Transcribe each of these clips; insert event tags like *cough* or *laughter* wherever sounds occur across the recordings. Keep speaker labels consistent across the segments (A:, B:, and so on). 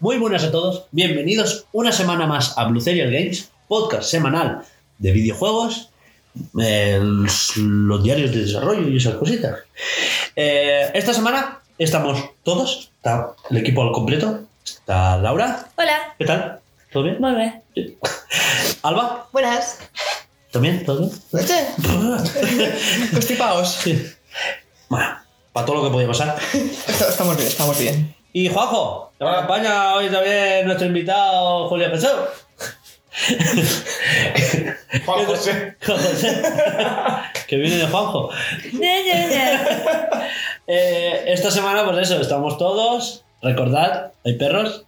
A: Muy buenas a todos, bienvenidos una semana más a Blue Serial Games, podcast semanal de videojuegos, eh, los diarios de desarrollo y esas cositas. Eh, esta semana estamos todos, está el equipo al completo, está Laura,
B: Hola.
A: ¿qué tal? ¿Todo bien?
B: Molt bé.
A: ¿Alba?
C: Buenas. ¿Este?
A: ¿También? ¿Todo
C: Sí,
A: bien?
C: constipaos.
A: bueno, para todo lo que podía pasar.
C: Esto- Estamos bien, estamos bien.
A: Y Juanjo, te acompaña hoy también nuestro invitado Julio Jesús.
D: Juan
A: *laughs*
D: José.
A: Juan José, que viene de Juanjo.
B: Ja, ja, ja.
A: Eh, esta semana, pues eso, estamos todos. Recordad, hay perros.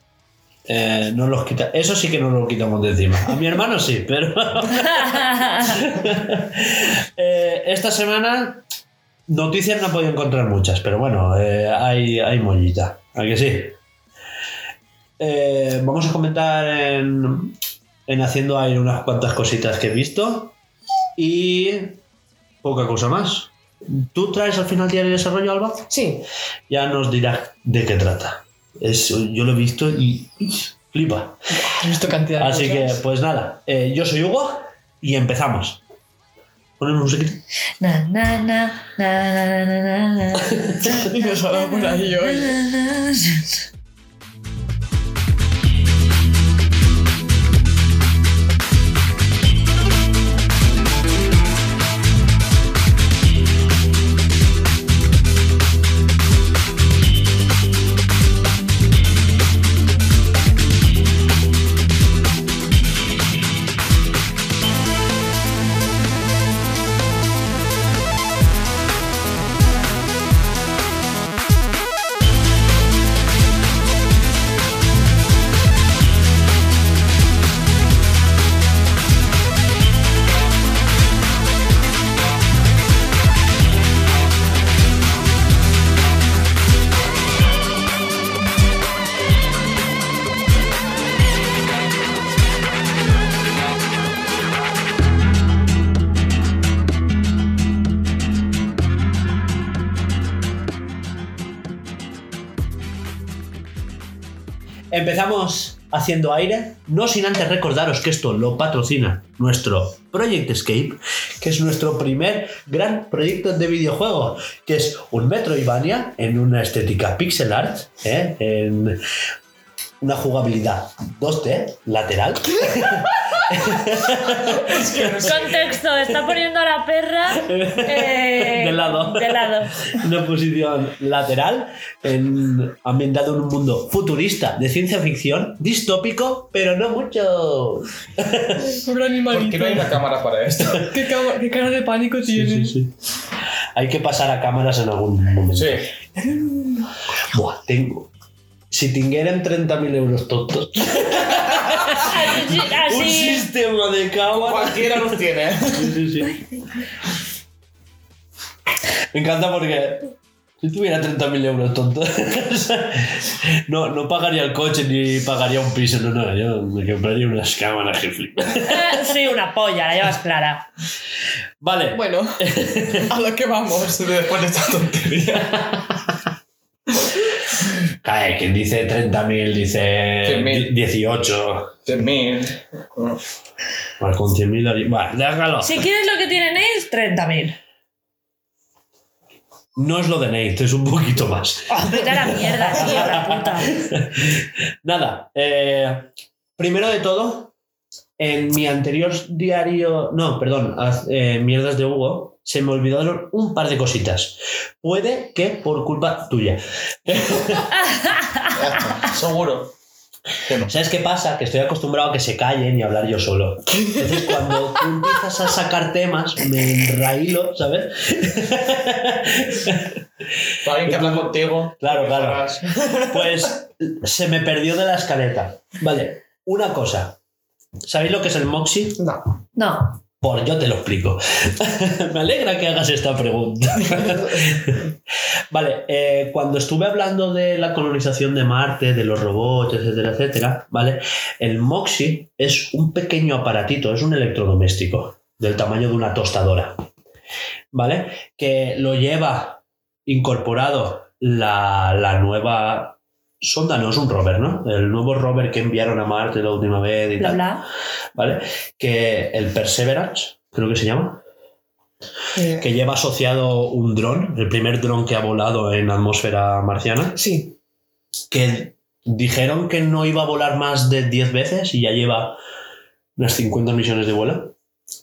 A: Eh, no los quita, eso sí que no lo quitamos de encima. A mi hermano sí, pero. Eh, esta semana noticias no he podido encontrar muchas, pero bueno, eh, hay, hay mollita. ¿A que sí? Eh, vamos a comentar en, en Haciendo Aire unas cuantas cositas que he visto y poca cosa más. ¿Tú traes al final diario de desarrollo, Alba?
C: Sí,
A: Ya nos dirás de qué trata. Es, yo lo he visto y ¡ish! flipa.
C: he visto cantidad de
A: Así que,
C: cosas.
A: pues nada, eh, yo soy Hugo y empezamos. Ponemos musiquita.
B: Na, na, na, na, na, na, na, na, na.
C: Y nos vamos por ahí hoy.
A: Empezamos haciendo aire, no sin antes recordaros que esto lo patrocina nuestro Project Escape, que es nuestro primer gran proyecto de videojuego, que es un Metroidvania en una estética pixel art, ¿eh? en una jugabilidad 2D lateral. *laughs*
B: Contexto, está poniendo a la perra eh,
A: De lado.
B: De lado.
A: una posición lateral, en, ambientado en un mundo futurista de ciencia ficción, distópico, pero no mucho.
C: Pobre
D: ¿Por
C: animalito.
D: qué no hay una cámara para esto?
C: *laughs* ¿Qué, cama- qué cara de pánico tiene.
A: Hay que pasar a cámaras en algún momento.
D: Sí.
A: Buah, tengo. Si tingueran 30.000 euros tontos.
B: Así,
A: *laughs* Un
B: así
A: sistema de cámaras.
D: Cualquiera los tiene.
A: Sí, sí, sí. Me encanta porque. Si tuviera 30.000 euros tontos. *laughs* no, no pagaría el coche ni pagaría un piso. No, no, yo me compraría unas cámaras que flipa.
B: eh, sí, una polla, la llevas clara.
A: Vale.
C: *laughs* Bueno, a lo que
D: *laughs*
C: vamos.
D: Después de esta tontería.
A: Cae, quien dice 30.000 dice
D: 100.000.
A: 18.
D: 100.000.
A: Bueno, con 100.000 haría- Vale, déjalo.
B: Si quieres lo que tienen ellos, 30.000.
A: No os lo denéis, es un poquito más.
B: Oh, vete a la mierda, tío, la puta.
A: Nada, eh, primero de todo, en mi anterior diario, no, perdón, haz- eh, Mierdas de Hugo, se me olvidaron un par de cositas. Puede que por culpa tuya.
D: Ya está, Seguro. Que no.
A: ¿Sabes qué pasa? Que estoy acostumbrado a que se callen y hablar yo solo. Entonces, cuando tú empiezas a sacar temas, me enraílo, ¿sabes?
D: Para alguien que habla contigo.
A: Claro, claro.
D: Paras.
A: *laughs* Pues se me perdió de la escaleta. Vale, una cosa. ¿Sabéis lo que es el Moxie?
C: No.
B: No.
A: Por yo te lo explico. *laughs* Me alegra que hagas esta pregunta. vale, eh, cuando estuve hablando de la colonización de Marte, de los robots, etcétera, etcétera, ¿vale? El Moxie es un pequeño aparatito, es un electrodoméstico del tamaño de una tostadora, ¿vale? Que lo lleva incorporado la, la nueva sonda no es un rover, ¿no? El nuevo rover que enviaron a Marte la última vez y
B: Bla,
A: tal.
B: bla.
A: ¿Vale? Que el Perseverance, creo que se llama,
C: Eh,
A: que lleva asociado un dron, el primer dron que ha volado en atmósfera marciana,
C: Sí,
A: que dijeron que no iba a volar más de 10 veces y ya lleva unas 50 misiones de vuelo.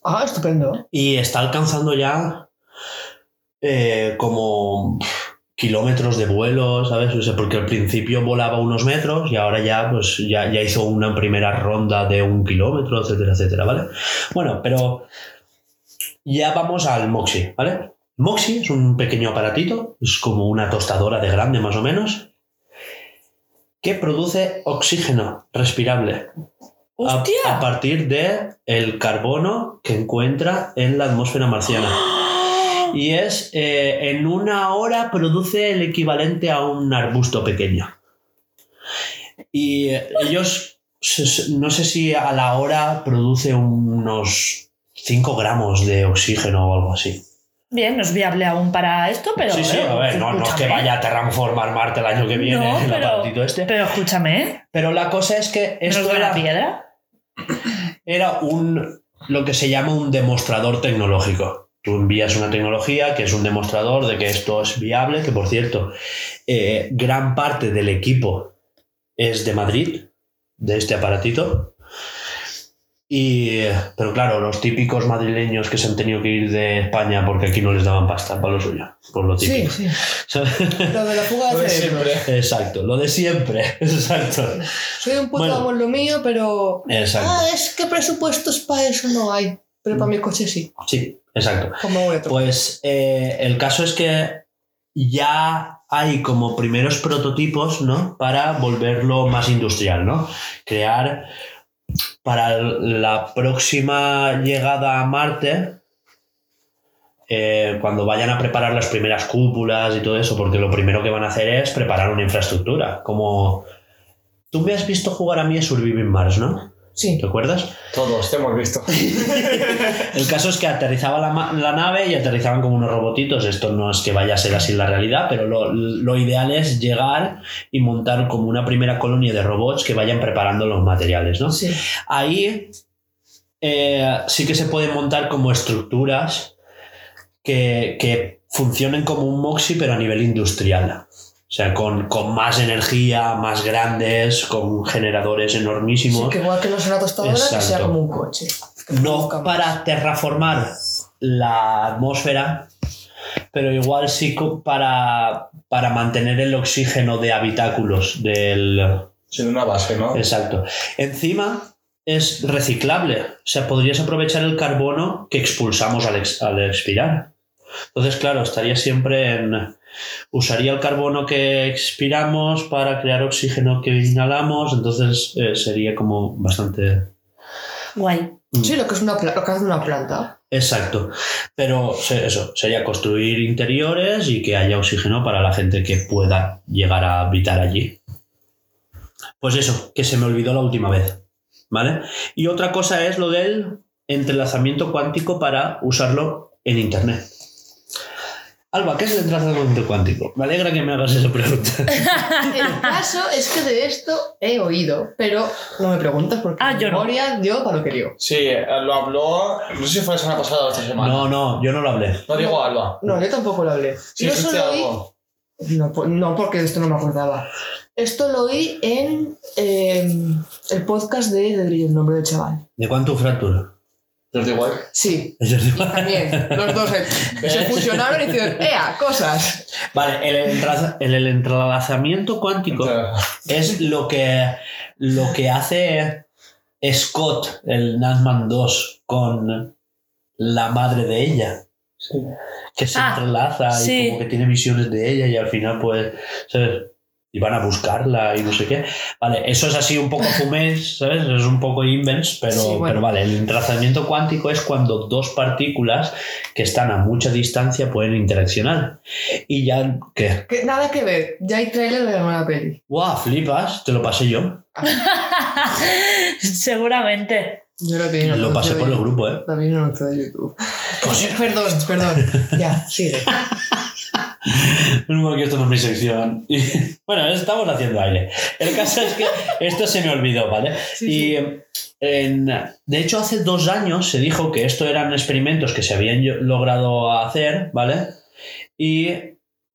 C: ah, estupendo.
A: Y está alcanzando ya eh, como pf, kilómetros de vuelo, ¿sabes? O sea, porque al principio volaba unos metros y ahora ya, pues, ya, ya hizo una primera ronda de un kilómetro, etcétera, etcétera, ¿vale? Bueno, pero ya vamos al Moxie, ¿vale? Moxie es un pequeño aparatito, es como una tostadora de grande más o menos, que produce oxígeno respirable a,
C: ¡Hostia!
A: a partir de el carbono que encuentra en la atmósfera marciana. Y es, eh, en una hora produce el equivalente a un arbusto pequeño. Y eh, ellos, se- se- no sé si a la hora produce unos 5 gramos de oxígeno o algo así.
B: Bien, no es viable aún para esto, pero.
A: sí, sí,
B: eh,
A: a ver, no, no es que
B: escúchame.
A: vaya a terraformar Marte el año que viene
B: No,
A: el
B: pero-
A: aparatito este.
B: Pero escúchame, ¿eh?
A: Pero la cosa es que
B: ¿Menos
A: esto
B: de
A: era,
B: una piedra?
A: era un lo que se llama un demostrador tecnológico. Tú envías una tecnología que es un demostrador de que esto es viable, que por cierto, eh, gran parte del equipo es de Madrid, de este aparatito. Y, eh, pero claro, los típicos madrileños que se han tenido que ir de España porque aquí no les daban pasta para lo suyo, por lo
C: Sí,
A: típico. *laughs*
C: sí. Lo de la fuga
D: Lo
C: de
D: de
C: cerebro.
D: siempre.
A: Exacto, lo de siempre, *laughs* exacto.
C: Soy un puto
A: Bueno.
C: amo en lo mío, pero.
A: Exacto,
C: Ah, es que presupuestos para eso no hay. Pero para mi coche sí.
A: sí, exacto.
C: Como un otro.
A: Pues eh, el caso es que ya hay como primeros prototipos, ¿no? Para volverlo más industrial, ¿no? Crear para el- la próxima llegada a Marte, eh, cuando vayan a preparar las primeras cúpulas y todo eso, porque lo primero que van a hacer es preparar una infraestructura, como... Tú me has visto jugar a mí a Surviving Mars, ¿no?
C: Sí.
A: ¿Te acuerdas?
D: Todos te hemos visto.
A: El caso es que aterrizaba la, ma- la nave y aterrizaban como unos robotitos. Esto no es que vaya a ser así la realidad, pero lo, lo ideal es llegar y montar como una primera colonia de robots que vayan preparando los materiales, ¿no?
C: Sí.
A: Ahí eh, sí que se pueden montar como estructuras que, que funcionen como un moxie, pero a nivel industrial. O sea, con, con más energía, más grandes, con generadores enormísimos.
C: Sí, que igual que no es una tostadora, que sea
A: Exacto.
C: como un coche.
A: No
C: Busca más.
A: para terraformar la atmósfera, pero igual sí co- para, para mantener el oxígeno de habitáculos del...
D: Sin una base, ¿no?
A: Exacto. Encima es reciclable, o sea, podrías aprovechar el carbono que expulsamos al, ex- al expirar. Entonces, claro, estaría siempre en... Usaría el carbono que expiramos para crear oxígeno que inhalamos, entonces eh, sería como bastante...
B: Guay.
C: Sí, lo que, es una, pla- lo que hace una planta.
A: Exacto. Pero se- eso, sería construir interiores y que haya oxígeno para la gente que pueda llegar a habitar allí. Pues eso, que se me olvidó la última vez. ¿Vale? Y otra cosa es lo del entrelazamiento cuántico para usarlo en Internet. Alba, ¿qué es el entrelazamiento cuántico? Me alegra que me hagas esa pregunta.
C: El caso es que de esto he oído, pero no me preguntas porque
B: Ah, yo no.
C: memoria dio para lo que dio.
D: Sí, eh, lo habló. No sé si fue la semana pasada o esta semana.
A: No, no, yo no lo hablé.
D: No digo Alba.
C: No, yo tampoco lo hablé.
D: Sí,
C: yo
D: escuché
C: solo oí.
D: algo.
C: No, po- no, porque de esto no me acordaba. Esto lo oí en eh, el podcast de Dedri, el nombre del chaval.
A: ¿De cuánto *laughs* fractura?
D: Los de igual.
C: Sí, también. los dos eh, se fusionaron y dijeron, ¡Ea! ¡Cosas!
A: Vale, el, entrelaza- el- el entrelazamiento cuántico es lo que, lo que hace Scott, el Nazman 2, con la madre de ella.
D: Sí.
A: Que se
B: Ah,
A: entrelaza y
B: sí.
A: como que tiene visiones de ella y al final pues, ¿sabes? Y van a buscarla y no sé qué. Vale, eso es así un poco fumés, ¿sabes? Es un poco invens, pero,
C: Sí, bueno.
A: pero vale, el entrelazamiento cuántico es cuando dos partículas que están a mucha distancia pueden interaccionar. Y ya, ¿qué?
C: Que nada que ver. Ya hay trailer de la nueva peli.
A: ¡Guau! Flipas, te lo pasé yo.
B: Seguramente.
C: Yo lo tenía.
A: Lo pasé por el grupo, ¿eh?
C: *laughs*
A: *laughs*
C: También en otro de YouTube. Perdón, perdón. Ya, sigue.
A: No bueno, que esto no es mi sección. *laughs* Y, bueno, estamos haciendo aire. El caso es que esto se me olvidó, ¿vale?
C: Sí,
A: y eh, en- de hecho, hace dos años se dijo que esto eran experimentos que se habían yo- logrado hacer, ¿vale? Y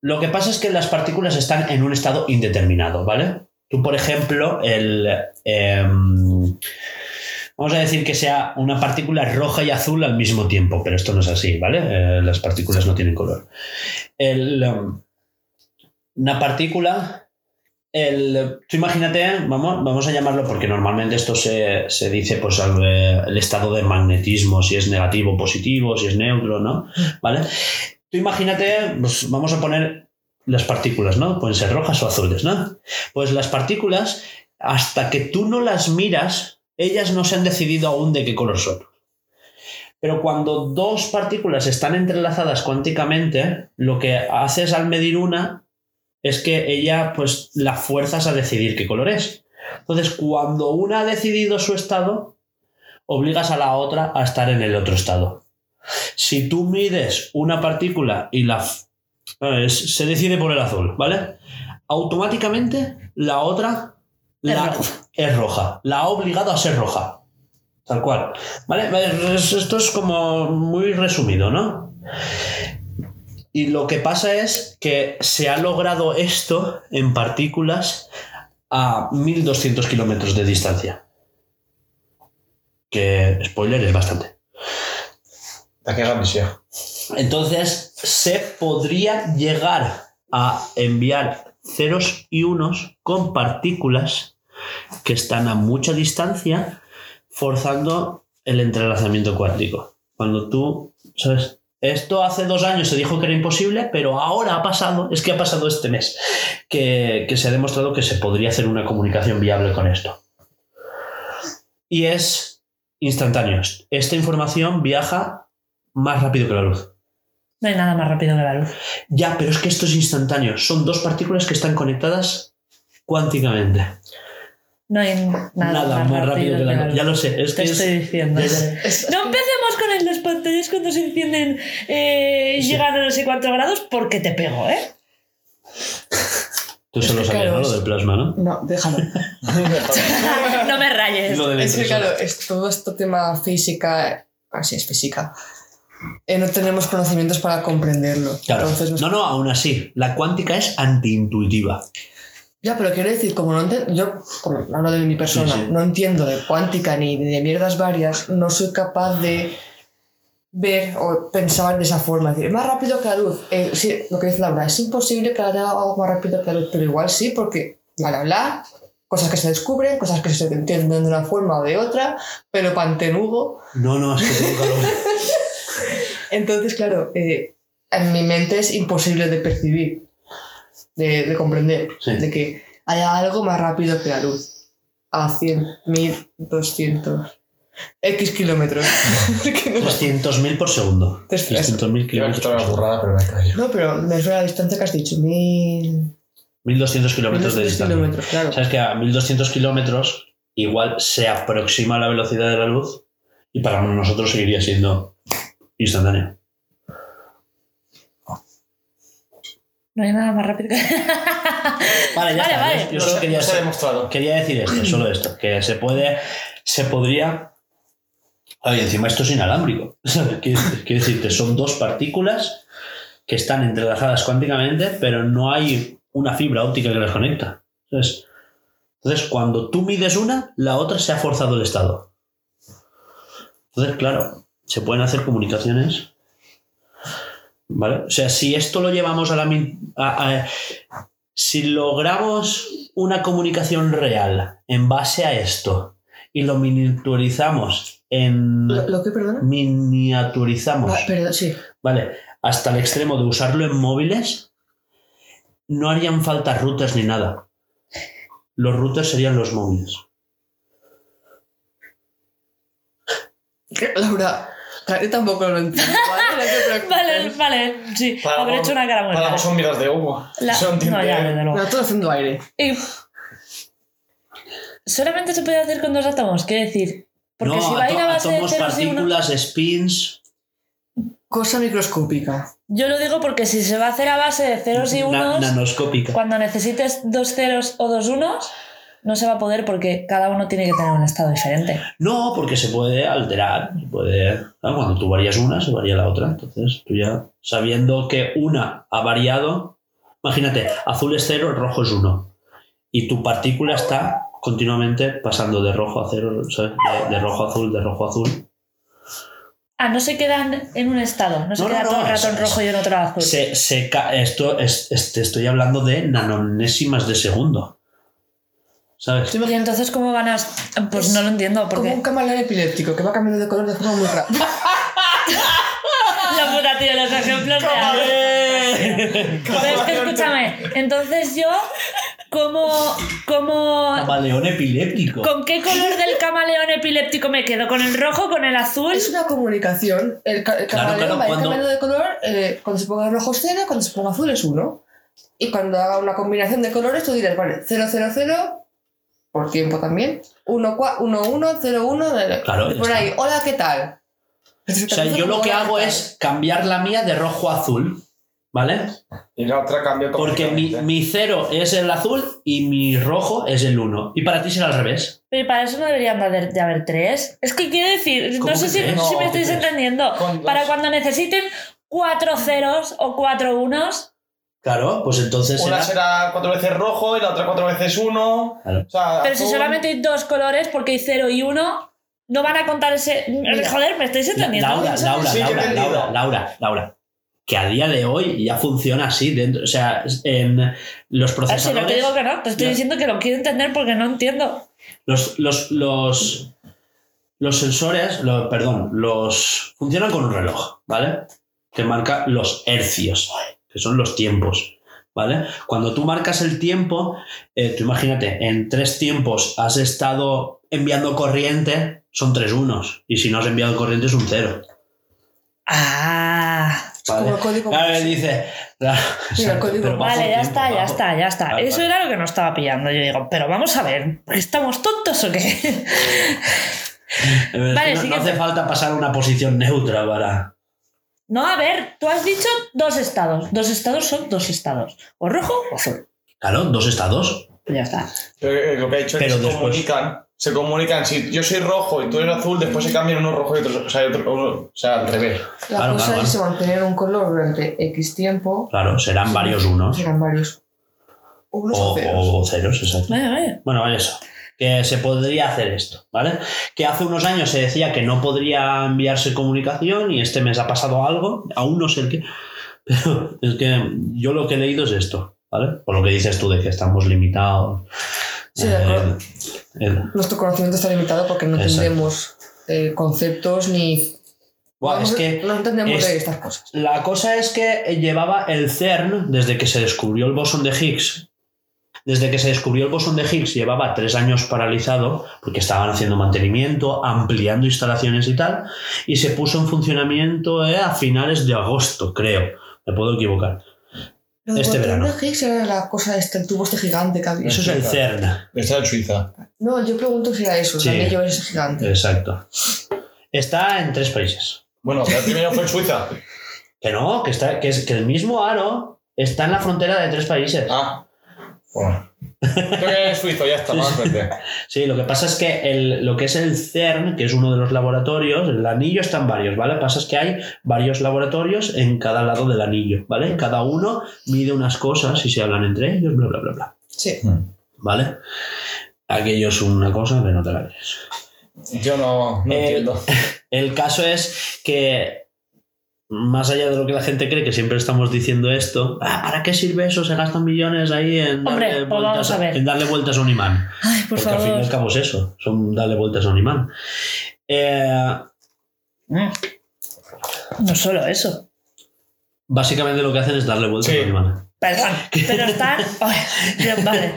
A: lo que pasa es que las partículas están en un estado indeterminado, ¿vale? Tú, por ejemplo, el. em, Vamos a decir que sea una partícula roja y azul al mismo tiempo, pero esto no es así, ¿vale? Eh, las partículas no tienen color. El, em, una partícula, el, tú imagínate, vamos, vamos a llamarlo porque normalmente esto se, se dice pues al, eh, el estado de magnetismo, si es negativo, positivo, si es neutro, ¿no? ¿Vale? Tú imagínate, pues vamos a poner las partículas, ¿no? Pueden ser rojas o azules, ¿no? Pues las partículas, hasta que tú no las miras, ellas no se han decidido aún de qué color son. Pero cuando dos partículas están entrelazadas cuánticamente, lo que haces al medir una es que ella, pues, la fuerzas a decidir qué color es. Entonces, cuando una ha decidido su estado, obligas a la otra a estar en el otro estado. Si tú mides una partícula y la... f- eh, Se decide por el azul, ¿vale? Automáticamente la otra
B: Es
A: la-
B: roja.
A: es roja. La ha obligado a ser roja. Tal cual. Vale, vale, es- esto es como muy resumido, ¿no? Y lo que pasa es que se ha logrado esto en partículas a 1200 kilómetros de distancia. Que, spoiler, es bastante.
D: ¿De qué ganancia?
A: Entonces, se podría llegar a enviar ceros y unos con partículas que están a mucha distancia, forzando el entrelazamiento cuántico. Cuando tú, ¿sabes? Esto hace dos años se dijo que era imposible, pero ahora ha pasado, es que ha pasado este mes, que, que se ha demostrado que se podría hacer una comunicación viable con esto. Y es instantáneo. Esta información viaja más rápido que la luz.
B: No hay nada más rápido que la luz.
A: Ya, pero es que esto es instantáneo. Son dos partículas que están conectadas cuánticamente.
B: No hay nada,
A: Nada, más, rápido que la luz. Ya lo sé. Es
B: Te
A: que es-
B: estoy diciendo.
A: ya, ya.
C: Es-
B: No empecemos con el- las pantallas cuando se encienden eh, y
A: Sí.
B: llegan a no sé cuántos grados porque te pego, ¿eh?
A: Tú
C: Es
A: solo
C: que
A: sabías,
C: claro,
A: ¿no? Lo
C: es-
A: del plasma, ¿no?
C: No, déjalo. *laughs*
B: no me rayes.
A: Lo de la
C: Es que
A: impresora.
C: claro, es todo este tema física, así es física, eh, no tenemos conocimientos para comprenderlo.
A: Claro.
C: Entonces, nos-
A: No, no, aún así. La cuántica es antiintuitiva.
C: Ya, pero quiero decir, como no entiendo, yo como hablo de mi persona,
A: Sí, sí.
C: no entiendo de cuántica ni ni de mierdas varias, no soy capaz de ver o pensar de esa forma. Es decir, más rápido que la luz. Eh, sí, lo que dice Laura, es imposible que haga algo más rápido que la luz, pero igual sí, porque bla, bla, bla, cosas que se descubren, cosas que se entienden de una forma o de otra, pero pantenugo.
A: No, no, es que tengo
C: *laughs*
A: calor.
C: Entonces, claro, eh, en mi mente es imposible de percibir, de, de comprender,
A: Sí.
C: de que haya algo más rápido que la luz. A 100.000, 200, X
A: *laughs*
C: kilómetros. Que no-
A: 300.000 por segundo.
C: Tres-
A: 300.000
D: Quiero que
A: kilómetros.
D: esto
A: por
D: era una
A: segundo.
D: burrada, pero me callo.
C: no, pero me suena la distancia que has dicho, 1.000
A: 1.200 kilómetros de
C: 1.200
A: distancia.
C: kilómetros, claro.
A: Sabes que a 1.200 kilómetros igual se aproxima la velocidad de la luz y para nosotros seguiría siendo instantáneo.
B: No hay nada más rápido que *laughs* Vale,
A: Vale, ya está. ¿eh?
B: vale.
A: Yo, yo solo
D: No se-
A: quería, Ah,
D: no se ha demostrado.
A: quería decir esto, solo esto, que se puede, se podría... Oye, encima esto es inalámbrico. *laughs* Quiero quiero decirte, son dos partículas que están entrelazadas cuánticamente, pero no hay una fibra óptica que las conecta. Entonces, entonces, cuando tú mides una, la otra se ha forzado el estado. Entonces, claro, se pueden hacer comunicaciones. ¿Vale? O sea, si esto lo llevamos a la... min- a- a- si logramos una comunicación real en base a esto y lo miniaturizamos en...
C: ¿Lo, lo que, perdona?
A: miniaturizamos,
C: Ah, perdón, sí.
A: ¿vale? Hasta el extremo de usarlo en móviles, no harían falta routers ni nada. Los routers serían los móviles.
C: Laura, claro, yo tampoco lo entiendo. ¿vale?
A: *laughs*
C: No te preocupes.
B: Vale, vale, sí.
D: Para
B: Habré
D: con-
B: hecho una cara muy
D: Ahora
B: rara.
D: son miras de humo.
B: La-
D: Son
B: No, ya, desde luego.
C: Pero todo haciendo aire.
B: Y- Solamente se puede hacer con dos átomos, quiero decir. Porque
A: no,
B: si va a ir a
A: ato-
B: base de
A: átomos,
B: ceros y uno.
A: partículas, spins.
C: cosa microscópica.
B: Yo lo digo porque si se va a hacer a base de ceros y
A: Na-
B: unos,
A: nanoscópica.
B: cuando necesites dos ceros o dos unos, no se va a poder porque cada uno tiene que tener un estado diferente.
A: No, porque se puede alterar. se Puede, claro, cuando tú varías una, se varía la otra. Entonces, tú ya sabiendo que una ha variado, imagínate, azul es cero, rojo es uno. Y tu partícula está continuamente pasando de rojo a cero, ¿sabes? De, de rojo a azul, de rojo a azul.
B: Ah, no se quedan en un estado, no se
A: No,
B: queda
A: no,
B: todo
A: no,
B: el rato
A: es-
B: en rojo y en otro azul.
A: Se, se ca- esto es, es- te estoy hablando de nanonésimas de segundo. ¿Sabes?
B: Y entonces, ¿cómo van a...? Pues
C: Es
B: no lo entiendo,
C: Como
B: porque...
C: un camaleón epiléptico que va cambiando de color de forma muy rápida.
B: La puta, tío, los ejemplos reales.
A: *laughs*
B: Pero Pues es que escúchame, entonces yo, ¿cómo, cómo,
A: Camaleón epiléptico.
B: con qué color del camaleón epiléptico me quedo? ¿Con el rojo, con el azul?
C: es una comunicación. El, ca- el
A: Claro,
C: camaleón
A: claro,
C: va a ir
A: cuando-
C: cambiando de color. eh, cuando se ponga rojo es cero, cuando se ponga azul es uno. Y cuando haga una combinación de colores, tú dirás, vale, 0, 0, 0, por tiempo también. 1, 1, 1, 0, 1.
A: Claro, ya
C: por
A: está.
C: ahí, hola, ¿qué tal?
A: O sea, yo lo que hago es cambiar la mía de rojo a azul, ¿vale?
D: Y la otra cambió
A: Porque mi,
D: completamente.
A: mi cero es el azul y mi rojo es el uno. Y para ti será al revés.
B: Pero para eso no deberían de haber, de haber tres. Es que quiero decir,
A: ¿Cómo
B: no sé
A: que
B: si,
A: tres?
B: si me
D: No, que
B: estáis
D: tres.
B: entendiendo.
D: Con dos.
B: Para cuando necesiten cuatro ceros o cuatro unos,
A: Claro, pues entonces
D: Una
A: será...
D: será cuatro veces rojo y la otra cuatro veces uno.
A: Claro.
D: O sea,
B: pero si
D: azul.
B: solamente hay dos colores, porque hay cero y uno, no van a contar ese. Joder, me estáis entendiendo.
A: Laura,
D: Sí,
A: Laura,
D: sí, he
A: Laura,
D: entendido.
A: Laura, Laura, Laura. Que a día de hoy ya funciona así. Dentro, o sea, en los
B: Ah, Si no
A: procesadores...
B: te digo que no, te estoy
A: Ya.
B: diciendo que lo quiero entender porque no entiendo.
A: Los, los, los, los sensores, lo- perdón, los funcionan con un reloj, ¿vale? Que marca los hercios, que son los tiempos, ¿vale? Cuando tú marcas el tiempo, eh, tú imagínate, en tres tiempos has estado enviando corriente, son tres unos, y si no has enviado corriente es un cero.
B: Ah,
A: ¿vale?
C: Como el código.
A: Claro, él dice. claro,
C: Mira,
A: exacto,
C: código
A: pero bajo
B: vale, ya
A: tiempo,
B: está, ya
A: bajo-
B: está, ya está.
A: Vale,
B: Eso
A: vale.
B: era lo que no estaba pillando. Yo digo, pero vamos a ver, ¿estamos tontos o qué?
A: Es decir,
B: Vale,
A: no- no
B: siguiente.
A: hace falta pasar a una posición neutra para.
B: No, a ver, tú has dicho dos estados. Dos estados son dos estados. O rojo o azul.
A: Claro, dos estados.
B: Pues ya está.
D: Pero, eh, lo que ha dicho
A: Pero
D: es que se
A: después-
D: comunican. Se comunican. Si yo soy rojo y tú eres azul, después se cambian uno rojo y otro. O sea, y otro- uno- o sea al revés.
C: La
A: Claro,
C: cosa
A: claro,
C: es mantener un color durante X tiempo.
A: Claro, serán varios unos.
C: Serán varios. Unos o
A: O,
C: ceros.
A: o ceros, exacto.
B: Vale, vale.
A: Bueno, vale, eso. Que se podría hacer esto, ¿vale? Que hace unos años se decía que no podría enviarse comunicación y este mes ha pasado algo, aún no sé el qué. *laughs* Pero es que yo lo que he leído es esto, ¿vale? Por lo que dices tú de que estamos limitados.
C: Sí, de acuerdo.
A: eh,
C: Nuestro conocimiento está limitado porque no
A: Exacto.
C: entendemos eh, conceptos ni.
A: buah,
C: no,
A: es que
C: no entendemos
A: es-
C: de estas cosas.
A: La cosa es que llevaba el CERN desde que se descubrió el bosón de Higgs. Desde que se descubrió el bosón de Higgs llevaba tres años paralizado porque estaban haciendo mantenimiento, ampliando instalaciones y tal, y se puso en funcionamiento eh, a finales de agosto, creo. Me puedo equivocar.
C: Lo de
A: Este
C: Control
A: verano.
C: de Higgs era la cosa este, el tubo este gigante que había.
A: Eso es el CERN.
D: Está en Suiza.
C: No, yo pregunto si era eso,
A: Sí.
C: el anillo ese gigante.
A: Exacto. Está en tres países.
D: Bueno, pero primero fue
A: *laughs*
D: en Suiza.
A: Que no, que, está, que, es, que el mismo aro está en la frontera de tres países.
D: Ah. Bueno. Creo que es suizo, ya está, más frente.
A: Sí, lo que pasa es que el, lo que es el CERN, que es uno de los laboratorios, el anillo están varios, ¿vale? Lo que pasa es que hay varios laboratorios en cada lado del anillo, ¿vale? Cada uno mide unas cosas y se hablan entre ellos, bla, bla, bla, bla,
C: Sí.
A: ¿vale? Aquello es una cosa que no te la crees.
D: Yo no, no
A: Eh,
D: entiendo.
A: El caso es que, más allá de lo que la gente cree, que siempre estamos diciendo esto, "Ah, ¿para qué sirve eso? Se gastan millones ahí en,
B: Hombre,
A: darle,
B: pues vamos
A: vueltas,
B: a ver.
A: en darle vueltas a un imán.
B: Ay, por
A: Porque al fin y al
B: favor.
A: cabo es eso, son darle vueltas a un imán. Eh,
B: Mm. No solo eso.
A: básicamente lo que hacen es darle vueltas
D: Sí.
A: a un imán. *laughs*
B: Perdón, pero están. Ay, Dios, vale.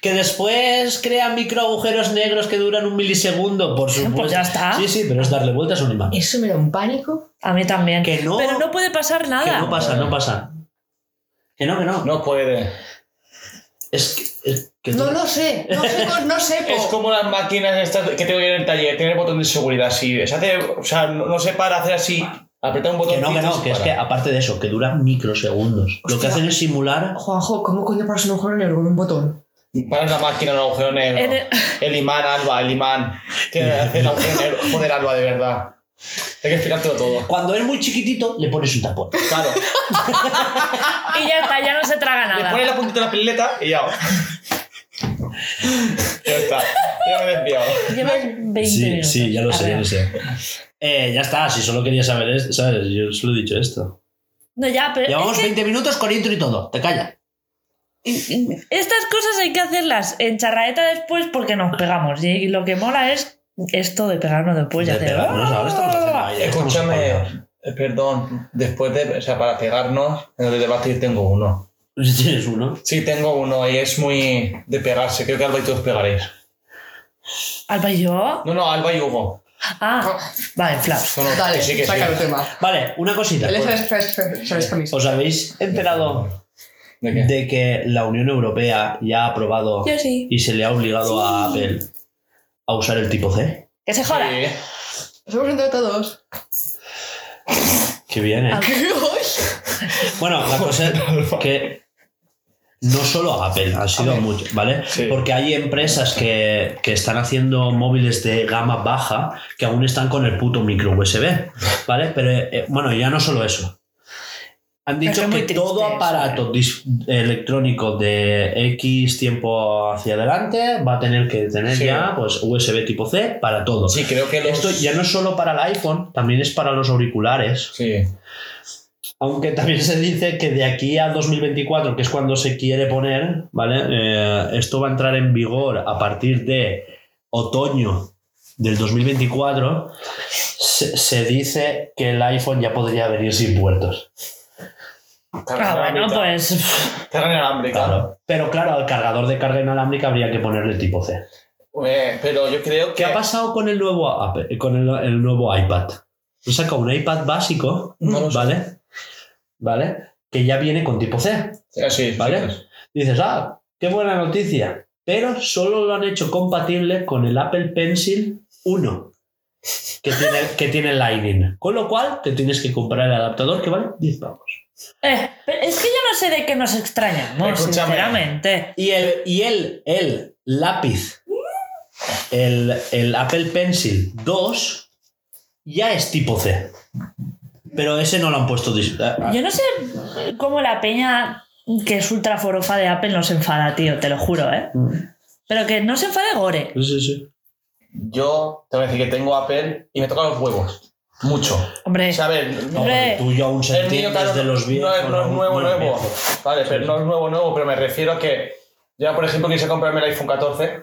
A: Que después crean microagujeros negros que duran un milisegundo, por supuesto.
B: Pues ya está.
A: Sí, sí, pero es darle vueltas a un imán.
C: Eso me da un pánico.
B: A mí también.
A: Que no,
B: Pero no puede pasar
A: que
B: nada.
A: no pasa, no pasa. Que no, que no.
D: No puede.
A: Es que, es que
C: No lo sé, no sé, no- no sé.
D: Es
C: po.
D: como las máquinas estas que tengo yo en el taller, tiene el botón de seguridad así. Se hace, o sea, no, no se para hacer así. Apretar un botón
A: Que no, que no, que es que aparte de eso, que dura microsegundos. Lo que
C: Hostia.
A: hacen es simular.
C: Juanjo, ¿cómo coño paras un agujero negro con un botón?
D: Para la máquina en un agujero negro.
B: En
D: el...
B: el-
D: imán, Alba, el imán. *laughs* Que hace el agujero negro. Joder, Alba, de verdad. Hay que explicártelo todo.
A: Cuando es muy chiquitito, le pones un tapón.
D: Claro.
B: Y ya está, ya no se
A: *laughs*
B: traga
D: Le
B: nada.
D: pones la puntita de la pileta y ya. ya está. Ya me he desviado.
B: Llevas 20 minutos. A ver.
A: sé. Eh, ya está, si solo quería saber esto, ¿sabes? Yo solo he dicho esto.
B: No, ya, pero. este
A: Llevamos
B: es que
A: 20 minutos con intro y todo, te calla.
B: Estas cosas hay que hacerlas en charraeta después porque
A: Ah.
B: nos pegamos. Y lo que mola es esto de pegarnos después y
A: De
B: hacer.
A: pegarnos, ahora estamos haciendo ahí, ya estamos apagados.
D: Escúchame, eh, perdón. Después de. O sea, para pegarnos, en el debate tengo uno.
A: *laughs* Si tienes uno.
D: Sí, tengo uno y es muy de pegarse. Creo que Alba y todos pegaréis.
B: ¿Alba y yo?
D: No, no, Alba y Hugo.
B: Ah, vale, flaps.
D: No, no,
C: Dale,
D: que sí, que sí.
C: saca el tema.
A: Vale, una cosita.
C: Él es el sabes camisa.
A: ¿Os habéis enterado
D: ¿De qué?
A: de que la Unión Europea ya ha aprobado
B: Yo sí.
A: y se le ha obligado a Apple a usar el tipo C?
B: Que se joda.
D: Sí.
C: Nos hemos entrado todos.
A: Qué bien, ¿eh?
B: Ah.
A: Bueno, la cosa
D: *laughs*
A: es que no solo a Apple, han sido muchos, ¿vale?
D: Sí.
A: Porque hay empresas que, que están haciendo móviles de gama baja que aún están con el puto micro USB, ¿vale? Pero eh, bueno, ya no solo eso. Han
B: Pero
A: dicho
B: es muy
A: que
B: triste
A: todo
B: eso, eh.
A: aparato dis- electrónico de X tiempo hacia adelante va a tener que tener
D: Sí.
A: ya pues USB tipo C para todo.
D: Sí, creo que los...
A: Esto ya no es solo para el iPhone, también es para los auriculares.
D: Sí.
A: Aunque también se dice que de aquí a 2024, que es cuando se quiere poner, ¿vale? Eh, esto va a entrar en vigor a partir de otoño del 2024. Se, se dice que el iPhone ya podría venir sin puertos.
B: Ah, bueno, pues.
D: Carga inalámbrica.
A: Claro. Pero claro, al cargador de carga inalámbrica habría que ponerle tipo C.
D: Eh, pero yo creo que...
A: ¿Qué ha pasado con el nuevo, Apple- con el, el nuevo iPad? Han sacado un iPad básico,
D: No lo sé.
A: ¿vale? ¿Vale? Que ya viene con tipo C.
D: Ah, sí, sí,
A: ¿Vale?
D: sí.
A: Dices, ah, qué buena noticia. Pero solo lo han hecho compatible con el Apple Pencil 1, que tiene, que tiene Lightning. Con lo cual, te tienes que comprar el adaptador que vale 10 pavos.
B: eh, pero es que yo no sé de qué nos extrañamos,
D: Escúchame.
B: sinceramente.
A: Y el, y el, el lápiz, el, el Apple Pencil 2, ya es tipo C. Pero ese no lo han puesto. dis- ah,
B: Yo no sé cómo la peña que es ultra forofa de Apple nos enfada, tío, te lo juro, ¿eh?
D: Mm.
B: Pero que no se enfade Gore.
A: Sí, sí, sí.
D: Yo te voy a decir que tengo Apple y me tocan los huevos. Mucho.
B: Hombre,
D: O sea, a ver... no-
B: Hombre.
A: Hombre, tú ya aún se
D: El mío,
A: entiendes
D: claro,
A: de los viejos.
D: no, es- no es
A: aún
D: nuevo,
A: no es
D: nuevo.
A: viejo.
D: Vale, pero
A: Sí.
D: no es nuevo, nuevo, pero me refiero a que... Yo, por ejemplo, quise comprarme el iPhone 14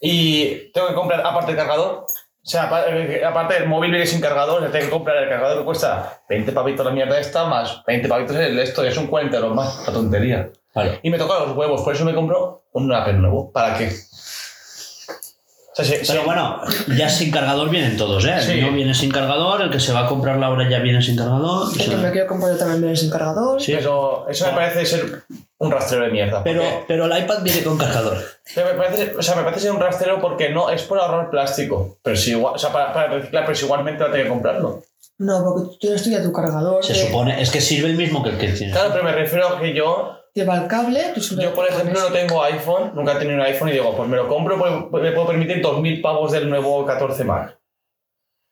D: y tengo que comprar, aparte del cargador, o sea, apa- eh, aparte del móvil viene sin cargador, o sea, tengo que comprar el cargador que cuesta 20 pavitos la mierda esta, más 20 pavitos el esto, ya son 40 los más, la tontería.
A: Vale.
D: Y me toca los huevos, por eso me compro un Apple nuevo. ¿Para qué? O sea, sí, sí.
A: Pero bueno, ya sin cargador vienen todos, ¿eh?
D: Sí.
A: El mío viene sin cargador, el que se va a comprar la hora ya viene sin cargador. o
C: El que
A: sea,
C: me quiero comprar yo también viene sin cargador.
A: sí.
D: Pero eso me parece ser un rastreo de mierda.
A: Pero,
D: porque-
A: pero el iPad viene con cargador.
D: pero me parece, o sea, me parece ser un rastreo porque no es por ahorrar plástico. Pero si igual, o sea, para, para reciclar, pero si igualmente va a tener que comprarlo.
C: No, porque tú tienes tú ya tu cargador.
A: Se
C: que
A: supone, es que sirve el mismo que el que tiene.
D: Claro, pero me refiero a que yo,
C: Lleva el cable, tú siempre
D: yo por
C: lo pones.
D: ejemplo, no tengo iPhone, nunca he tenido un iPhone y digo, pues me lo compro, pues me puedo permitir 2.000 pavos del nuevo 14 Mac.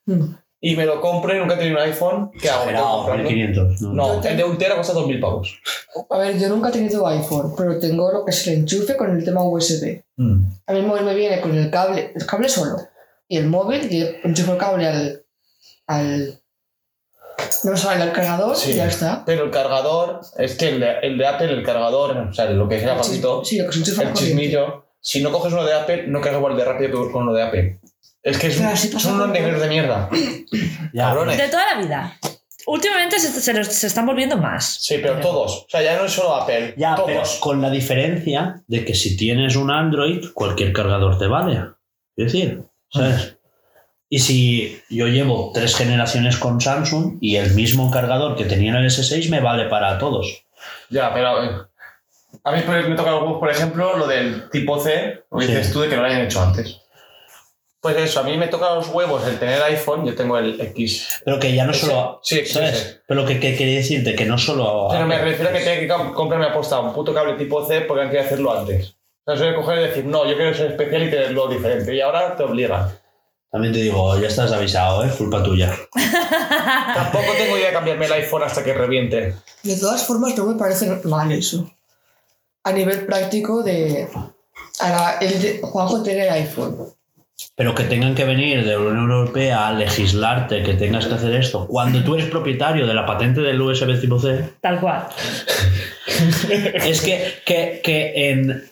C: Mm.
D: Y me lo compro y nunca he tenido un iPhone. ¿Qué hago? ¿Tengo que
A: Esperado,
D: comprarlo?
A: 1500. ¿no?
D: No, el de un tera cuesta 2.000 pavos.
C: A ver, yo nunca he tenido iPhone, pero tengo lo que es el enchufe con el tema USB. A mí el móvil me viene con el cable, el cable solo. Y el móvil, y enchufo el cable al. al no me sale al cargador
D: Sí.
C: y ya está.
D: Pero el cargador, es que el de, el de Apple, el cargador, o sea, lo que es el aparatito,
C: Sí, lo que se enchufa
D: el
C: la corriente.
D: chismillo, si no coges uno de Apple, no cargas igual de rápido que con uno de Apple. Es que es
C: Claro,
D: un-
C: sí pasa
D: son unos
C: con-
D: negros de mierda.
A: Ya.
D: Cabrones.
B: de toda la vida. Últimamente se, se los- se están volviendo más.
D: Sí, pero todos. O sea, ya no es solo Apple.
A: Ya, pero
D: todos.
A: con la diferencia de que si tienes un Android, cualquier cargador te vale. Es decir, ¿sabes? Y si yo llevo tres generaciones con Samsung y el mismo cargador que tenía en el S6 me vale para todos.
D: Ya, pero. eh, A mí por- me toca, por ejemplo, lo del tipo C, lo que
A: Sí.
D: dices tú de que no lo hayan hecho antes. Pues eso, a mí me toca los huevos el tener iPhone, yo tengo el X.
A: Pero que ya no
D: Ese-
A: solo.
D: Pues sí, sí,
A: ¿sabes?
D: sí.
A: Pero que, que quería decirte que no solo.
D: Pero me refiero a que tengo que com- comprarme aposta un puto cable tipo C porque han querido hacerlo antes. O sea, suele coger y decir, no, yo quiero ser especial y tenerlo diferente. Y ahora te obligan.
A: También te digo, ya estás avisado, es culpa tuya.
D: Tampoco tengo idea de cambiarme el iPhone hasta que reviente.
C: De todas formas, no me parece mal eso. A nivel práctico de... Ahora, el de- Juanjo tiene el iPhone.
A: Pero que tengan que venir de la Unión Europea a legislarte que tengas que hacer esto. Cuando tú eres propietario de la patente del USB tipo C,
D: *laughs*
B: Tal cual.
A: es que, que, que en,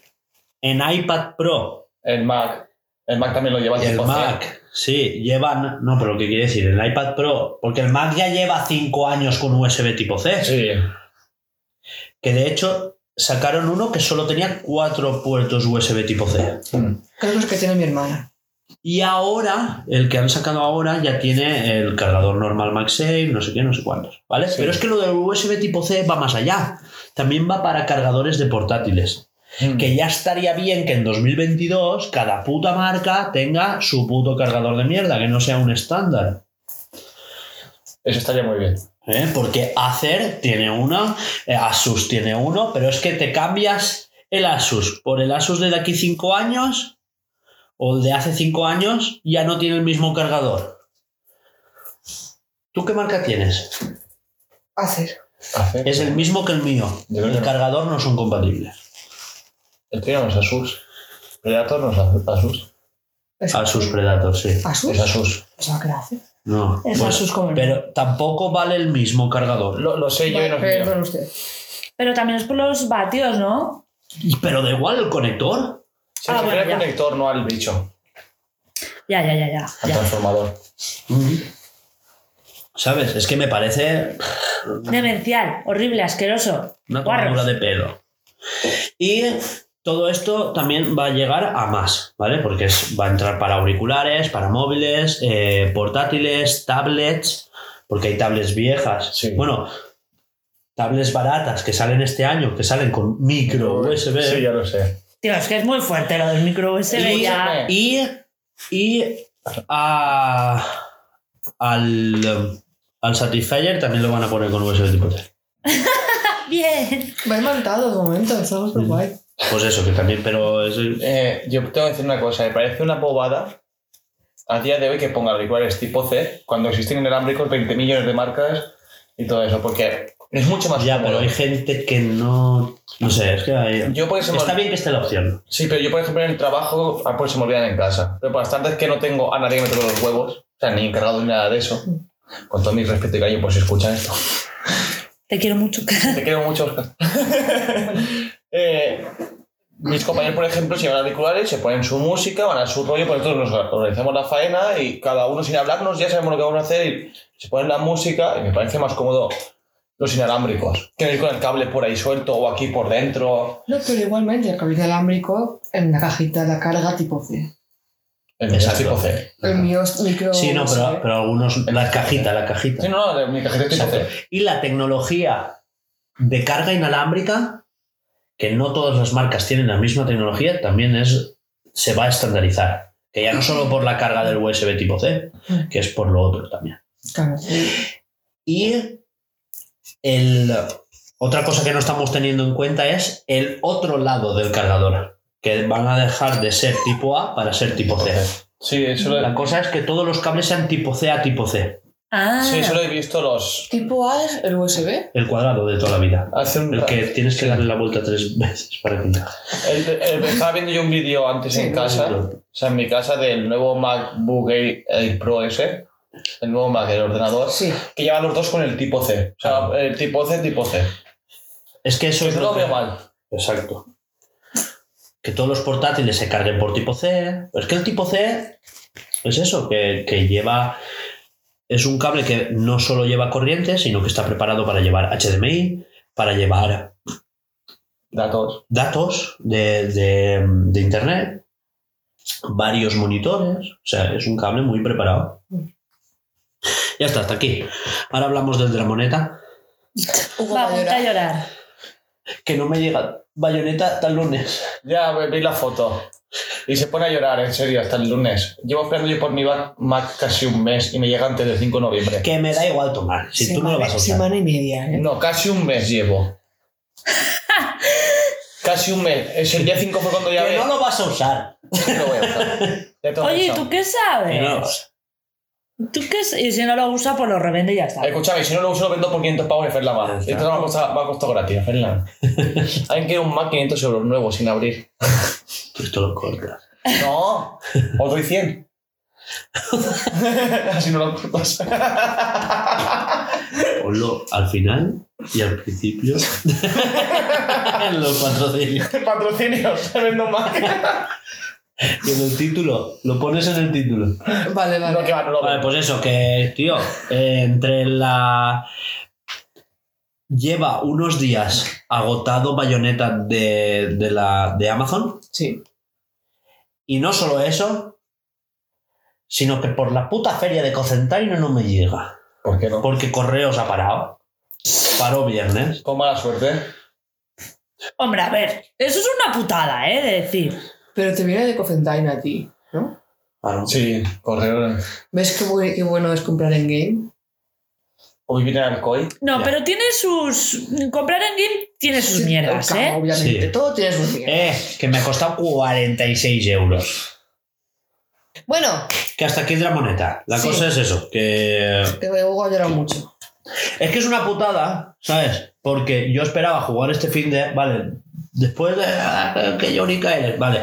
A: en iPad Pro
D: El Mac. El Mac también lo lleva al
A: y el
D: 100%.
A: Mac, sí, llevan. No, pero ¿qué quiere decir? El iPad Pro, porque el Mac ya lleva 5 años con USB tipo C.
D: Sí.
A: Que de hecho sacaron uno que solo tenía 4 puertos USB tipo C. Mm.
C: Creo que es que tiene mi hermana.
A: Y ahora, el que han sacado ahora ya tiene el cargador normal MagSafe, no sé qué, no sé cuántos, ¿vale? Pero es que lo del USB tipo C va más allá. También va para cargadores de portátiles.
D: Mm.
A: Que ya estaría bien que en 2022 cada puta marca tenga su puto cargador de mierda, que no sea un estándar.
D: Eso estaría muy bien.
A: ¿eh? Porque Acer tiene uno, eh, Asus tiene uno, pero es que te cambias el Asus por el Asus de de aquí 5 años o el de hace 5 años, ya no tiene el mismo cargador. ¿Tú qué marca tienes?
C: Hacer.
D: Hacer-
A: Es el mismo que el mío.
D: De verdad.
A: El cargador no son compatibles.
D: El tío no es Asus. Predator no es Asus- Asus.
C: Es
A: Asus Predator, sí.
C: Asus.
D: Es Asus.
C: Pensaba que era Acer.
A: No.
B: Es
A: bueno,
B: Asus como el mío.
A: pero tampoco vale el mismo cargador.
D: Lo, lo sé yo y no
C: Vale,
D: es mío.
C: perdón usted.
B: Pero también es por los vatios, ¿no?
A: Y- Pero da igual el conector.
D: Se
B: Ah,
D: refiere
B: bueno,
D: al
B: ya.
D: conector, no al bicho.
B: Ya, ya, ya, ya.
D: Al
B: ya.
D: transformador.
A: ¿Sabes? Es que me parece
B: Demencial, horrible, asqueroso.
A: una
B: Guarros.
A: tomadura de pelo. Y todo esto también va a llegar a más, ¿vale? Porque es- va a entrar para auriculares, para móviles, eh, portátiles, tablets, porque hay tablets viejas.
D: Sí.
A: Bueno, tablets baratas que salen este año, que salen con micro USB.
D: Sí, ya lo sé.
B: Tío, es que es muy fuerte lo del micro USB.
A: Y-
B: Ya.
A: Y, y a- al, um, al Satisfyer también lo van a poner con USB tipo C.
B: Bien.
C: Me ha encantado de momento, estamos muy guay.
A: Pues eso, que también, pero es el-
D: Eh, yo tengo que decir una cosa. Me parece una bobada a día de hoy que ponga auriculares tipo C cuando existen inalámbricos 20 millones de marcas y todo eso. Porque es mucho más
A: ya, pero
D: cómodo.
A: hay gente que no. No sé, es que hay-
D: Yo por eso me-
A: está bien que esté la opción.
D: Sí, pero yo, por ejemplo, en el trabajo, ah, pues se me olvidan en casa. Pero por las tardes que no tengo a nadie que me toque los huevos, o sea, ni encargado ni nada de eso.
A: Mm.
D: Con todo mi respeto y cariño, pues si
A: *laughs*
D: escuchan esto.
B: Te quiero mucho. cara.
D: Te quiero mucho, Oscar. *laughs* Eh, mis compañeros, por ejemplo, se llevan auriculares, se ponen su música, van a su rollo, pues nosotros nos organizamos la faena y cada uno sin hablarnos ya sabemos lo que vamos a hacer y se ponen la música y me parece más cómodo los inalámbricos que no ir con el cable por ahí suelto o aquí por dentro.
C: No, pero igualmente, el cable inalámbrico en la cajita de la carga tipo C.
D: El mío es
A: Exacto.
D: tipo C.
C: El mío es micro.
A: Sí, no, pero, pero algunos. La cajita, la
D: Sí,
A: cajita.
D: no, no, mi cajeta es tipo
A: Exacto.
D: C.
A: Y la tecnología de carga inalámbrica, que no todas las marcas tienen la misma tecnología, también es se va a estandarizar. Que ya no solo por la carga del USB tipo C, que es por lo otro también.
C: Claro.
A: Y el, otra cosa que no estamos teniendo en cuenta es el otro lado del cargador, que van a dejar de ser tipo A para ser tipo C.
D: Sí, eso lo,
A: La cosa es que todos los cables sean tipo C a tipo C,
B: Ah,
D: sí, eso lo he visto los.
C: Tipo A es el USB.
A: el cuadrado de toda la vida.
D: Hace un.
A: El que tienes que darle la vuelta tres *laughs* veces para que encaje.
D: el- el- estaba viendo yo un vídeo antes en
C: Sí,
D: casa, o sea, en mi casa, del nuevo MacBook Air Air Pro S, el nuevo Mac, el ordenador,
C: Sí.
D: que llevan los dos con el tipo C. O sea,
A: Ah.
D: el tipo C, tipo C.
A: Es que eso
D: Yo
A: es
D: no
A: lo
D: lo veo
A: que-
D: mal.
A: Exacto. Que todos los portátiles se carguen por tipo C. Es que el tipo C es eso, que, que lleva. Es un cable que no solo lleva corriente, sino que está preparado para llevar HDMI, para llevar
D: Datos.
A: datos de, de- de internet, varios monitores. O sea, es un cable muy preparado. Ya está, hasta aquí. Ahora hablamos del Dramoneta.
C: Hugo
B: va a apuntar a
C: Mayora.
B: llorar.
A: Que no me llega bayoneta tal lunes.
D: Ya ve- vi la foto. y se pone a llorar, en serio, hasta el lunes. Llevo esperando yo por mi Mac, Mac casi un mes y me llega antes del 5 de noviembre.
A: Que me da igual tomar, si tú no lo vas a usar.
C: Semana y media. ¿eh?
D: No, casi un mes llevo. casi un mes. Es el día 5 fue cuando ya
A: Que
D: ve- *laughs*
A: no lo vas a usar.
D: lo voy a usar. Ya tengo
B: Oye, ¿y
D: pensado.
B: ¿tú qué
A: Que no lo
B: sabes?
A: vas
B: ¿Tú qué sa- Y si no lo usa, pues lo revende y ya está.
D: Escúchame, si no lo uso, lo vendo por 500 pavos en Ferlama.
A: Ya está.
D: Esto no va a costar, va a costar gratis, Ferlama. Alguien quiere un Mac 500 euros nuevo sin abrir.
A: a- Tú esto lo cortas.
D: *laughs* No, os doy *laughs* 100. Así no lo cortas.
A: Ponlo al final y al *laughs* principio. en los patrocinios.
D: *laughs* Patrocinio, te vendo un Mac.
A: Y en el título, lo pones en el título.
C: Vale, vale.
D: No, que va, no lo
A: Vale,
D: vendo.
A: pues eso, que, tío, eh, entre la. Lleva unos días agotado bayoneta de, de la, de Amazon.
C: Sí.
A: Y no solo eso, sino que por la puta feria de Cocentaino no me llega.
D: ¿Por qué no?
A: Porque correos ha parado. Paró viernes.
D: Con mala suerte.
B: Hombre, a ver, eso es una putada, ¿eh? De decir.
C: Pero te viene de Cofentaine a ti, Ah, ¿no?
D: Sí, correo.
C: ¿Ves qué, bu- qué bueno es comprar en game?
D: Hoy viene Alcoy.
B: No,
A: Ya.
B: pero tiene sus. Comprar en Game tiene sus mierdas,
C: Claro,
B: ¿eh?
C: Obviamente,
A: Sí.
C: todo tiene sus mierdas.
A: Eh, que me ha costado 46 euros.
C: Bueno,
A: Que hasta aquí es la moneta. La
C: Sí.
A: cosa es eso, que
C: que Hugo ha llorado mucho.
A: Es que es una putada, ¿sabes? Porque yo esperaba jugar este fin de. Vale, después de. ah, que llorica eres, vale.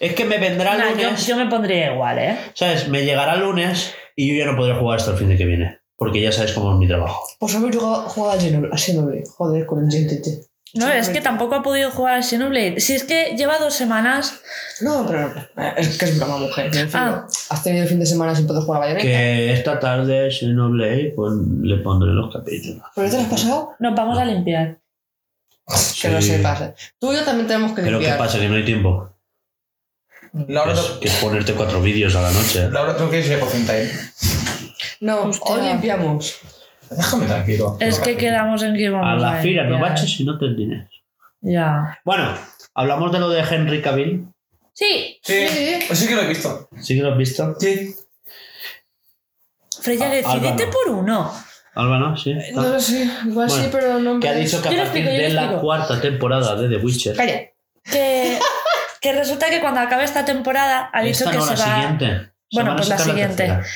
A: Es que me vendrá
B: Nah, yo,
A: lunes,
B: yo me pondría igual, ¿eh?
A: ¿sabes? Me llegará lunes y yo ya no podré jugar hasta el fin de que viene. Porque ya sabes cómo es mi trabajo.
C: Pues haber jugado, jugado a Xenoblade- a Xenoblade. Joder, con el GTT.
B: No,
C: Sí,
B: es que
C: hombre.
B: tampoco ha podido jugar al Xenoblade. Si es que lleva dos semanas.
C: No, pero eh, es que es broma, mujer. En fin,
B: Ah.
C: Has tenido el fin de semana sin poder jugar a Bayonetta.
A: Que esta tarde, si no leí, pues le pondré los capítulos.
C: ¿Pero te lo has pasado?
B: Nos vamos a limpiar.
C: Que no
A: Sí.
C: se pasa. Tú y yo también tenemos que
A: Pero ¿qué
C: limpiar.
A: pasa? Que no hay tiempo.
D: Laura,
A: Es,
D: no-
A: que es ponerte cuatro vídeos a la noche.
D: Laura, tú quieres ir por Fintail.
C: No,
B: Hostia.
C: hoy limpiamos.
D: Déjame tranquilo.
B: Es que quedamos en que vamos
A: A
B: a
A: la fila no
B: limpiar.
A: baches si no te dinero.
B: Ya.
A: Bueno, hablamos de lo de Henry Cavill.
B: Sí,
D: Sí,
C: Sí.
D: pues sí que lo he visto.
A: ¿Sí que lo has visto?
D: Sí.
B: Freya,
A: Ah,
B: decidete
A: Álvaro.
B: por uno.
A: Álvaro, sí.
B: Eh,
C: No lo sé, igual
A: Bueno,
C: sí, pero no me.
A: que ha dicho que
B: Yo
A: a
B: lo
A: partir
B: explico, yo
A: de
B: lo
A: la
B: explico.
A: cuarta temporada de The Witcher,
C: Calla.
B: Que, que resulta que cuando acabe esta temporada ha dicho
A: esta
B: que
A: no,
B: se
A: la
B: va.
A: siguiente. Se
B: Bueno,
A: van a
B: pues la
A: sacar
B: siguiente.
A: tercera.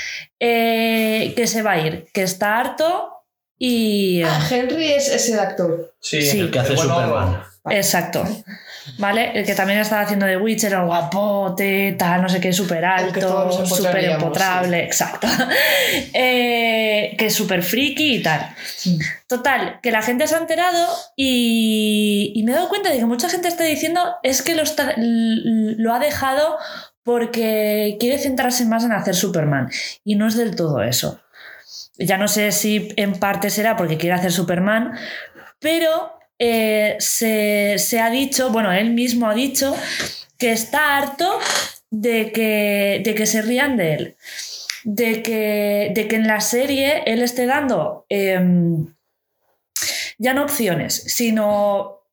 B: eh, que se va a ir, que está harto y.
C: Ah, Henry es, es el actor.
D: Sí,
B: Sí.
A: El que hace
D: Bueno,
A: Superman.
B: Exacto. ¿Vale? El que también estaba haciendo de Witcher, el guapote, tal, no sé qué, súper
C: El que todos
B: alto,
C: nos
B: súper
C: empotraríamos,
B: empotrable, exacto. *laughs* Eh, que es súper friki y tal. Total, que la gente se ha enterado y, y me he dado cuenta de que mucha gente está diciendo es que lo, está- l- lo ha dejado porque quiere centrarse más en hacer Superman. Y no es del todo eso. Ya no sé si en parte será porque quiere hacer Superman, pero eh, se, se ha dicho, bueno, él mismo ha dicho que está harto de que, de que se rían de él. De que, de que en la serie él esté dando em, ya no opciones, sino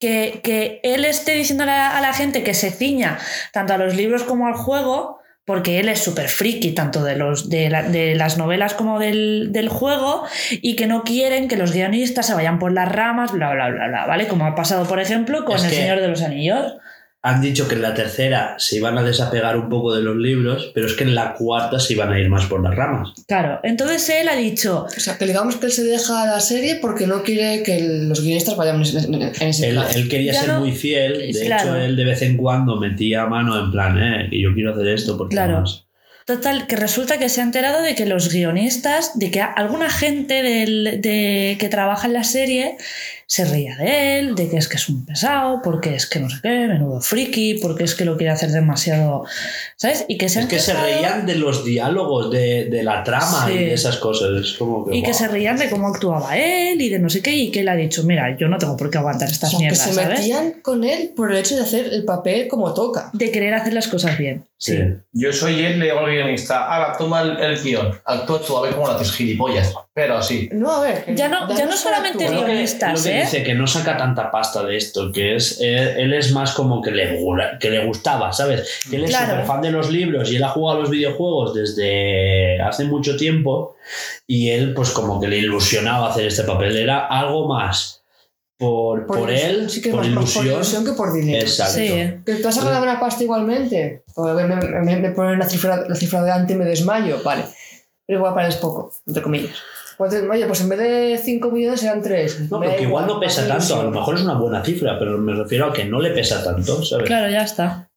B: que, que él esté diciendo a la, a la gente que se ciña tanto a los libros como al juego, porque él es súper friki tanto de, los, de, la- de las novelas como del, del juego, y que no quieren que los guionistas se vayan por las ramas, bla, bla, bla, bla, ¿vale? Como ha pasado, por ejemplo, con
A: Es
B: El
A: que-
B: Señor de los Anillos.
A: Han dicho que en la tercera se iban a desapegar un poco de los libros, pero es que en la cuarta se iban a ir más por las ramas.
B: Claro, entonces él ha dicho,
C: O sea, que digamos que él se deja la serie porque no quiere que el- los guionistas vayan en, en- en ese
A: Él,
C: plan.
A: él quería
B: Ya
A: ser
B: no-
A: muy fiel, de
B: Claro.
A: hecho él de vez en cuando metía mano en plan, eh, que yo quiero hacer esto porque
B: Claro.
A: además-
B: Total, que resulta que se ha enterado de que los guionistas, de que alguna gente del- de, que trabaja en la serie se ría de él, de que es que es un pesado, porque es que no sé qué, menudo friki, porque es que lo quiere hacer demasiado, ¿sabes? Y que se,
A: Es
B: han
A: que se
B: quejado
A: reían de los diálogos, de, de la trama
B: Sí.
A: y de esas cosas. Es como que,
B: Y que
A: guau.
B: se reían de cómo actuaba él y de no sé qué, y que él ha dicho, mira, yo no tengo por qué aguantar
C: O
B: estas
C: sea, que
B: mierdas,
C: se
B: ¿sabes?
C: metían con él por el hecho de hacer el papel como toca.
B: De querer hacer las cosas bien.
A: Sí.
D: Yo soy el le digo al guionista. Ahora, toma el, el guión. Actúa tú a ver cómo lo haces, gilipollas. Pero así.
C: No, a ver. que-
B: Ya no, ya no
C: danos para
B: solamente
C: actuar.
A: Lo que-
B: guionistas,
A: lo que
B: ¿eh?
A: dice que no saca tanta pasta de esto, que es eh, él es más como que le, gula- que le gustaba, ¿sabes? Que él es
B: Claro.
A: súper fan de los libros y él ha jugado a los videojuegos desde hace mucho tiempo y él pues como que le ilusionaba hacer este papel, era algo más por, por,
C: ilus-
A: él,
C: sí que es
A: por,
C: más
A: ilusión.
C: por ilusión que por dinero.
A: Exacto.
B: Sí.
C: ¿Que te has sacado una pasta igualmente? O me, me- me- me ponen la cifra, la cifra delante y me desmayo, vale. Pero igual para es poco, entre comillas. Igual te- Oye, pues en vez de 5 millones serán 3.
A: No, pero que igual no pesa tanto, a lo mejor es una buena cifra, pero me refiero a que no le pesa tanto, ¿sabes?
B: Claro, ya está.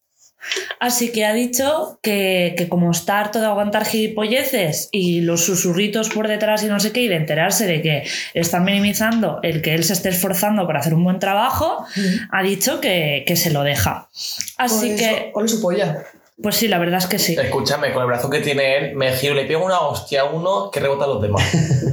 B: Así que ha dicho que, que como está harto de aguantar gilipolleces y los susurritos por detrás y no sé qué, y de enterarse de que están minimizando el que él se esté esforzando para hacer un buen trabajo, ha dicho que, que se lo deja. Así que,
C: O su polla.
B: pues sí, la verdad es que sí.
A: Eh.
D: Escúchame, con el brazo que tiene él, me giro y le pego una hostia a uno que rebota a los *laughs* demás.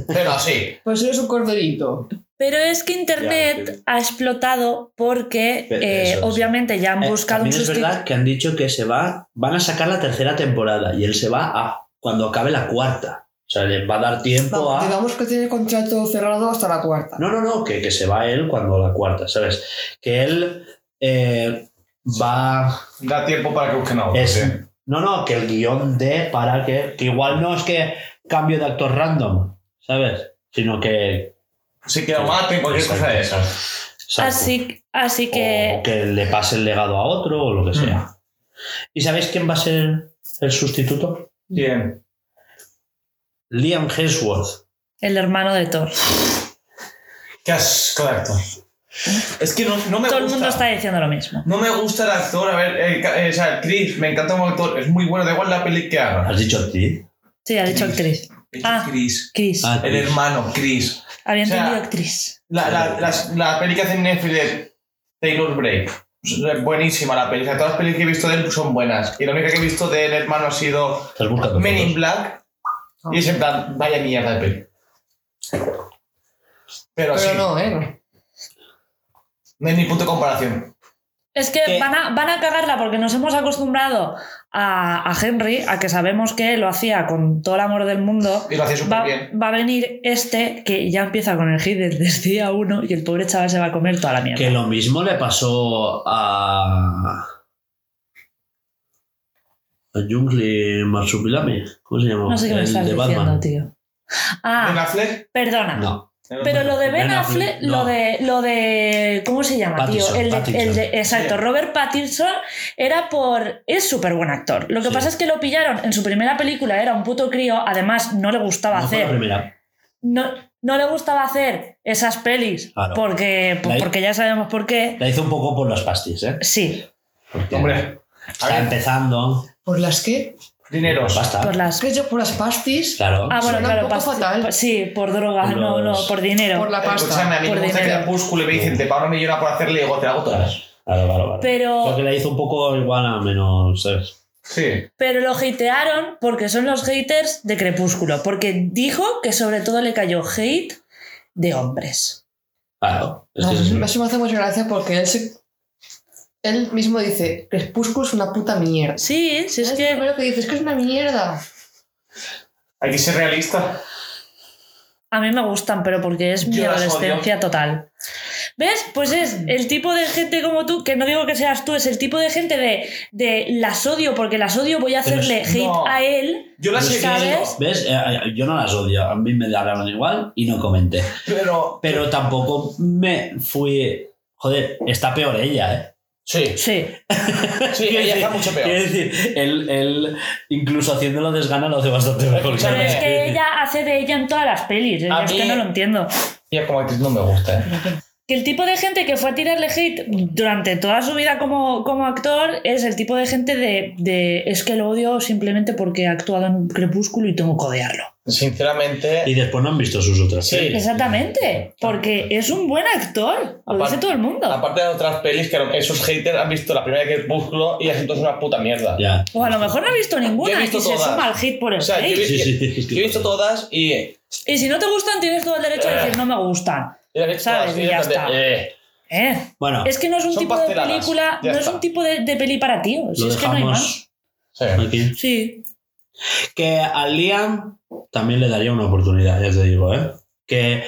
D: Pero así.
C: Pues eres un corderito.
B: Pero es que
A: Ya,
B: Internet
A: entiendo.
B: ha explotado porque
A: Pero
B: eh,
A: eso es.
B: obviamente ya han
A: Eh,
B: buscado un
A: también es
B: sustituto.
A: verdad que han dicho que se va, van a sacar la tercera temporada y él se va a cuando acabe la cuarta. O sea, les va a dar tiempo
C: Vamos,
A: a.
C: digamos que tiene contrato cerrado hasta la cuarta.
A: No, no, no, que, que se va él cuando la cuarta, ¿sabes? Que él eh, va.
D: Da tiempo para que busquen a
A: Es, No, no, que el guión de para que. Que igual no es que cambio de actor random, ¿sabes? Sino que.
D: Sí, que lo maten, cualquier cosa de esas.
A: saco.
B: Así, así
A: O
B: que
A: que le pase el legado a otro o lo
D: Mm.
A: que sea. ¿Y sabéis quién va a ser el sustituto?
D: Bien.
A: Liam Hemsworth.
B: el hermano de Thor.
D: Qué asco de actor. Es que no, no me
B: Todo el
D: gusta.
B: mundo está diciendo lo mismo.
D: No me gusta el actor, a ver, el, ca- eh, o sea, el Chris, me encanta como actor, es muy bueno, da igual la peli que haga.
A: ¿Has dicho a ti?
B: Sí, ha dicho
D: Chris.
B: actriz.
D: El
B: Ah.
D: Chris,
B: Chris.
A: Ah,
D: el hermano Chris.
B: Había
D: o sea,
B: entendido actriz.
D: La, la, las- la peli que hace en Netflix de Taylor Break. es Buenísima la peli. O sea, todas las pelis que he visto de él pues, son buenas. Y la única que he visto de él, hermano, ha sido
A: Estás buscando.
D: Men in
A: fotos.
D: Black. Y es en plan, vaya mierda de peli. Pero,
C: Pero
D: sí, no.
C: no, ¿eh?
D: hay ni punto de comparación.
B: Es que
A: ¿Qué?
B: van a, van a cagarla porque nos hemos acostumbrado a, a Henry, a que sabemos que lo hacía con todo el amor del mundo.
D: Y lo hace
B: Va,
D: súper bien.
B: va a venir este que ya empieza con el hit desde el día uno y el pobre chaval se va a comer toda la mierda.
A: Que lo mismo le pasó a. A Jungle Marsupilami. ¿Cómo se llama?
B: No sé qué me
A: El
B: estás
A: de
B: diciendo,
A: Batman.
B: tío.
D: ¿Ben
B: Ah,
D: Affleck?
B: perdona.
A: No.
B: Pero lo de Ben
A: Ben Affleck,
B: Affleck,
A: no.
B: lo de lo de ¿cómo se llama,
A: Pattinson,
B: tío? El de-
A: Pattinson.
B: el de- exacto,
D: Sí.
B: Robert Pattinson era por es súper buen actor. Lo que
A: Sí.
B: pasa es que lo pillaron en su primera película, era un puto crío, además no le gustaba
A: No fue la
B: hacer
A: primera.
B: no, no le gustaba hacer esas pelis
A: Claro.
B: porque
A: Ah,
B: pues
A: La-
B: porque ya sabemos por qué.
A: La hizo un poco por las pastis, ¿eh?
B: Sí,
A: Porque
D: Hombre, a
A: Está
D: ver,
A: empezando.
C: ¿Por Pues las qué?
D: dineros.
A: Basta.
B: por las
C: ¿Has hecho por las pastis?
A: Claro.
B: Ah, bueno,
C: Suena
B: claro,
C: un poco
B: pas-
C: fatal.
B: sí, por drogas, no, no,
A: Los-
B: por dinero.
C: Por la
D: Escúchame,
C: pasta.
D: a mí
B: Por
D: me gusta
B: dinero.
D: Crepúsculo y me dicen, te pago una millona por hacerle y digo, te la hago todas.
A: Claro, claro, claro.
B: Pero-
A: Creo que la hizo un poco igual a menos. ¿sabes?
D: Sí.
B: Pero lo hatearon porque son los haters de Crepúsculo, porque dijo que sobre todo le cayó hate de hombres.
A: Claro. Es
C: No,
A: que es así.
C: Eso me hace mucha gracia porque él se... Él mismo dice, Crepúsculo es una puta mierda.
B: Sí, sí es
C: Es
B: que...
C: lo primero que dices, que es una mierda.
D: Hay que ser realista.
B: A mí me gustan, pero porque es mi
D: Yo las Mm.
B: adolescencia total. ¿Ves? Pues es el tipo de gente como tú, que no digo que seas tú, es el tipo de gente de, de las odio porque las odio, voy a
A: Pero
B: hacerle
D: es-
B: hate
D: no.
B: a él.
D: Yo las he
B: ¿Sabes?
D: visto,
A: ¿Ves? Eh, Yo no las odio. A mí me daban igual y no comenté.
D: pero...
A: Pero tampoco me fui. Joder, está peor ella, ¿eh?
D: Sí,
B: Sí,
D: sí, ella está mucho peor.
A: Quiero decir, él, él incluso haciéndolo desgana lo hace bastante mejor.
B: pero
D: Escúchame.
A: él.
B: es que ella hace de ella en todas las pelis,
D: A
B: es que
D: mí-
B: no lo entiendo.
D: Ella como actriz no me gusta, ¿eh?
B: Que el tipo de gente que fue a tirarle hate durante toda su vida como, como actor es el tipo de gente de, de, es que lo odio simplemente porque ha actuado en Crepúsculo y tengo que odiarlo.
A: Y
D: Sinceramente...
A: después no han visto sus otras.
D: Sí.
A: series.
B: Exactamente, porque es un buen actor, lo
D: Aparte-
B: dice todo el mundo.
D: Aparte de otras pelis, que esos haters han visto la primera de Crepúsculo y hacen todas una puta mierda.
A: Ya.
B: O a lo mejor no ha visto
D: Yo
B: ninguna
D: he
B: y
D: visto
B: se
D: todas.
B: suma al hate por el
D: O sea, yo
B: hate.
D: he,
A: Sí, sí, sí.
D: yo he visto todas y... eh,
B: Y si no te gustan, tienes todo el derecho a decir no me gustan.
D: y las he visto
B: Sabes,
D: todas,
B: y ya
D: también,
B: está.
D: eh.
B: ¿eh?
A: Bueno,
B: Es que no es un
D: Son
B: tipo de
D: pasteladas,
B: película,
D: ya
B: no es
D: está.
B: un tipo de, de peli para ti. Si
A: lo
B: es que no hay más.
A: dejamos
D: Sí.
A: aquí.
B: Sí,
A: Que a Liam también le daría una oportunidad, ya te digo, ¿eh? Que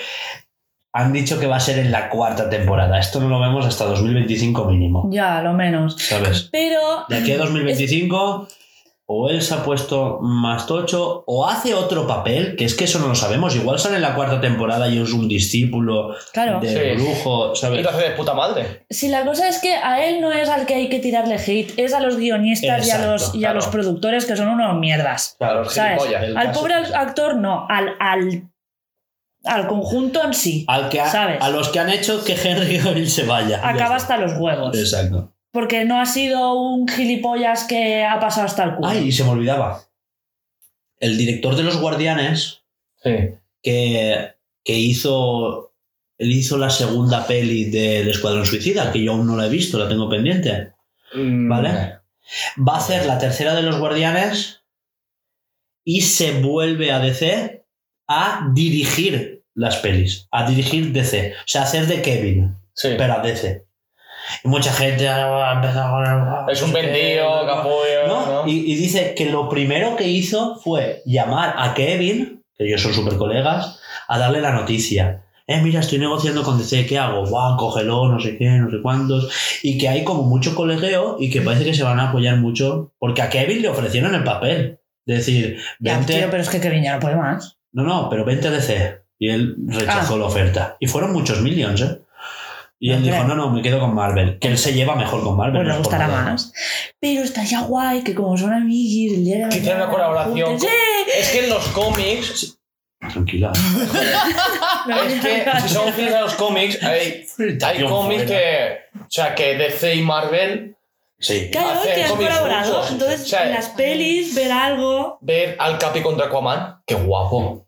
A: han dicho que va a ser en la cuarta temporada. Esto no lo vemos hasta 2025 mínimo,
B: Ya, lo menos.
A: ¿sabes?
B: Pero.
A: De aquí a 2025, o él se ha puesto más tocho, o hace otro papel, que es que eso no lo sabemos. Igual sale en la cuarta temporada y es un discípulo
B: Claro.
A: de
D: Sí.
A: brujo,
D: Y
A: ¿sabes?
D: lo hace de puta madre.
B: Si la cosa es que a él no es al que hay que tirarle hate, es a los guionistas y, a
A: Exacto,
B: los, y a
D: claro.
B: los productores que son unos mierdas.
D: Claro,
B: ¿Sabes?
D: gilipollas.
A: El
B: Al
A: caso
B: pobre
A: es-
B: actor no, al, al, al conjunto en sí.
A: Al que ha-
B: ¿Sabes?
A: a los que han hecho que Henry *laughs* Cavill se vaya. Ah, Ya
B: Acaba
A: está.
B: hasta los huevos.
A: Exacto.
B: Porque no ha sido un gilipollas que ha pasado hasta el culo.
A: Ay, y se me olvidaba. El director de Los Guardianes,
D: Sí.
A: que, que hizo. Él hizo la segunda peli del Escuadrón Suicida, que yo aún no la he visto, la tengo pendiente.
D: Mm,
A: ¿Vale? Va a hacer la tercera de Los Guardianes y se vuelve a DC a dirigir las pelis, a dirigir DC. O sea, hacer de Kevin.
D: Sí.
A: pero a DC. Y mucha gente "Ah, ha empezado con el-
D: Es un vendido, capullo.
A: ¿No?
D: ¿no?
A: Y, y dice que lo primero que hizo fue llamar a Kevin, que ellos son súper colegas, a darle la noticia. Eh, mira, estoy negociando con DC, ¿qué hago? Buah, cógelo, no sé qué, no sé cuántos. Y que hay como mucho colegueo y que parece que se van a apoyar mucho. Porque a Kevin le ofrecieron el papel. Decir,
B: Ya,
A: vente.
B: tío, pero es que Kevin ya no puede más.
A: No, no, pero vente a DC. Y él
B: Ah.
A: rechazó la oferta. Y fueron muchos millions, ¿eh? Y él
B: Hombre.
A: dijo, no, no, me quedo con Marvel. Que él se lleva mejor con Marvel.
B: Pues
A: no
B: le
A: es por
B: gustará
A: nada.
B: más. Pero estaría guay que como son amiguis, el día de
D: Que hicieran
B: mañana,
D: una colaboración.
B: juntos- ¡eh! ¡Sí!
D: Es que en los cómics,
A: Tranquila.
B: Me voy
D: es que
B: a-
D: si son fieles a los cómics, hay, hay cómics que. O sea, que DC y Marvel
A: Sí.
B: Claro,
D: Hacer
B: que han
D: cómics
B: colaborado.
D: juntos.
B: Entonces,
D: O sea,
B: en las pelis, ver algo.
D: ver al Capi contra Aquaman, qué guapo.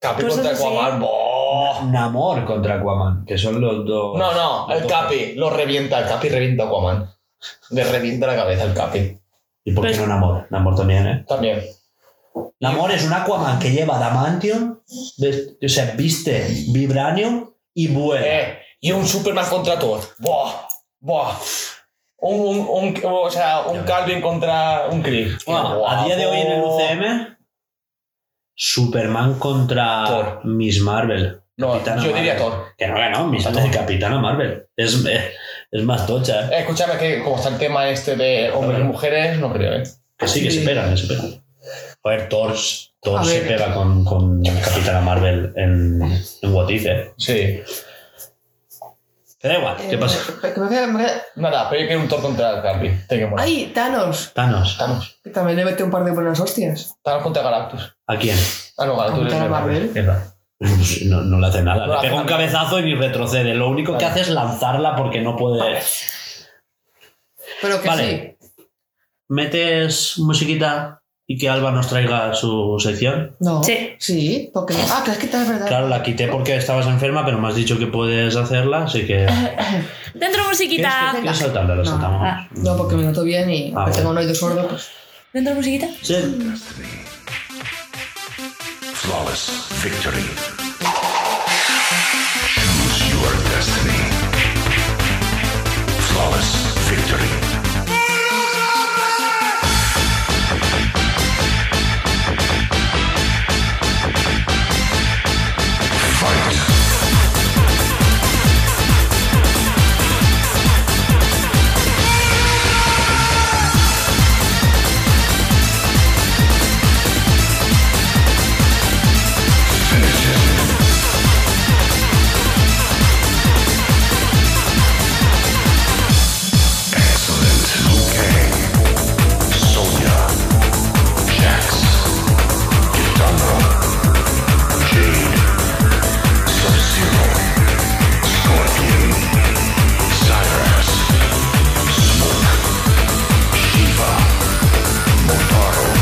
D: Capi
B: Pues
D: contra
B: eso sí.
D: Aquaman, ¡boh!
A: Namor contra Aquaman, que son los dos.
D: No, no, el Capi, lo revienta, el Capi revienta a Aquaman. Le revienta la cabeza el Capi.
A: ¿Y por qué no Namor? Namor también, ¿eh?
D: También.
A: Namor es un Aquaman que lleva Damantium, ves- o sea, viste Vibranium y vuela.
D: Eh, y un Superman contra Thor. Buah, buah. Un, un, un- o sea, un Calvin contra un Chris.
A: Bueno, a día de hoy en el UCM, Superman contra
D: Thor.
A: Miss Marvel.
D: No,
A: Capitana
D: yo diría
A: Marvel.
D: Thor.
A: Que no, que no, Miss Marvel, Capitana Marvel. Es, eh, es más tocha, ¿eh?
D: Eh, escúchame que como está el tema este de hombres y mujeres, no creo, ¿eh?
A: Que sí, que se
C: Sí.
A: pegan, que se pegan. Joder, Thor, Thor
C: A
A: se
C: ver.
A: pega con, con Capitana Marvel en, en What If, ¿eh?
D: Sí.
A: Pero da igual, ¿qué pasa?
C: Eh, *laughs* que me queda- me queda-
D: Nada, pero yo quiero un Thor contra el Capi. Te que mola.
C: ¡Ay, Thanos!
A: Thanos,
D: Thanos.
C: Que también le mete un par de buenas hostias.
D: Thanos contra Galactus.
A: ¿a quién? *laughs*
D: Ah, no, Galactus.
C: Contra
D: es
C: Marvel.
D: Mierda.
A: Pues No, no le hace nada,
D: No
A: le
D: hace
A: pega un
D: nada.
A: cabezazo y ni retrocede. Lo único que
D: Vale.
A: hace es lanzarla porque no puede.
C: Pero que
A: Vale. ¿Metes musiquita y que Alba nos traiga su sección?
C: sí. No.
B: Sí.
C: Sí, porque. Ah, que es que tal es verdad.
A: Claro, la quité porque estabas enferma, pero me has dicho que puedes hacerla, así que.
B: Dentro musiquita.
A: ¿Quieres saltarla? La
C: Ah, No.
A: saltamos.
B: Ah.
C: No, porque me noto bien y
A: Ah,
C: aunque tengo
A: bueno.
C: un oído sordo, pues.
B: Dentro musiquita.
A: Sí.
E: flawless victory. Choose your destiny. Flawless victory. Fight. Excellent. Liu Kang, Sonya, Jax, Kitana, Jade, Sub-Zero, Scorpion, Cyrus, Smoke, Shiva, Motaro.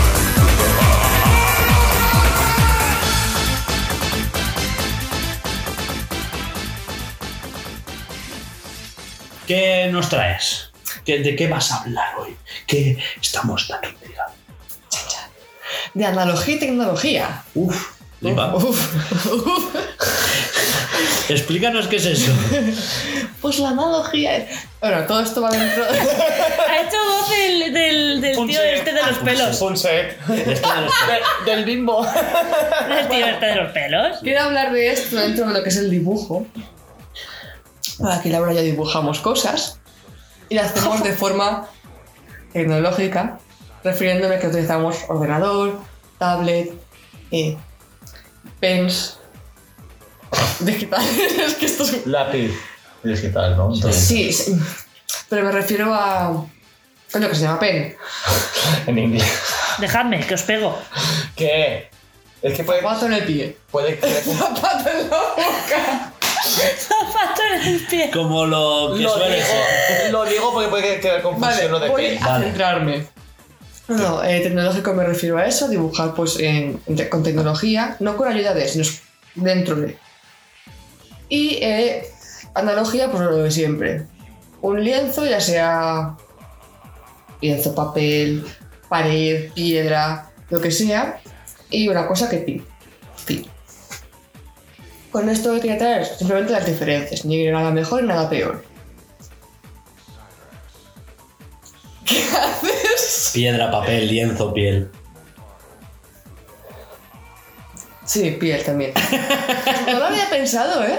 A: ¿Qué nos traes? ¿Qué- ¿De qué vas a hablar hoy? ¿Qué estamos dando? idea?
C: De *laughs* analogía y tecnología.
A: Uf, flipa.
C: Uf.
F: Explícanos qué es
D: *laughs*
F: eso.
C: Pues la analogía es... Bueno, todo esto va dentro... *laughs*
B: Ha hecho voz del, del, del tío
D: Punce.
B: este de los pelos.
D: Punset.
F: Esto de los-
D: Del bimbo.
B: Del tío este de los pelos.
C: Quiero hablar de esto dentro de lo que es el dibujo. Para que Laura y yo dibujamos cosas y las hacemos de forma tecnológica, refiriéndome que utilizamos ordenador, tablet, eh, pens digitales. *laughs* es que esto es
D: Lápiz. Digital, ¿no? Entonces,
C: Sí, sí, pero me refiero a. a lo que se llama pen.
D: En inglés.
B: Dejadme, que os pego.
D: ¿Qué? Es que puede.
C: Zapato en el pie. *laughs*
D: Puede *laughs* que.
C: Zapato en la boca.
B: Zapato Ah, en el pie.
F: Como lo que
D: Lo
F: suele
D: digo,
F: ser.
D: lo digo porque puede
C: Vale,
D: crear confusión lo de
C: voy
D: peli.
C: a centrarme. No, no, eh, tecnológico me refiero a eso, dibujar pues en- de- con tecnología, no con ayuda de, sino dentro de. Y eh, analogía, pues lo de siempre. Un lienzo, ya sea lienzo, papel, pared, piedra, lo que sea, y una cosa que pi. pi. Con esto quería traer simplemente las diferencias, ni nada mejor ni nada peor. ¿Qué haces?
F: Piedra, papel, lienzo, piel.
C: Sí, piel *laughs* también. no lo había pensado, ¿eh?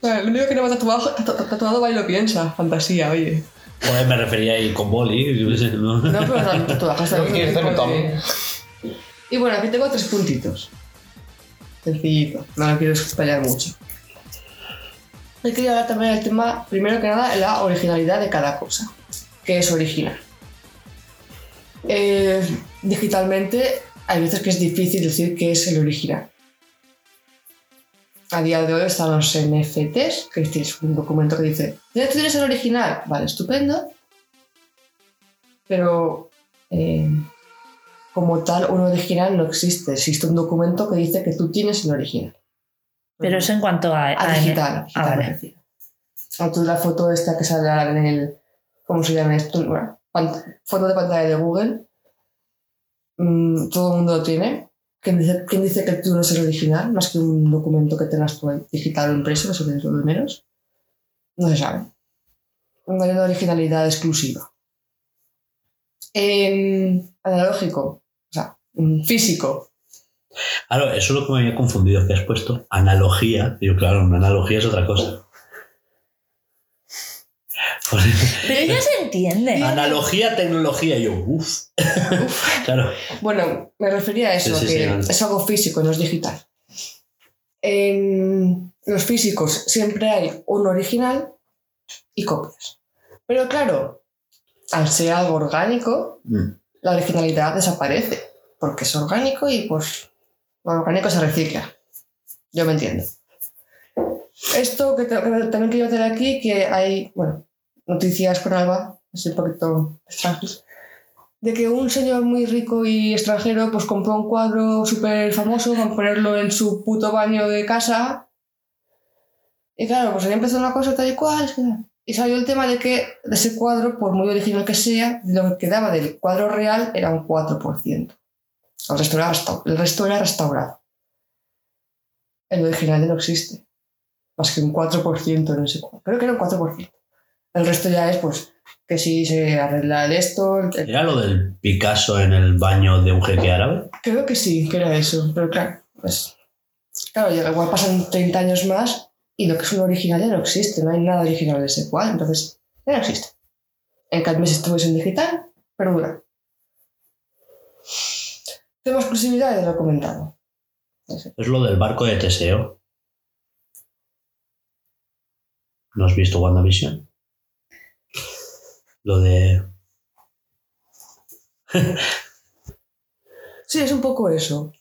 C: Bueno, el único que no me ha tatuado, ta- ta- tatuado va y lo piensa. Fantasía, oye.
F: Joder, me refería ahí con boli. yo qué sé, ¿no?
C: No, pero también tatuajes
D: Lo que
C: también.
D: quieres hacer un
C: porque- Y bueno, aquí tengo tres puntitos. Sencillito. No lo quiero explayar mucho. He querido hablar también del tema, primero que nada, la originalidad de cada cosa. ¿Qué es original? Eh, digitalmente, hay veces que es difícil decir qué es el original. A día de hoy están los NFTs, que tienes un documento que dice, ¿tú eres el original? Vale, estupendo. Pero eh, como tal, un original no existe. Existe un documento que dice que tú tienes el original.
B: Pero eso en cuanto a.
C: A
B: a-
C: digital.
B: Ah,
C: digital,
B: vale.
C: me refiero. A tú la foto esta que sale ahora en el... ¿Cómo se llama esto? Bueno, pan- foto de pantalla de Google. Mm, todo el mundo lo tiene. ¿Quién dice, quién dice que tú no eres el original? Más que un documento que tengas tú ahí, digital o impreso, eso que es lo de menos. No se sabe. No hay una originalidad exclusiva. En analógico, o sea, en físico,
F: Claro, eso es lo que me había confundido, que has puesto analogía. Digo, claro, una analogía es otra cosa.
B: *laughs* Pero ya se entiende.
F: Pues,
A: Ah,
F: analogía, tecnología, y yo, uff. *laughs* claro,
C: Bueno, me refería a eso,
F: Sí, sí,
C: que
F: sí, vale.
C: es algo físico, no es digital. En los físicos siempre hay un original y copias. Pero claro, al ser algo orgánico,
F: Mm.
C: la originalidad desaparece, porque es orgánico y pues lo orgánico se recicla. Yo me entiendo. Esto que, te- que también quiero hacer aquí, que hay, bueno, noticias con Alba, así un poquito extranjeras de que un señor muy rico y extranjero pues compró un cuadro súper famoso para ponerlo en su puto baño de casa. Y claro, pues ahí empezó una cosa tal y cual. es que- Y salió el tema de que de ese cuadro, por muy original que sea, lo que quedaba del cuadro real era un 4%. El resto era, resta- el resto era restaurado. El original ya no existe. Más que un 4% en ese cuadro. Creo que era un 4%. El resto ya es, pues, que si se arregla el esto, el-
F: era lo del Picasso en el baño de un jeque árabe.
C: Creo que sí, que era eso, pero claro, pues. Claro, ya igual pasan 30 años más y lo que es un original ya no existe, no hay nada original de ese cuadro, entonces ya no existe. En cambio, si estuviese en digital, perdura. Tengo exclusividad, ya lo he comentado.
F: Es lo del barco de Teseo. ¿No has visto WandaVision? Lo de.
C: Sí, es un poco eso.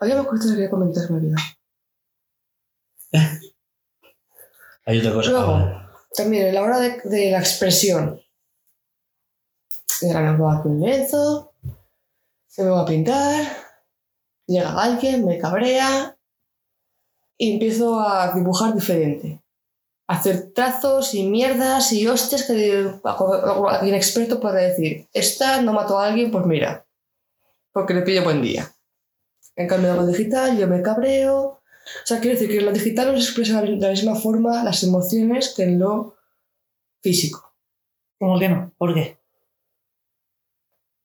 C: Había una cosa que quería comentar, se me ha olvidado.
F: Hay otra cosa.
C: Luego.
F: Ah, vale.
C: También en la hora de, de la expresión. Llega me voy a hacer un lienzo, se me va a pintar, llega alguien, me cabrea y empiezo a dibujar diferente. A hacer trazos y mierdas y hostias que alguien experto podrá decir, esta no mató a alguien, pues mira, porque le pillo buen día. En cambio, con digital yo me cabreo. O sea, quiero decir que en lo digital nos expresa de la misma forma las emociones que en lo físico.
B: ¿Cómo que no? ¿Por qué?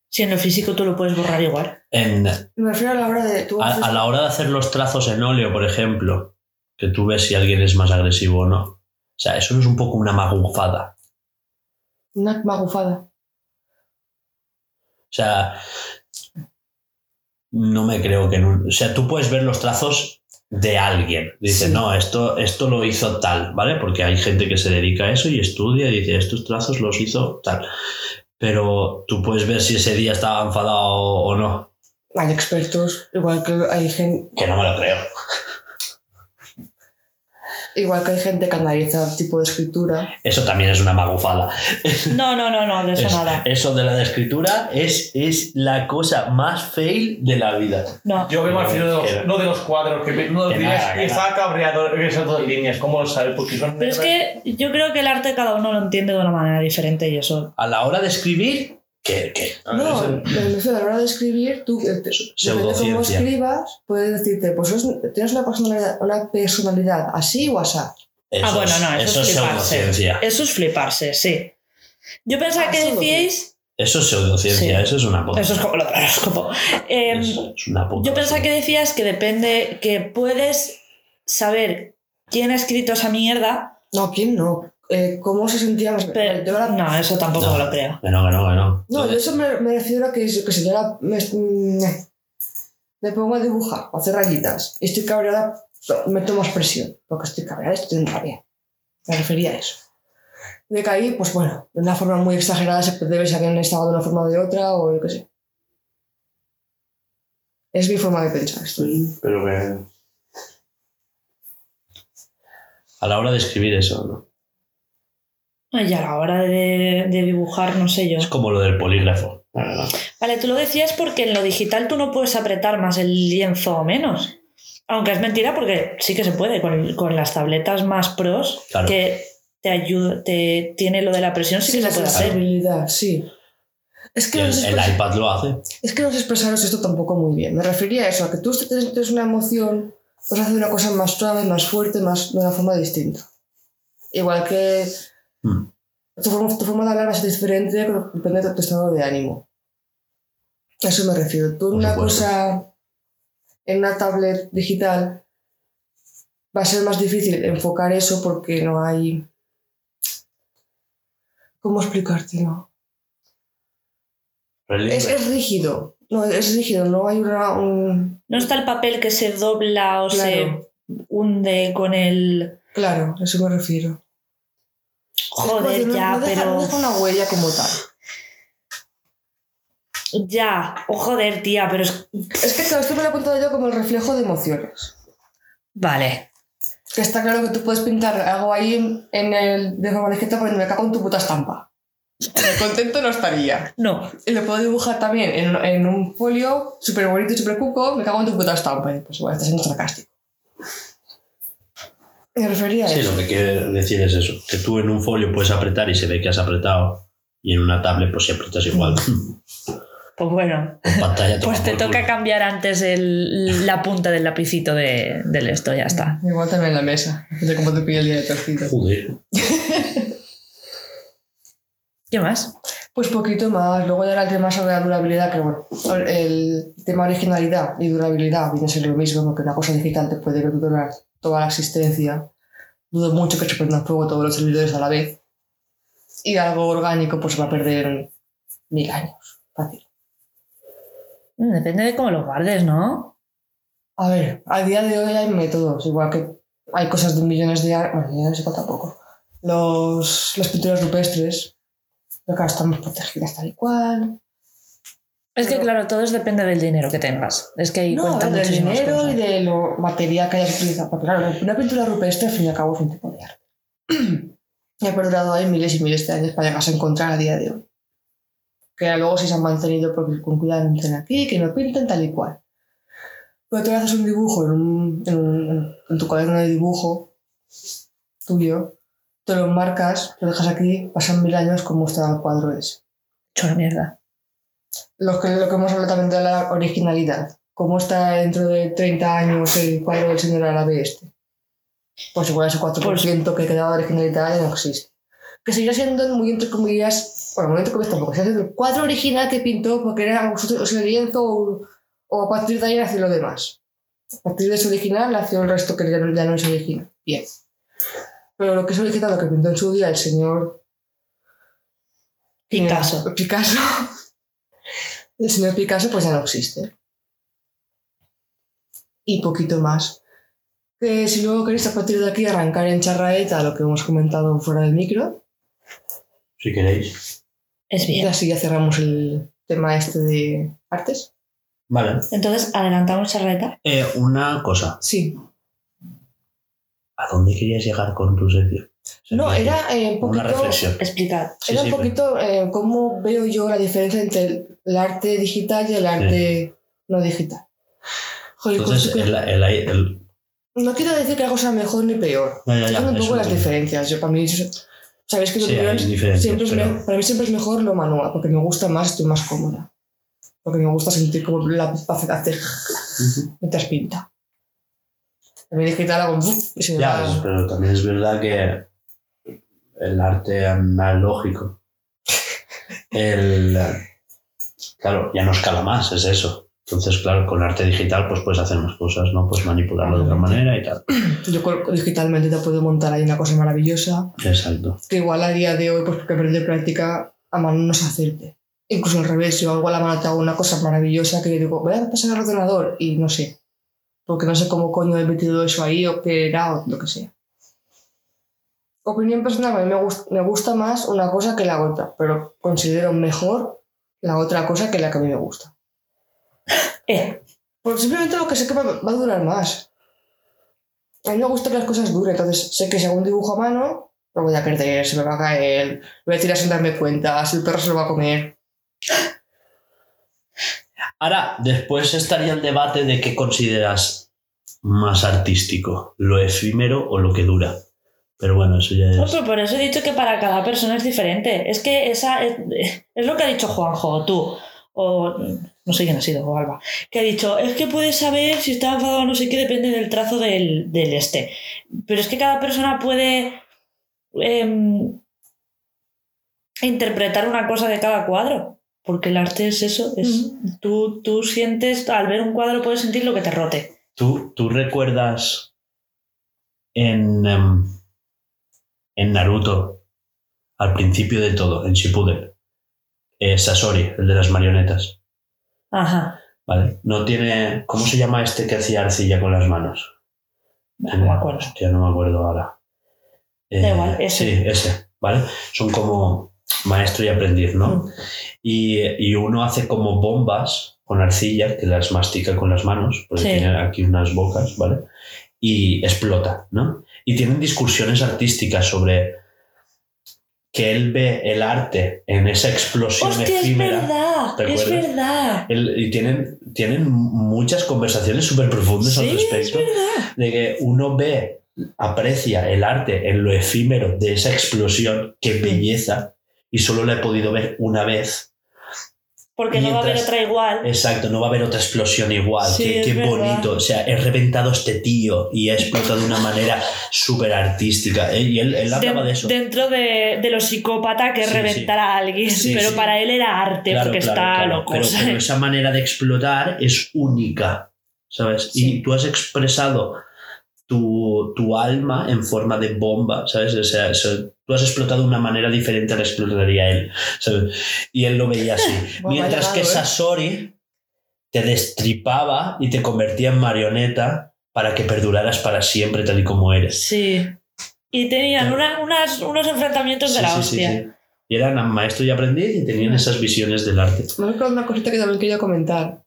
B: Si en lo físico tú lo puedes borrar igual.
A: En,
C: Me refiero a la hora de... Tú
A: a,
C: haces-
A: a la hora de hacer los trazos en óleo, por ejemplo, que tú ves si alguien es más agresivo o no. O sea, eso es un poco una magufada.
C: Una magufada.
A: O sea, no me creo que en un- O sea, tú puedes ver los trazos de alguien. Dices,
C: Sí.
A: no, esto, esto lo hizo tal, ¿vale? Porque hay gente que se dedica a eso y estudia y dice, estos trazos los hizo tal. Pero tú puedes ver si ese día estaba enfadado o no.
C: Hay expertos, igual que hay gente,
A: Que no me lo creo.
C: igual que hay gente que analiza tipo de escritura.
A: Eso también es una magufada.
B: No, no, no, no, de eso
A: Es-
B: nada.
A: eso de la de escritura es, es la cosa más fail de la vida.
B: No.
D: Yo vengo al final de los, no de los cuadros, que me- uno de los
A: Que
D: días
A: nada, que
D: que
A: nada.
D: está cabreado, que son dos líneas, ¿cómo lo sabes? Porque son
B: Pero es
D: negras.
B: que yo creo que el arte cada uno lo entiende de una manera diferente y eso.
A: A la hora de escribir, que, que
D: Ah,
C: no,
D: eso-
C: me refiero a la hora de escribir, tú, eh, te- depende cómo
A: Pseudociencia.
C: escribas, puedes decirte, pues es- tienes una personalidad, una personalidad así o asá.
A: eso,
B: ah, bueno,
A: es-
B: no, eso,
A: eso
B: es
A: es
B: fliparse.
A: pseudociencia.
B: Eso es fliparse, sí. Yo pensaba
C: Ah,
B: que
C: pseudociencia.
B: decíais.
A: Eso es pseudociencia,
B: Sí.
A: eso es una puta.
B: Eso es como lo *laughs* del horóscopo. Em,
A: Eso es una puta.
B: yo pensaba que decías que depende, que puedes saber quién ha escrito esa mierda,
C: No, ¿quién no? Eh, ¿Cómo se sentían?
B: pero
C: Yo la-
B: no, eso tampoco
A: No.
B: me lo creo.
A: Que no, que no, que no.
C: No, yo eso me, me refiero a que, yo que si yo la- me, me- me pongo a dibujar o a hacer rayitas y estoy cabreada, to- me tomo expresión, porque estoy cabreada, estoy en rabia. Me refería a eso. De que ahí, pues bueno, de una forma muy exagerada se debe si habían estado de una forma o de otra o yo qué sé. Es mi forma de pensar. Estoy...
A: Pero que. A la hora de escribir eso, ¿no?
B: Ay, Y a la hora de, de dibujar, no sé yo.
A: Es como lo del polígrafo. la verdad.
B: Vale, tú lo decías porque en lo digital tú no puedes apretar más el lienzo o menos. Aunque es mentira porque sí que se puede con, con las tabletas más pros
A: Claro.
B: que te ayuda, te tiene lo de la presión, sí que se puede hacer.
C: sensibilidad, sí. Es que
A: Que
C: no
A: el,
C: sé
A: el
C: expresar-
A: iPad lo hace.
C: Es que no sé expresaros esto tampoco muy bien. Me refería a eso, a que tú si tienes tienes una emoción, pues haces una cosa más suave, más fuerte, más de una forma distinta. Igual que
A: Mm.
C: tu, forma, tu forma de hablar va a ser diferente, pero depende de tu estado de ánimo. A eso me refiero. Tú en
A: Por
C: una
A: supuesto.
C: cosa, en una tablet digital, va a ser más difícil enfocar eso porque no hay... ¿Cómo explicártelo?
A: Relieve.
C: Es, es rígido. No, es rígido, no hay una. un-
B: No está el papel que se dobla o
C: Claro.
B: se hunde con el...
C: Claro, a eso me refiero.
B: Joder,
C: Porque no-
B: ya,
C: no deja-
B: pero...
C: no deja una huella como tal.
B: Ya, o joder, tía, pero es...
C: Es que claro, esto me lo he apuntado yo como el reflejo de emociones.
B: Vale.
C: Que está claro que tú puedes pintar algo ahí en el de forma discreta pero me cago en tu puta estampa. Pero contento no estaría.
B: No,
C: Y lo puedo dibujar también en, en un folio súper bonito y súper cuco, me cago en tu puta estampa. Y pues igual está siendo sarcástico. Me refería a
A: Sí,
C: eso.
A: lo que quiere decir es eso. Que tú en un folio puedes apretar y se ve que has apretado. Y en una tablet, pues si apretas igual. *laughs*
B: pues bueno.
A: Con pantalla toma
B: Pues te
A: por culo.
B: toca cambiar antes el- la punta del lapicito de, del esto, ya está.
C: Igual también en la mesa. De cómo te pide el día de torcido.
A: Joder.
B: ¿Qué más?
C: Pues poquito más. Luego ya era el tema sobre la durabilidad, que bueno, el tema originalidad y durabilidad viene a ser lo mismo, porque una cosa digital te puede durar toda la existencia. Dudo mucho que se prendan fuego todos los servidores a la vez. Y algo orgánico pues va a perder mil años. Fácil.
B: Mm, Depende de cómo lo guardes, ¿no?
C: A ver, a día de hoy hay métodos, igual que hay cosas de millones de años, bueno, millones de tampoco. Los, las pinturas rupestres, pero claro, están más protegidas tal y cual.
B: Es que,
C: Pero-
B: claro, todo es depende del dinero que tengas. Es que ahí
C: No,
B: cuenta
C: del
B: muchísimas
C: dinero
B: cosas.
C: y de lo material que hayas utilizado. Porque claro, una pintura rupestre al fin y al cabo es un tipo de arte. *clears throat* y ha perdurado ahí miles y miles de años para llegarse a encontrar a día de hoy. Que luego sí se han mantenido porque con cuidado no entren aquí, que no pinten tal y cual. Pero tú haces un dibujo en, un- en un- en tu cuaderno de dibujo tuyo, te lo marcas, lo dejas aquí, pasan mil años como está el cuadro ese
B: Hecho una mierda.
C: los que, lo que hemos hablado también de la originalidad. ¿Cómo está dentro de 30 años el cuadro del señor árabe este? Pues igual ese 4% que quedaba original de Italia no existe. Que seguirá siendo muy entre comillas, bueno, muy entre comillas tampoco, seguirá siendo el cuadro original que pintó porque era un su- su lienzo o, o a partir de ahí nació lo demás. A partir de ese original nació el resto que ya no, ya no es original. Bien. Pero lo que es original, lo que pintó en su día el señor
B: Picasso.
C: eh, Picasso. *laughs* El señor Picasso pues ya no existe. Y poquito más. Que si luego queréis a partir de aquí arrancar en charraeta lo que hemos comentado fuera del micro,
A: si queréis.
B: Es
C: y
B: bien.
C: así ya cerramos el tema este de artes.
A: Vale.
B: Entonces, adelantamos charreta.
A: Eh, una cosa.
C: Sí.
A: ¿A dónde querías llegar con tu sección?
C: No, era eh, un
A: Una
C: poquito,
A: reflexión.
B: Explicad.
A: Sí,
C: era
A: sí, pues,
C: un poquito eh, cómo veo yo la diferencia entre el- el arte digital y el arte no digital. Joder,
A: Entonces,
C: con-
A: el, el, el-
C: no quiero decir que algo sea mejor ni peor.
A: ya, ya, ya,
C: Entiendo un
A: eso
C: poco
A: lo
C: las
A: tengo.
C: diferencias. Yo para mí, es- sabéis que lo
A: Sí, hay
C: primero
A: diferencias,
C: siempre es
A: pero-
C: me- para mí siempre es mejor lo manual, porque me gusta más, estoy más cómoda. Porque me gusta sentir como la faceta hace mientras pinta. También digital hago ¡buf! y se me
A: Ya,
C: va-
A: pues, pero también es verdad que el arte analógico, el, claro, ya no escala más, es eso. Entonces, claro, con arte digital pues puedes hacer más cosas, ¿no? Puedes manipularlo de otra manera y tal.
C: Yo col- digitalmente te puedo montar ahí una cosa maravillosa,
A: Exacto.
C: que igual a día de hoy, pues porque aprendí práctica, a mano no se hacerte. Incluso al revés, yo hago a la mano te hago una cosa maravillosa que yo digo, voy a pasar al ordenador y no sé. Porque no sé cómo coño he metido eso ahí o qué era o lo que sea. Opinión personal, a mí me, gust- me gusta más una cosa que la otra, pero considero mejor la otra cosa que la que a mí me gusta.
B: Eh,
C: Porque Pues simplemente lo que sé que va, va a durar más. A mí me gusta que las cosas duren, entonces sé que si hago un dibujo a mano, lo voy a perder, se me va a caer, voy a tirar sin darme cuenta, si el perro se lo va a comer.
A: Ahora, después estaría el debate de qué consideras más artístico, lo efímero o lo que dura. Pero bueno, eso ya
B: no,
A: es...
B: pero Pues, por eso he dicho que para cada persona es diferente. Es que esa es, es lo que ha dicho Juanjo, o tú, o no sé quién ha sido, o Alba, que ha dicho, es que puedes saber si está enfadado o no sé qué, depende del trazo del, del este. Pero es que cada persona puede em, interpretar una cosa de cada cuadro. Porque el arte es eso, es tú, tú sientes, al ver un cuadro puedes sentir lo que te rote.
A: ¿Tú, tú recuerdas en, em, en Naruto, al principio de todo, en Shippuden, eh, Sasori, el de las marionetas,
B: Ajá.
A: ¿vale? No tiene... ¿Cómo se llama este que hacía arcilla con las manos?
B: No me acuerdo.
A: Hostia, no me acuerdo ahora. Eh,
B: Da igual, ese.
A: Sí, ese, ¿vale? Son como maestro y aprendiz, ¿no?
B: Mm.
A: Y, y uno hace como bombas con arcilla, que las mastica con las manos, porque
B: Sí.
A: tiene aquí unas bocas, ¿vale? Y explota, ¿no? Y tienen discusiones artísticas sobre que él ve el arte en esa explosión
B: Hostia, es
A: efímera.
B: verdad,
A: ¿te
B: es
A: acuerdas?
B: verdad.
A: Él- y tienen, tienen muchas conversaciones súper profundas al
B: Sí, es
A: respecto
B: verdad.
A: de que uno ve, aprecia el arte en lo efímero de esa explosión, qué belleza, y solo la he podido ver una vez.
B: Porque no va a haber
A: Mientras-
B: otra igual.
A: Exacto, no va a haber otra explosión igual.
B: Sí,
A: qué
B: es
A: qué
B: verdad.
A: bonito. O sea, he reventado a este tío y ha explotado de una manera súper artística. ¿eh? Y él, él hablaba
B: Den-
A: de eso.
B: Dentro de, de lo psicópata que
A: Sí,
B: reventará a alguien,
A: Sí,
B: pero
A: sí.
B: para él era arte
A: Claro,
B: porque
A: claro,
B: está
A: claro,
B: loco.
A: pero,
B: ¿sabes?
A: pero esa manera de explotar es única, ¿sabes?
B: Sí.
A: Y tú has expresado tu, tu alma en forma de bomba, ¿sabes? O sea, eso- tú has explotado de una manera diferente a la que explotaría él, ¿sabes? Y él lo
B: *laughs*
A: veía así.
C: Bueno,
A: Mientras
C: vaya
A: que
C: dado, ¿eh?
A: Sasori te destripaba y te convertía en marioneta para que perduraras para siempre tal y como eres.
B: Sí. Y tenían
A: Claro.
B: una- unas- unos enfrentamientos de
A: Sí,
B: la
A: sí, sí,
B: hostia.
A: sí. Y eran maestro y aprendiz y tenían esas visiones del arte.
C: Me acuerdo una cosita que también quería comentar.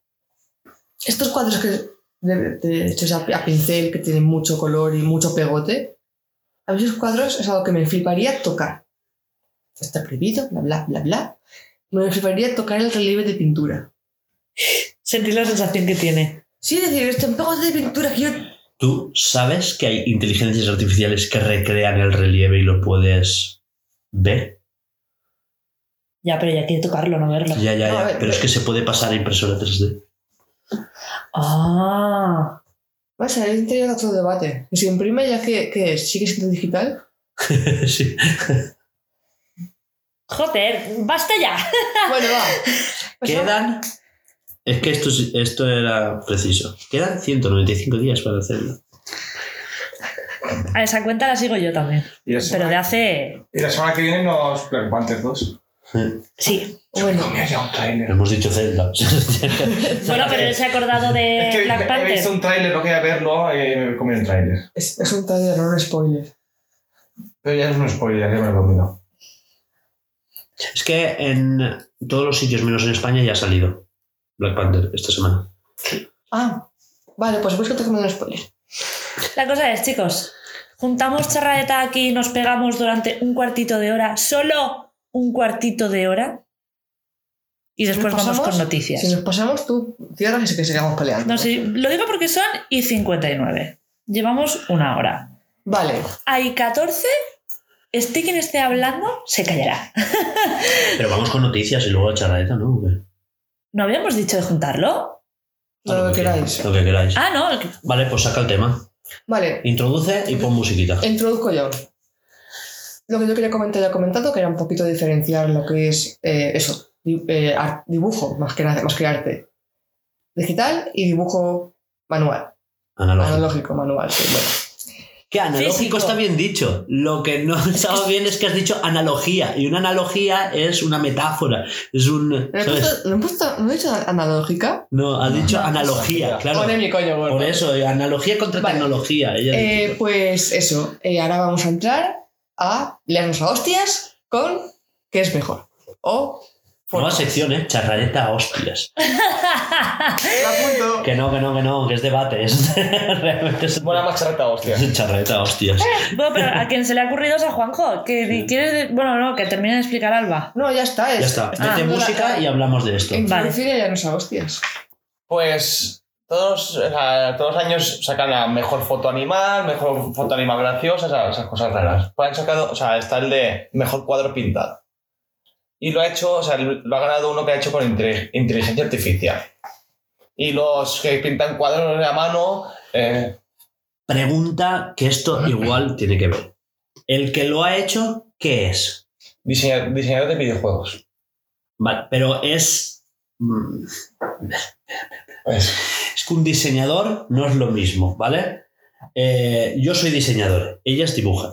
C: Estos cuadros que de- de- hechos a, a pincel, que tienen mucho color y mucho pegote, a mí esos cuadros es algo que me fliparía tocar. Está prohibido, bla, bla, bla, bla. Me fliparía tocar el relieve de pintura.
B: Sentir la sensación que tiene.
C: Sí, es decir, este pegote de pintura que yo
A: ¿Tú sabes que hay inteligencias artificiales que recrean el relieve y lo puedes ver?
B: Ya, pero ya quiere tocarlo, no verlo.
A: Ya, ya,
C: No, a
A: ya.
C: ver,
A: Pero es
C: ve-
A: que se puede pasar a impresora 3D.
B: Ah.
C: Vale, se han tenido otro debate. Y si imprime, ya que, que es, sigue siendo digital.
A: *laughs* sí.
B: Joder, basta ya.
C: Bueno, va. Pues Pasamos-
A: Quedan. Es que esto, es- esto era preciso. Quedan 195 días para hacerlo.
B: A esa cuenta la sigo yo también.
G: Y la, semana,
B: Pero de hace.
G: y la semana que viene nos preocupantes dos.
A: *laughs*
B: Sí.
C: Bueno,
G: No me haya un tráiler.
A: Hemos dicho Zelda.
B: Bueno, pero él se ha acordado de
G: Es que
B: Eh, Black
G: he- he
B: Panther.
G: visto un tráiler, no quería verlo
D: eh,
G: y me comí el tráiler.
C: es, es un taller, no un spoiler.
G: Pero ya no es un spoiler, ya me lo he comido.
A: *laughs* es que en todos los sitios, menos en España, ya ha salido Black Panther esta semana.
C: Ah, vale, pues después que te comen un spoiler.
B: La cosa es, chicos, juntamos charraeta aquí y nos pegamos durante un cuartito de hora, solo un cuartito de hora. Y después
C: ¿Nos
B: vamos con
C: pasamos?
B: noticias.
C: Si nos pasamos, tú cierras y que sigamos peleando.
B: No sé, lo digo porque son y 59. Llevamos una hora.
C: Vale,
B: Hay 14. Este quien esté hablando se callará.
A: Pero vamos con noticias y luego charladeta, ¿no? ¿O qué?
B: ¿No habíamos dicho de juntarlo?
C: no lo que queráis.
A: Lo que queráis.
B: Ah, no. el que-
A: Vale, pues saca el tema.
C: Vale,
A: Introduce y pon musiquita.
C: Introduzco yo. Lo que yo quería comentar, ya he comentado, que era un poquito diferenciar lo que es eh, eso, di- eh, ar- dibujo, más que, nada- más que arte digital y dibujo manual,
A: Analógico.
C: analógico, manual, sí, bueno.
A: Que analógico
B: Físico.
A: está bien dicho. Lo que no estaba bien es que has dicho analogía. Y una analogía es una metáfora. Es un.
C: No he
A: ¿sabes?
C: puesto- no he puesto- no he dicho analógica.
A: No, has dicho
C: No,
A: analogía, claro.
C: Pone mi coño, gordo.
A: Por eso, eh, analogía contra
C: Vale.
A: tecnología. ella
C: Eh,
A: dice.
C: pues eso, eh, ahora vamos a entrar a leernos a hostias con qué es mejor. O
A: Nueva sección, ¿eh? Charrareta a hostias.
G: ¡La punto!
A: Que no, que no, que no, que es debate. es- *laughs* Realmente es,
D: Buena macharreta, hostia.
A: es charrareta a hostias.
B: Bueno, pero a quien se le ha ocurrido es a Juanjo. Que di- quieres. de- Bueno, no, que termine de explicar Alba.
C: No, ya está.
A: Ya
C: es-
A: está.
C: ah, eh,
A: Ah,
C: está
A: Mete
C: haciendo la-
A: música y hablamos de esto.
C: Introducir y leernos a hostias.
D: Pues todos, o sea, todos los años sacan la mejor foto animal, mejor foto animal graciosa, esas, esas cosas raras. Pues han sacado, o sea, está el de mejor cuadro pintado. Y lo ha hecho, o sea, lo ha ganado uno que ha hecho con inte- inteligencia artificial. Y los que pintan cuadros a mano, eh,
A: Pregunta que esto igual tiene que ver. El que lo ha hecho, ¿qué es?
D: diseña- diseñadores de videojuegos.
A: Vale, pero es. mm,
D: Es-
A: Es que un diseñador no es lo mismo, ¿vale? Eh, yo soy diseñador, ellas dibujan.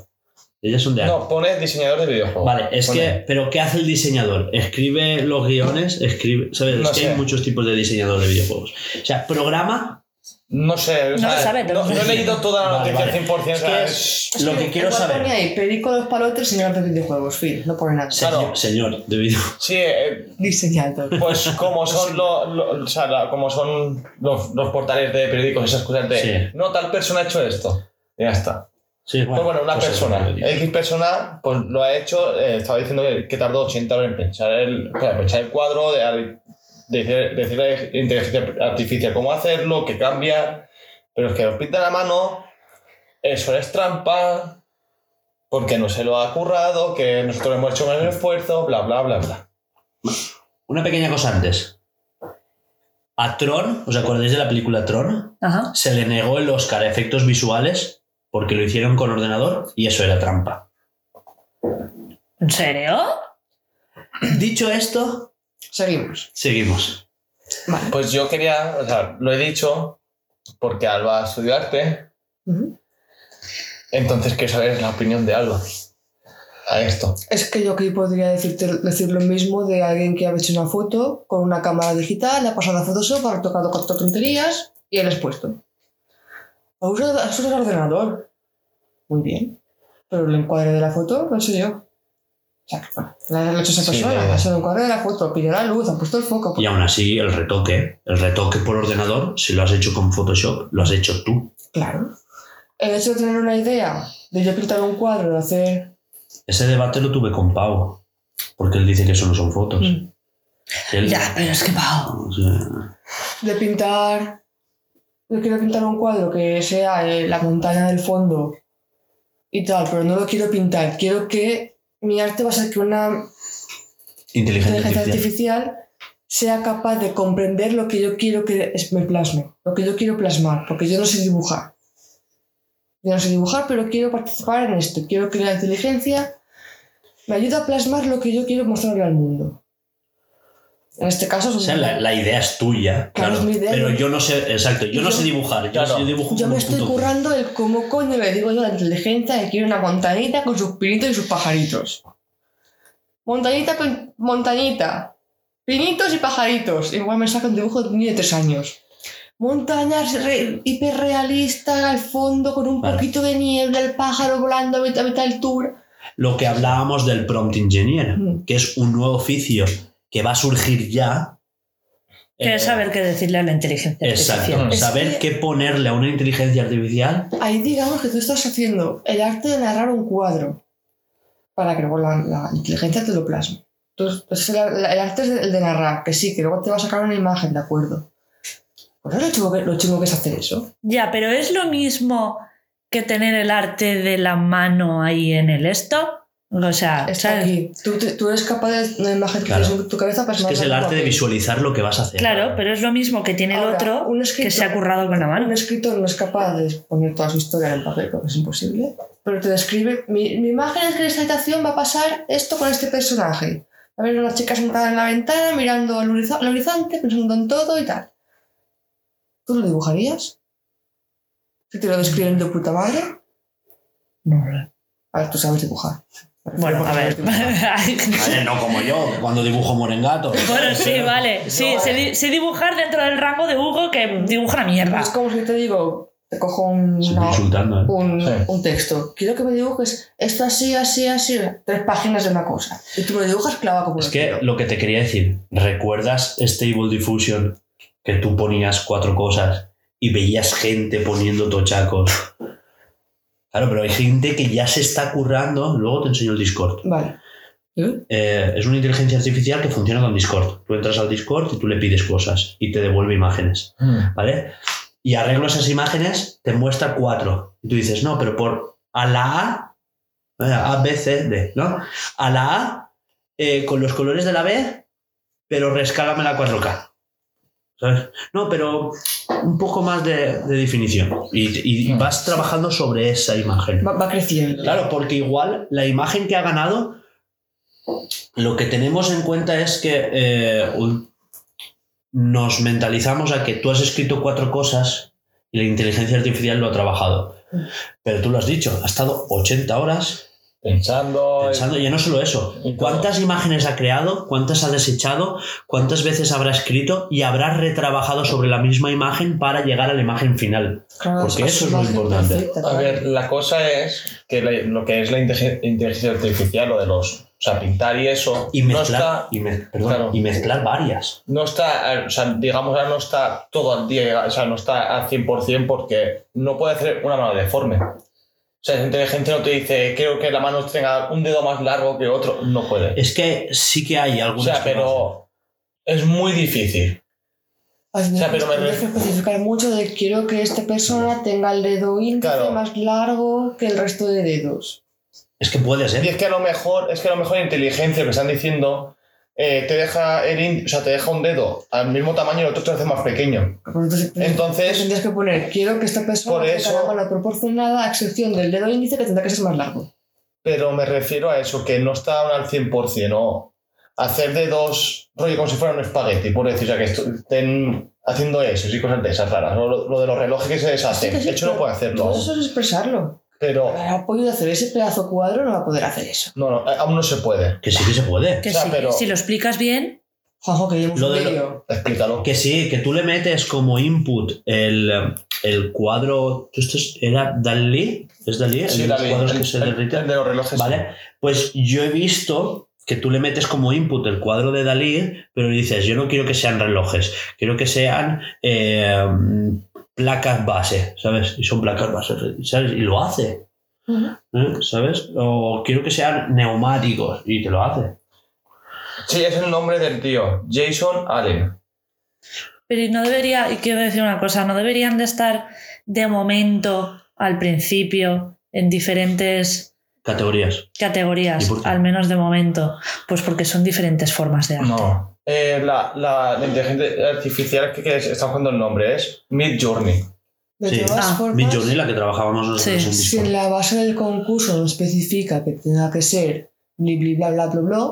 A: Ellas son de arte.
D: No, pone diseñador de videojuegos.
A: Vale, es
D: Pone-
A: que, pero ¿qué hace el diseñador? Escribe los guiones, escribe, ¿sabes?
D: No
A: es que
D: sé.
A: hay muchos tipos de diseñadores de videojuegos. O sea, programa,
D: No sé,
B: No
D: o
B: lo
D: sea,
B: sabe, no
D: no,
B: lo
D: no he
A: sabe.
D: leído toda la
A: Vale,
D: noticia
A: vale.
D: al 100%. o
A: Es
D: sea,
A: que
D: es-
A: lo que quiero
C: Igual Pone
A: saber.
C: ahí, perico los palotes, señor de videojuegos, fin, no pone nada.
A: Señor,
D: Claro.
A: señor de video. *laughs*
D: Sí, eh,
C: Diseñador.
D: Pues como son, lo- lo- o sea, la- como son los, los portales de periódicos, esas cosas de
A: Sí.
D: no, tal persona ha hecho esto. Ya está.
A: Sí, bueno,
D: pues bueno, una
A: cosas
D: persona,
A: de video.
D: X persona, pues lo ha hecho, eh, estaba diciendo que, que tardó 80 horas en pensar el, o sea, pensar el cuadro, de, al- de, decir- decir a la inteligencia artificial cómo hacerlo, qué cambiar, pero es que los pintan a mano, eso es trampa, porque no se lo ha currado, que nosotros hemos hecho el esfuerzo, bla, bla, bla, bla.
A: Una pequeña cosa antes. A Tron, ¿os acordáis de la película Tron?
B: Ajá.
A: se le negó el Oscar a efectos visuales porque lo hicieron con ordenador y eso era trampa. *clears throat*
B: ¿En serio?
A: Dicho esto,
C: Seguimos.
A: seguimos.
C: Vale.
D: Pues yo quería, o sea, lo he dicho porque Alba estudió arte,
C: Ujú.
D: entonces quiero saber la opinión de Alba a esto.
C: Es que yo aquí podría decirte, decir lo mismo de alguien que ha hecho una foto con una cámara digital, la ha pasado a Photoshop, ha tocado cuatro tonterías y él es puesto. Ha usado ha usado el ordenador. Muy bien. Pero el encuadre de la foto lo he hecho yo. O sea, que, bueno, la ha hecho esa
D: Sí,
C: persona.
D: ya, ya.
C: Ha hecho el encuadre de la foto, pilló la luz, ha puesto el foco.
A: Y aún así, el retoque, el retoque por ordenador, si lo has hecho con Photoshop, lo has hecho tú.
C: Claro. El hecho de tener una idea, de yo pintar un cuadro, de hacer.
A: Ese debate lo tuve con Pau, porque él dice que eso no son fotos.
B: Mm.
A: Él-
B: Ya, pero es que Pau.
A: o sea,
C: de pintar. Yo quiero pintar un cuadro que sea eh, la montaña del fondo y tal, pero no lo quiero pintar. Quiero que mi arte va a ser que una
A: inteligencia
C: inteligencia
A: artificial.
C: artificial sea capaz de comprender lo que yo quiero que es- me plasme, lo que yo quiero plasmar, porque yo no sé dibujar. Yo no sé dibujar, pero quiero participar en esto. Quiero que la inteligencia me ayude a plasmar lo que yo quiero mostrarle al mundo. En este caso,
A: O sea, la, la idea es tuya,
C: Claro,
A: claro.
C: es mi idea.
A: pero yo no sé, exacto, yo
C: Y
A: no
C: yo-
A: sé dibujar. Yo,
D: Claro.
A: yo dibujo
C: yo
A: como
C: me
A: un
C: estoy
A: puto-
C: currando el cómo coño le digo yo a la inteligencia que quiero una montañita con sus pinitos y sus pajaritos. Montañita con montañita. Pinitos y pajaritos. Igual me saca un dibujo de un niño de tres años. Montañas re- hiperrealistas al fondo con un
A: Vale.
C: poquito de niebla, el pájaro volando a mitad, a mitad altura.
A: Lo que hablábamos del prompt engineer,
C: Mm.
A: que es un nuevo oficio que va a surgir ya.
B: Que
A: Eh,
B: es saber qué decirle a la inteligencia artificial.
A: Exacto,
C: Es
A: saber
C: que-
A: qué ponerle a una inteligencia artificial.
C: Ahí digamos que tú estás haciendo el arte de narrar un cuadro para que luego la, la inteligencia te lo plasme. Entonces, pues el, el arte es el de narrar, que sí, que luego te va a sacar una imagen, ¿de acuerdo? Pues ahora lo chulo que, lo chungo que es hacer eso.
B: Ya, pero es lo mismo que tener el arte de la mano ahí en el esto. O sea,
C: Está
B: ¿sabes?
C: aquí. Tú, te- tú eres capaz de una imagen que
A: Claro.
C: tienes en tu cabeza para
A: Es que es el arte de visualizar lo que vas a hacer.
B: claro, pero es lo mismo que tiene el otro que se ha currado con la
C: Un
B: mano.
C: escritor no es capaz de poner toda su historia en papel porque es imposible, pero te describe, mi, mi imagen es que en esta habitación va a pasar esto con este personaje. Va A ver, una chica sentada en la ventana mirando al horizo- al horizonte, pensando en todo y tal. ¿Tú lo dibujarías? Si te lo describen de puta madre,
B: No, no.
C: a ver, tú sabes dibujar.
B: Bueno, a ver. *laughs*
A: A ver, no como yo, que cuando dibujo morengato.
B: Bueno, sí, vale. Sí,
C: No,
B: sé,
C: eh.
B: di- sé dibujar dentro del rango de Hugo que dibuja una mierda.
C: *laughs* Es como si te digo, te cojo un,
A: Siempre
C: una-
A: insultando, ¿eh?
C: un,
D: Sí.
C: un texto. Quiero que me dibujes esto así, así, así, tres páginas de una cosa. Y tú me lo dibujas clava como
A: Es
C: un
A: que
C: tiro.
A: lo que te quería decir, ¿recuerdas Stable Diffusion? Que tú ponías cuatro cosas y veías gente poniendo tochacos. Claro, pero hay gente que ya se está currando. Luego te enseño el Discord.
C: Vale.
A: Eh, es una inteligencia artificial que funciona con Discord. Tú entras al Discord y tú le pides cosas y te devuelve imágenes. ¿vale? Y arreglo esas imágenes, te muestra cuatro. Y tú dices, no, pero por a la A, eh, A, B, C, D, ¿no? A la A, eh, con los colores de la B, pero rescálame la 4K. ¿Sabes? No, pero un poco más de, de definición. Y, y vas trabajando sobre esa imagen.
C: Va, va creciendo.
A: Claro, porque igual la imagen que ha ganado, lo que tenemos en cuenta es que eh, un- nos mentalizamos a que tú has escrito cuatro cosas y la inteligencia artificial lo ha trabajado. Pero tú lo has dicho, ha estado 80 horas
D: Pensando.
A: pensando, ya no solo eso, cuántas imágenes ha creado, cuántas ha desechado, cuántas veces habrá escrito y habrá retrabajado sobre la misma imagen para llegar a la imagen final.
C: Claro,
A: porque
C: es
A: eso es lo
C: imagen
A: importante.
C: perfecta,
D: A
C: claro.
D: ver, la cosa es que la- lo que es la inteligen- inteligencia artificial, lo de los. O sea, pintar y eso.
A: Y
D: no
A: mezclar,
D: está.
A: y mez- perdón,
D: Claro.
A: y mezclar varias.
D: No está, eh, o sea, digamos, ahora no está todo al día, o sea, no está al 100% porque no puede hacer una mano deforme. O sea, esa inteligencia no te dice, creo que la mano tenga un dedo más largo que otro, no puede.
A: Es que sí que hay
D: O
A: algunas.
D: sea,
A: que lo hacen.
D: pero es muy difícil.
C: Ay,
D: sea, pero me
C: tienes que
D: ref-
C: especificar mucho de quiero que esta persona tenga el dedo índice
D: Claro.
C: más largo que el resto de dedos.
A: Es que puede
D: Y
A: ser.
D: es que a lo mejor, es que a lo mejor la inteligencia que están diciendo eh, te deja el in- o sea, te deja un dedo al mismo tamaño y el otro te lo hace más pequeño.
C: Entonces,
D: Entonces,
C: tendrías que poner quiero que esta persona
D: Por
C: tenga
D: eso-
C: la mano proporcionada a excepción del dedo índice que tendrá que ser más largo.
D: pero me refiero a eso, que no está aún al 100%, o hacer de dos, rollo como si fuera un espagueti, por decir, o sea, que estu- estén haciendo eso y cosas de esas raras, o lo, lo de los relojes que se deshacen,
C: Sí, que sí,
D: de hecho no
C: pero
D: puede hacerlo
C: Todo
D: aún,
C: eso es expresarlo.
D: pero
C: Ha podido hacer ese pedazo cuadro, no va a poder hacer eso.
D: no, no, a- aún no se puede,
A: Que sí que se puede.
B: Que
D: O sea,
B: sí,
D: pero-
B: si lo explicas bien,
C: Juanjo, que llevamos
A: Lo
C: un
A: de lo-
C: vídeo.
D: explícalo.
A: Que sí, que tú le metes como input el, el cuadro. ¿Esto es- era Dalí? ¿Es Dalí? El
D: Sí,
A: de los
D: David,
A: cuadros
D: el-
A: que se
D: el-
A: derriten.
D: el de los relojes.
A: ¿Vale? Pues yo he visto que tú le metes como input el cuadro de Dalí, pero le dices, yo no quiero que sean relojes, quiero que sean eh, placas base, ¿sabes? Y son placas base, ¿sabes? Y lo hace,
C: Ujú.
A: ¿eh? ¿sabes? O quiero que sean neumáticos y te lo hace.
D: Sí, es el nombre del tío, Jason Allen.
B: pero y no debería, y quiero decir una cosa, no deberían de estar de momento al principio en diferentes
A: Categorías.
B: categorías,
A: ¿Y por qué?
B: al menos de momento, pues porque son diferentes formas de arte.
D: No, eh, la, la, la inteligencia artificial que, que es- está jugando el nombre, es Mid Journey.
C: De
A: Sí.
C: todas
B: Ah,
C: formas,
A: Midjourney, la que trabajábamos nosotros
B: Sí,
A: en
C: si
A: Discord.
C: en la base del concurso no especifica que tenga que ser bli bli bla bla bla bla.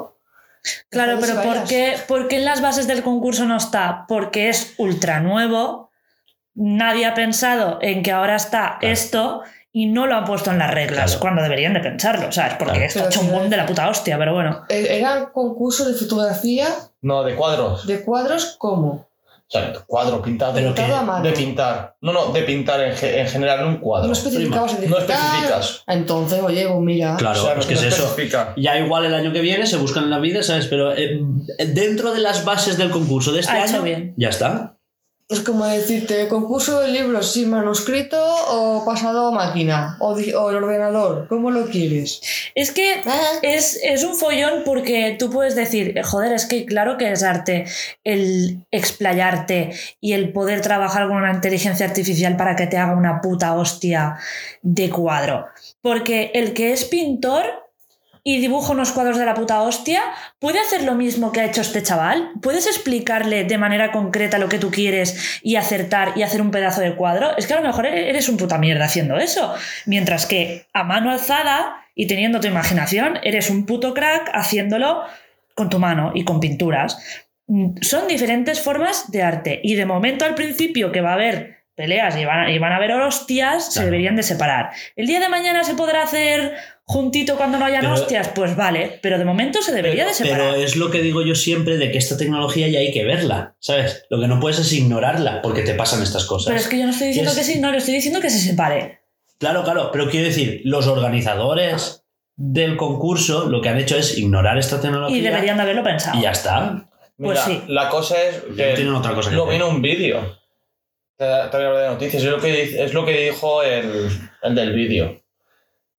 B: Claro,
C: ¿cuáles
B: pero ¿por
C: varias?
B: qué, por qué en las bases del concurso no está? Porque es ultra nuevo, nadie ha pensado en que ahora está esto y no lo han puesto en las reglas
A: Claro.
B: cuando deberían de pensarlo, ¿sabes? Porque
A: Claro.
B: está
C: Pero
B: hecho un
C: si-
B: boom de la puta hostia, pero bueno.
C: Eh, Era concurso de fotografía
D: No, de cuadros.
C: de cuadros como.
D: O sea, cuadro pintado.
A: Pero
C: Pintado
A: que-
C: a mano.
D: De pintar. No, no, de pintar en, ge- en general un cuadro.
C: No especificabas el
D: No
C: digital.
D: especificas.
C: Entonces, oye, pues mira.
A: Claro,
D: O sea,
A: es que es
D: no
A: eso.
D: especifica.
A: Ya igual el año que viene se buscan en la vida, ¿sabes? Pero eh, dentro de las bases del concurso de este
B: Ha
A: año.
B: hecho bien.
A: Ya está.
C: Es como decirte, concurso de libros sin manuscrito o pasado a máquina o, di- o el ordenador, ¿cómo lo quieres?
B: Es que es, es un follón porque tú puedes decir, eh, joder, es que claro que es arte el explayarte y el poder trabajar con una inteligencia artificial para que te haga una puta hostia de cuadro. Porque el que es pintor y dibuja unos cuadros de la puta hostia, puede hacer lo mismo que ha hecho este chaval. Puedes explicarle de manera concreta lo que tú quieres y acertar y hacer un pedazo de cuadro. Es que a lo mejor e-, eres un puta mierda haciendo eso. Mientras que a mano alzada y teniendo tu imaginación, eres un puto crack haciéndolo con tu mano y con pinturas. Mm, Son diferentes formas de arte. Y de momento al principio que va a haber peleas y van a, y van a haber hostias, se
A: Claro.
B: deberían de separar. ¿El día de mañana se podrá hacer juntito cuando no hayan
A: Pero-
B: hostias? Pues vale, pero de momento se debería de separar.
A: Pero es lo que digo yo siempre de que esta tecnología ya hay que verla, ¿sabes? Lo que no puedes es ignorarla porque te pasan estas cosas.
B: Pero es que yo no estoy diciendo
A: es-
B: que sí, no, le estoy diciendo que se separe.
A: Claro, claro, pero quiero decir, los organizadores del concurso lo que han hecho es ignorar esta tecnología
B: Y deberían de haberlo pensado.
A: y ya está.
D: Mira,
B: Pues sí.
D: la cosa es
A: No
D: que
A: tienen otra cosa que
D: lo
A: hacer.
D: vino un vídeo. Ta- También hablé de noticias. Es lo que, dice- es lo que dijo el, el del vídeo.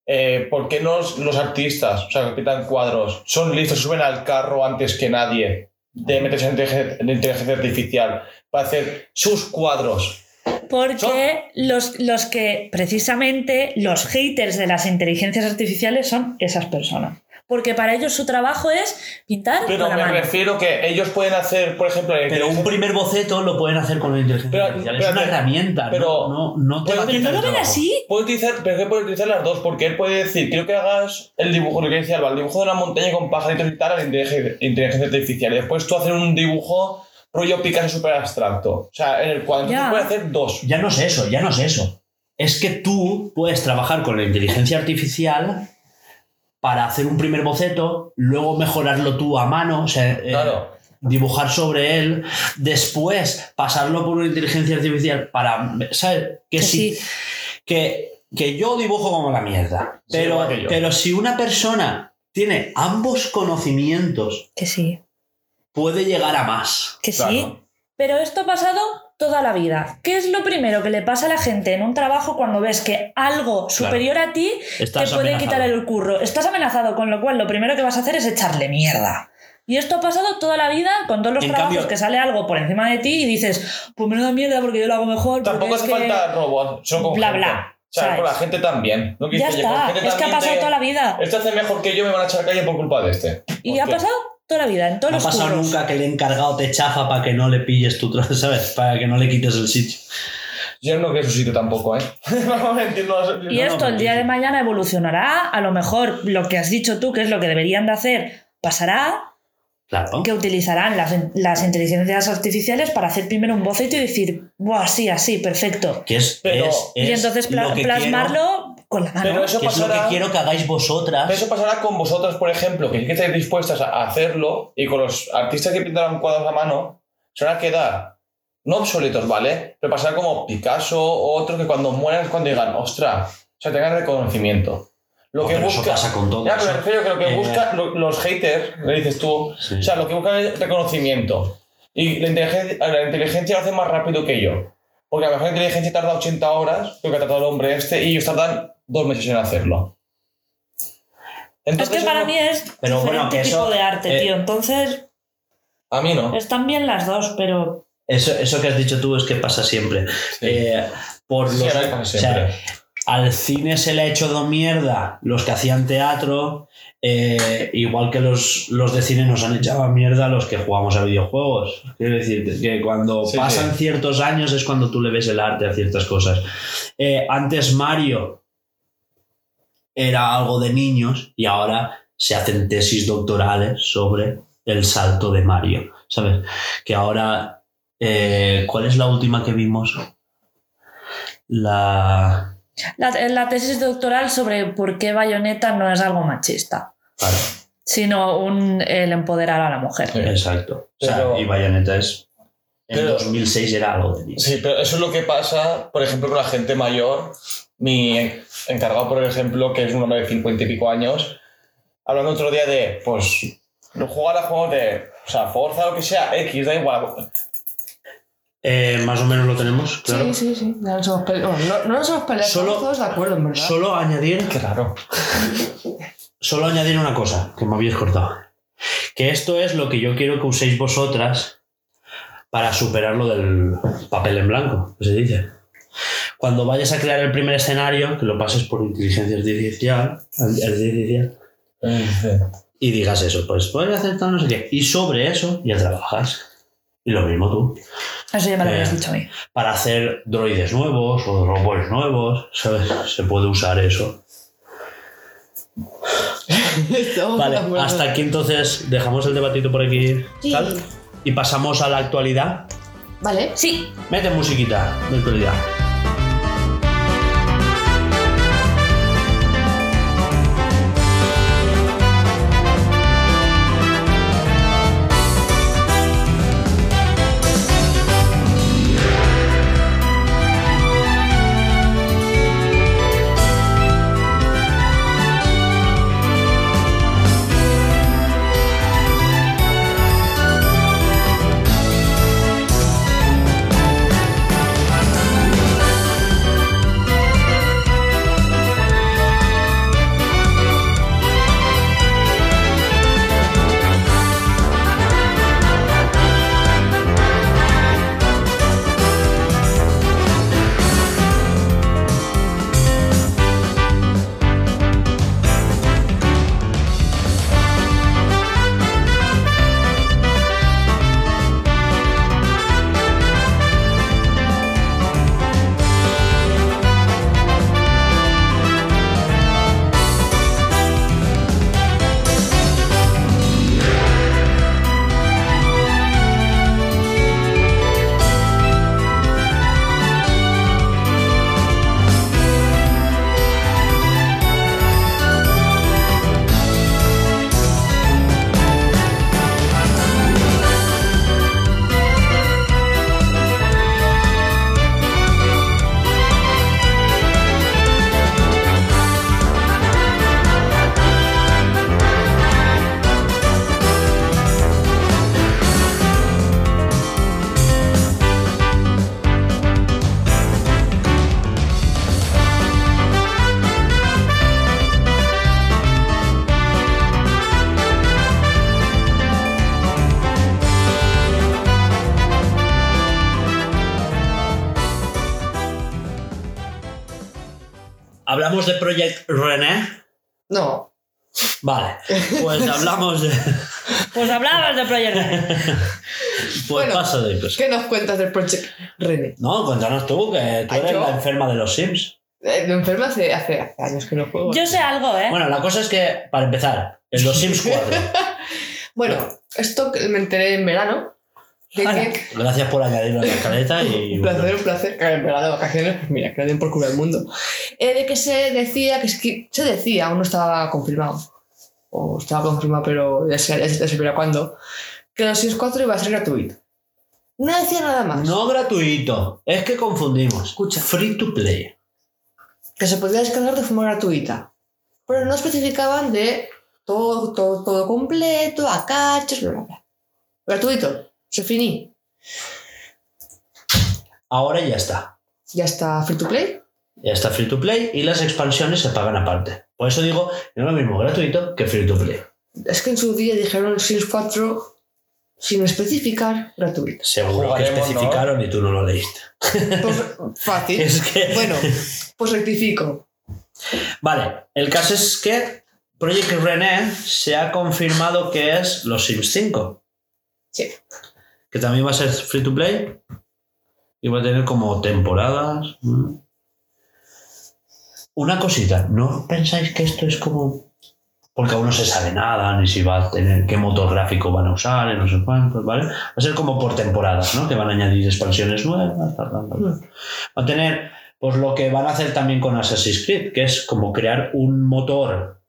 D: Eh, ¿Por qué no los, los artistas, o sea, que pintan cuadros, son listos, suben al carro antes que nadie de meterse en inteligen- en inteligencia artificial para hacer sus cuadros?
B: Porque los, los que, precisamente, los haters de las inteligencias artificiales son esas personas. Porque para ellos su trabajo es pintar
D: Pero
B: con la
D: me
B: mano.
D: refiero que ellos pueden hacer, por ejemplo, la
A: Pero un
D: inteligencia-
A: primer boceto lo pueden hacer con la inteligencia
D: Pero-
A: artificial.
D: pero-
A: es una herramienta.
D: pero-
A: no, no, no te
D: pero-
A: va a
B: Pero
A: quitar
B: no
A: el
B: lo ven
A: trabajo.
B: así.
D: Puede utilizar, pero es que puede utilizar las dos, porque él puede decir, quiero que hagas el dibujo, lo que decía Alba, el dibujo de una montaña con pajaritos y tal, a la inteligen- inteligencia artificial. Y después tú hacer un dibujo rollo Picasso súper abstracto. O sea, en el cuadro. Entonces
B: Ya.
D: puede hacer dos.
A: Ya no es eso, ya no es eso. Es que tú puedes trabajar con la inteligencia artificial para hacer un primer boceto, luego mejorarlo tú a mano, o sea, eh,
D: Claro.
A: dibujar sobre él, después pasarlo por una inteligencia artificial para, ¿sabes? Que
B: Que
A: si-
B: sí.
A: que, que yo dibujo como la mierda,
D: Sí,
A: pero,
D: igual que yo.
A: pero si una persona tiene ambos conocimientos,
B: Que sí,
A: puede llegar a más.
B: que sí.
D: Claro.
B: Pero esto ha pasado toda la vida. ¿Qué es lo primero que le pasa a la gente en un trabajo cuando ves que algo superior a ti
A: Estás
B: te puede
A: amenazado.
B: quitar el curro. Estás amenazado, con lo cual lo primero que vas a hacer es echarle mierda. Y esto ha pasado toda la vida con todos los
A: En
B: trabajos
A: cambio-
B: que sale algo por encima de ti y dices, pues menuda mierda porque yo lo hago mejor. porque
D: Tampoco
B: Pues es
D: hace
B: que-".
D: falta robots, solo con
B: Bla,
D: gente.
B: bla,
D: O sea, con la
B: ¿sabes?
D: gente también. No que
B: Ya
D: dice, "Oye, con la
B: está,
D: gente
B: es que ha
D: también
B: pasado
D: te-
B: toda la vida.
D: Este hace mejor que yo, me van a echar a calle por culpa de este.
B: Y ha
D: Hostia.
B: pasado toda la vida, en todos
A: No ha
B: los
A: pasado
B: curros.
A: nunca que el encargado te chafa para que no le pilles tu trozo, *laughs* ¿sabes? Para que no le quites el sitio.
D: Yo no creo su sitio tampoco, ¿eh? *laughs* Vamos a mentir, no, no,
B: Y
D: no,
B: esto el día de mañana evolucionará, a lo mejor lo que has dicho tú, que es lo que deberían de hacer, pasará,
A: Claro.
B: que utilizarán las, las inteligencias artificiales para hacer primero un boceto y decir, buah, sí, así, perfecto.
A: Que es,
D: Pero-
A: es-
B: Y
A: es
B: entonces pla-
A: lo que quiero-
B: plasmarlo con la mano.
D: Pero eso
A: que es lo
D: pasará.
A: que quiero que hagáis vosotras.
D: Pero eso pasará con vosotras, por ejemplo, que sí que estáis dispuestas a hacerlo y con los artistas que pintaron cuadros a mano, se van a quedar, no obsoletos, ¿vale? Pero pasará como Picasso o otros que cuando mueran es cuando digan, ostras, o sea, tengan reconocimiento. Lo
A: No,
D: que
A: pero eso
D: busca.
A: pasa con todo.
D: Ya, pero
A: eso.
D: me refiero que lo que
A: Eh,
D: buscan lo- los haters, le dices tú,
A: Sí.
D: o sea, lo que buscan es reconocimiento. Y la inteligencia, la inteligencia lo hace más rápido que yo. Porque a lo mejor la inteligencia tarda 80 horas, lo que ha tardado el hombre este, y ellos tardan dos meses en hacerlo.
B: Es que
D: Entonces,
B: para
D: eso-
B: mí es
A: Pero bueno,
B: diferente
A: que eso,
B: tipo de arte,
A: eh,
B: tío. Entonces,
D: A mí no.
B: están bien las dos, pero
A: Eso, eso que has dicho tú es que pasa siempre. Eh, por
D: Sí,
A: los-
D: a mí me pasa
A: o sea,
D: siempre.
A: Al cine se le ha hecho de mierda los que hacían teatro, eh, igual que los, los de cine nos han echado a mierda los que jugamos a videojuegos. Quiero decir, que cuando
D: Sí,
A: pasan ciertos años es cuando tú le ves el arte a ciertas cosas. Eh, antes Mario era algo de niños y ahora se hacen tesis doctorales sobre el salto de Mario. ¿Sabes? Que ahora eh, ¿Cuál es la última que vimos? La.
B: La, la tesis doctoral sobre por qué bayoneta no es algo machista,
A: Vale,
B: sino un, el empoderar a la mujer.
D: Sí.
A: exacto. O sea,
D: Pero-
A: y Bayonetta es. En
D: Pero-
A: 2006 era algo de niños.
D: Sí, pero eso es lo que pasa, por ejemplo, con la gente mayor. Mi en- encargado, por ejemplo, que es un hombre de 50 y pico años, hablando otro día de, pues, no jugar a juegos de, o sea, Forza, lo que sea, X, da igual.
A: Eh, más o menos lo tenemos, claro.
C: Sí, sí, sí. No nos hemos peleado. Bueno, no, no nos hemos peleado.
A: Solo-
C: Estamos todos de acuerdo, en verdad.
A: Solo añadir.
D: Claro.
A: Solo añadir una cosa que me habéis cortado. Que esto es lo que yo quiero que uséis vosotras para superar lo del papel en blanco, que se dice. Cuando vayas a crear el primer escenario, que lo pases por inteligencia artificial, artificial y digas eso, pues puedes hacer tal, no sé qué. Y sobre eso ya trabajas. Y lo mismo tú.
B: Eso ya me lo
A: Eh.
B: habías dicho a mí.
A: Para hacer droides nuevos o robots nuevos, ¿sabes? Se puede usar eso.
C: *laughs* Estamos de
A: Vale,
C: acuerdo.
A: hasta aquí entonces dejamos el debatito por aquí tal, y pasamos a la actualidad.
C: Vale.
B: Sí,
A: Mete musiquita de actualidad. Hablamos de Project René.
C: No.
A: Vale,
C: *laughs*
A: pues hablamos de.
B: pues hablabas de Project Red.
A: Pues
C: Bueno.
A: paso de cosas.
C: ¿Qué nos cuentas del Project René?
A: No, cuéntanos tú, que tú
C: Ay,
A: eres
C: yo.
A: la enferma de los Sims.
C: Eh, me enfermo hace, hace, hace años que no juego.
B: Yo sé algo, ¿eh?
A: Bueno, la cosa es que, para empezar, en los Sims
C: *laughs*
A: 4,
C: Bueno, esto que me enteré en verano. De
B: Ala.
C: que,
A: gracias por añadirlo a la escaleta y.
C: *laughs* un
A: bueno,
C: placer, un placer. Claro, en verano de vacaciones, pues mira, que le den por culo al mundo. Eh, de que se decía, que, es que se decía, aún no estaba confirmado. O estaba confirmado, pero ya se, ya se, ya se verá cuándo. Que los Sims 4 iba a ser gratuito. No decía nada más.
A: no gratuito, es que confundimos.
C: Escucha.
A: Free to play.
C: que se podía descargar de forma gratuita. Pero no especificaban de todo, todo, todo completo, a cachos, bla, bla, bla. Gratuito, se finí.
A: Ahora ya está.
C: Ya está free to play.
A: Ya está free to play y las expansiones se pagan aparte. Por eso digo, no es lo mismo gratuito que free to play.
C: Es que en su día dijeron Sims 4 sin especificar, gratuito.
A: Seguro que
D: Jugaremos, ¿no?
A: especificaron y tú no lo leíste.
C: Pues fácil.
A: Es que.
C: Bueno, pues rectifico.
A: Vale, el caso es que Project René se ha confirmado que es Los Sims 5.
C: Sí.
A: Que también va a ser free to play. Y va a tener como temporadas. ¿no? Una cosita, ¿no pensáis que esto es como.? Porque aún no se sabe nada, ni si va a tener qué motor gráfico van a usar, y no sé cuántos, ¿vale? Va a ser como por temporadas, ¿no? Que van a añadir expansiones nuevas, tal, tal, tal. Va a tener pues lo que van a hacer también con Assassin's Creed, que es como crear un motor,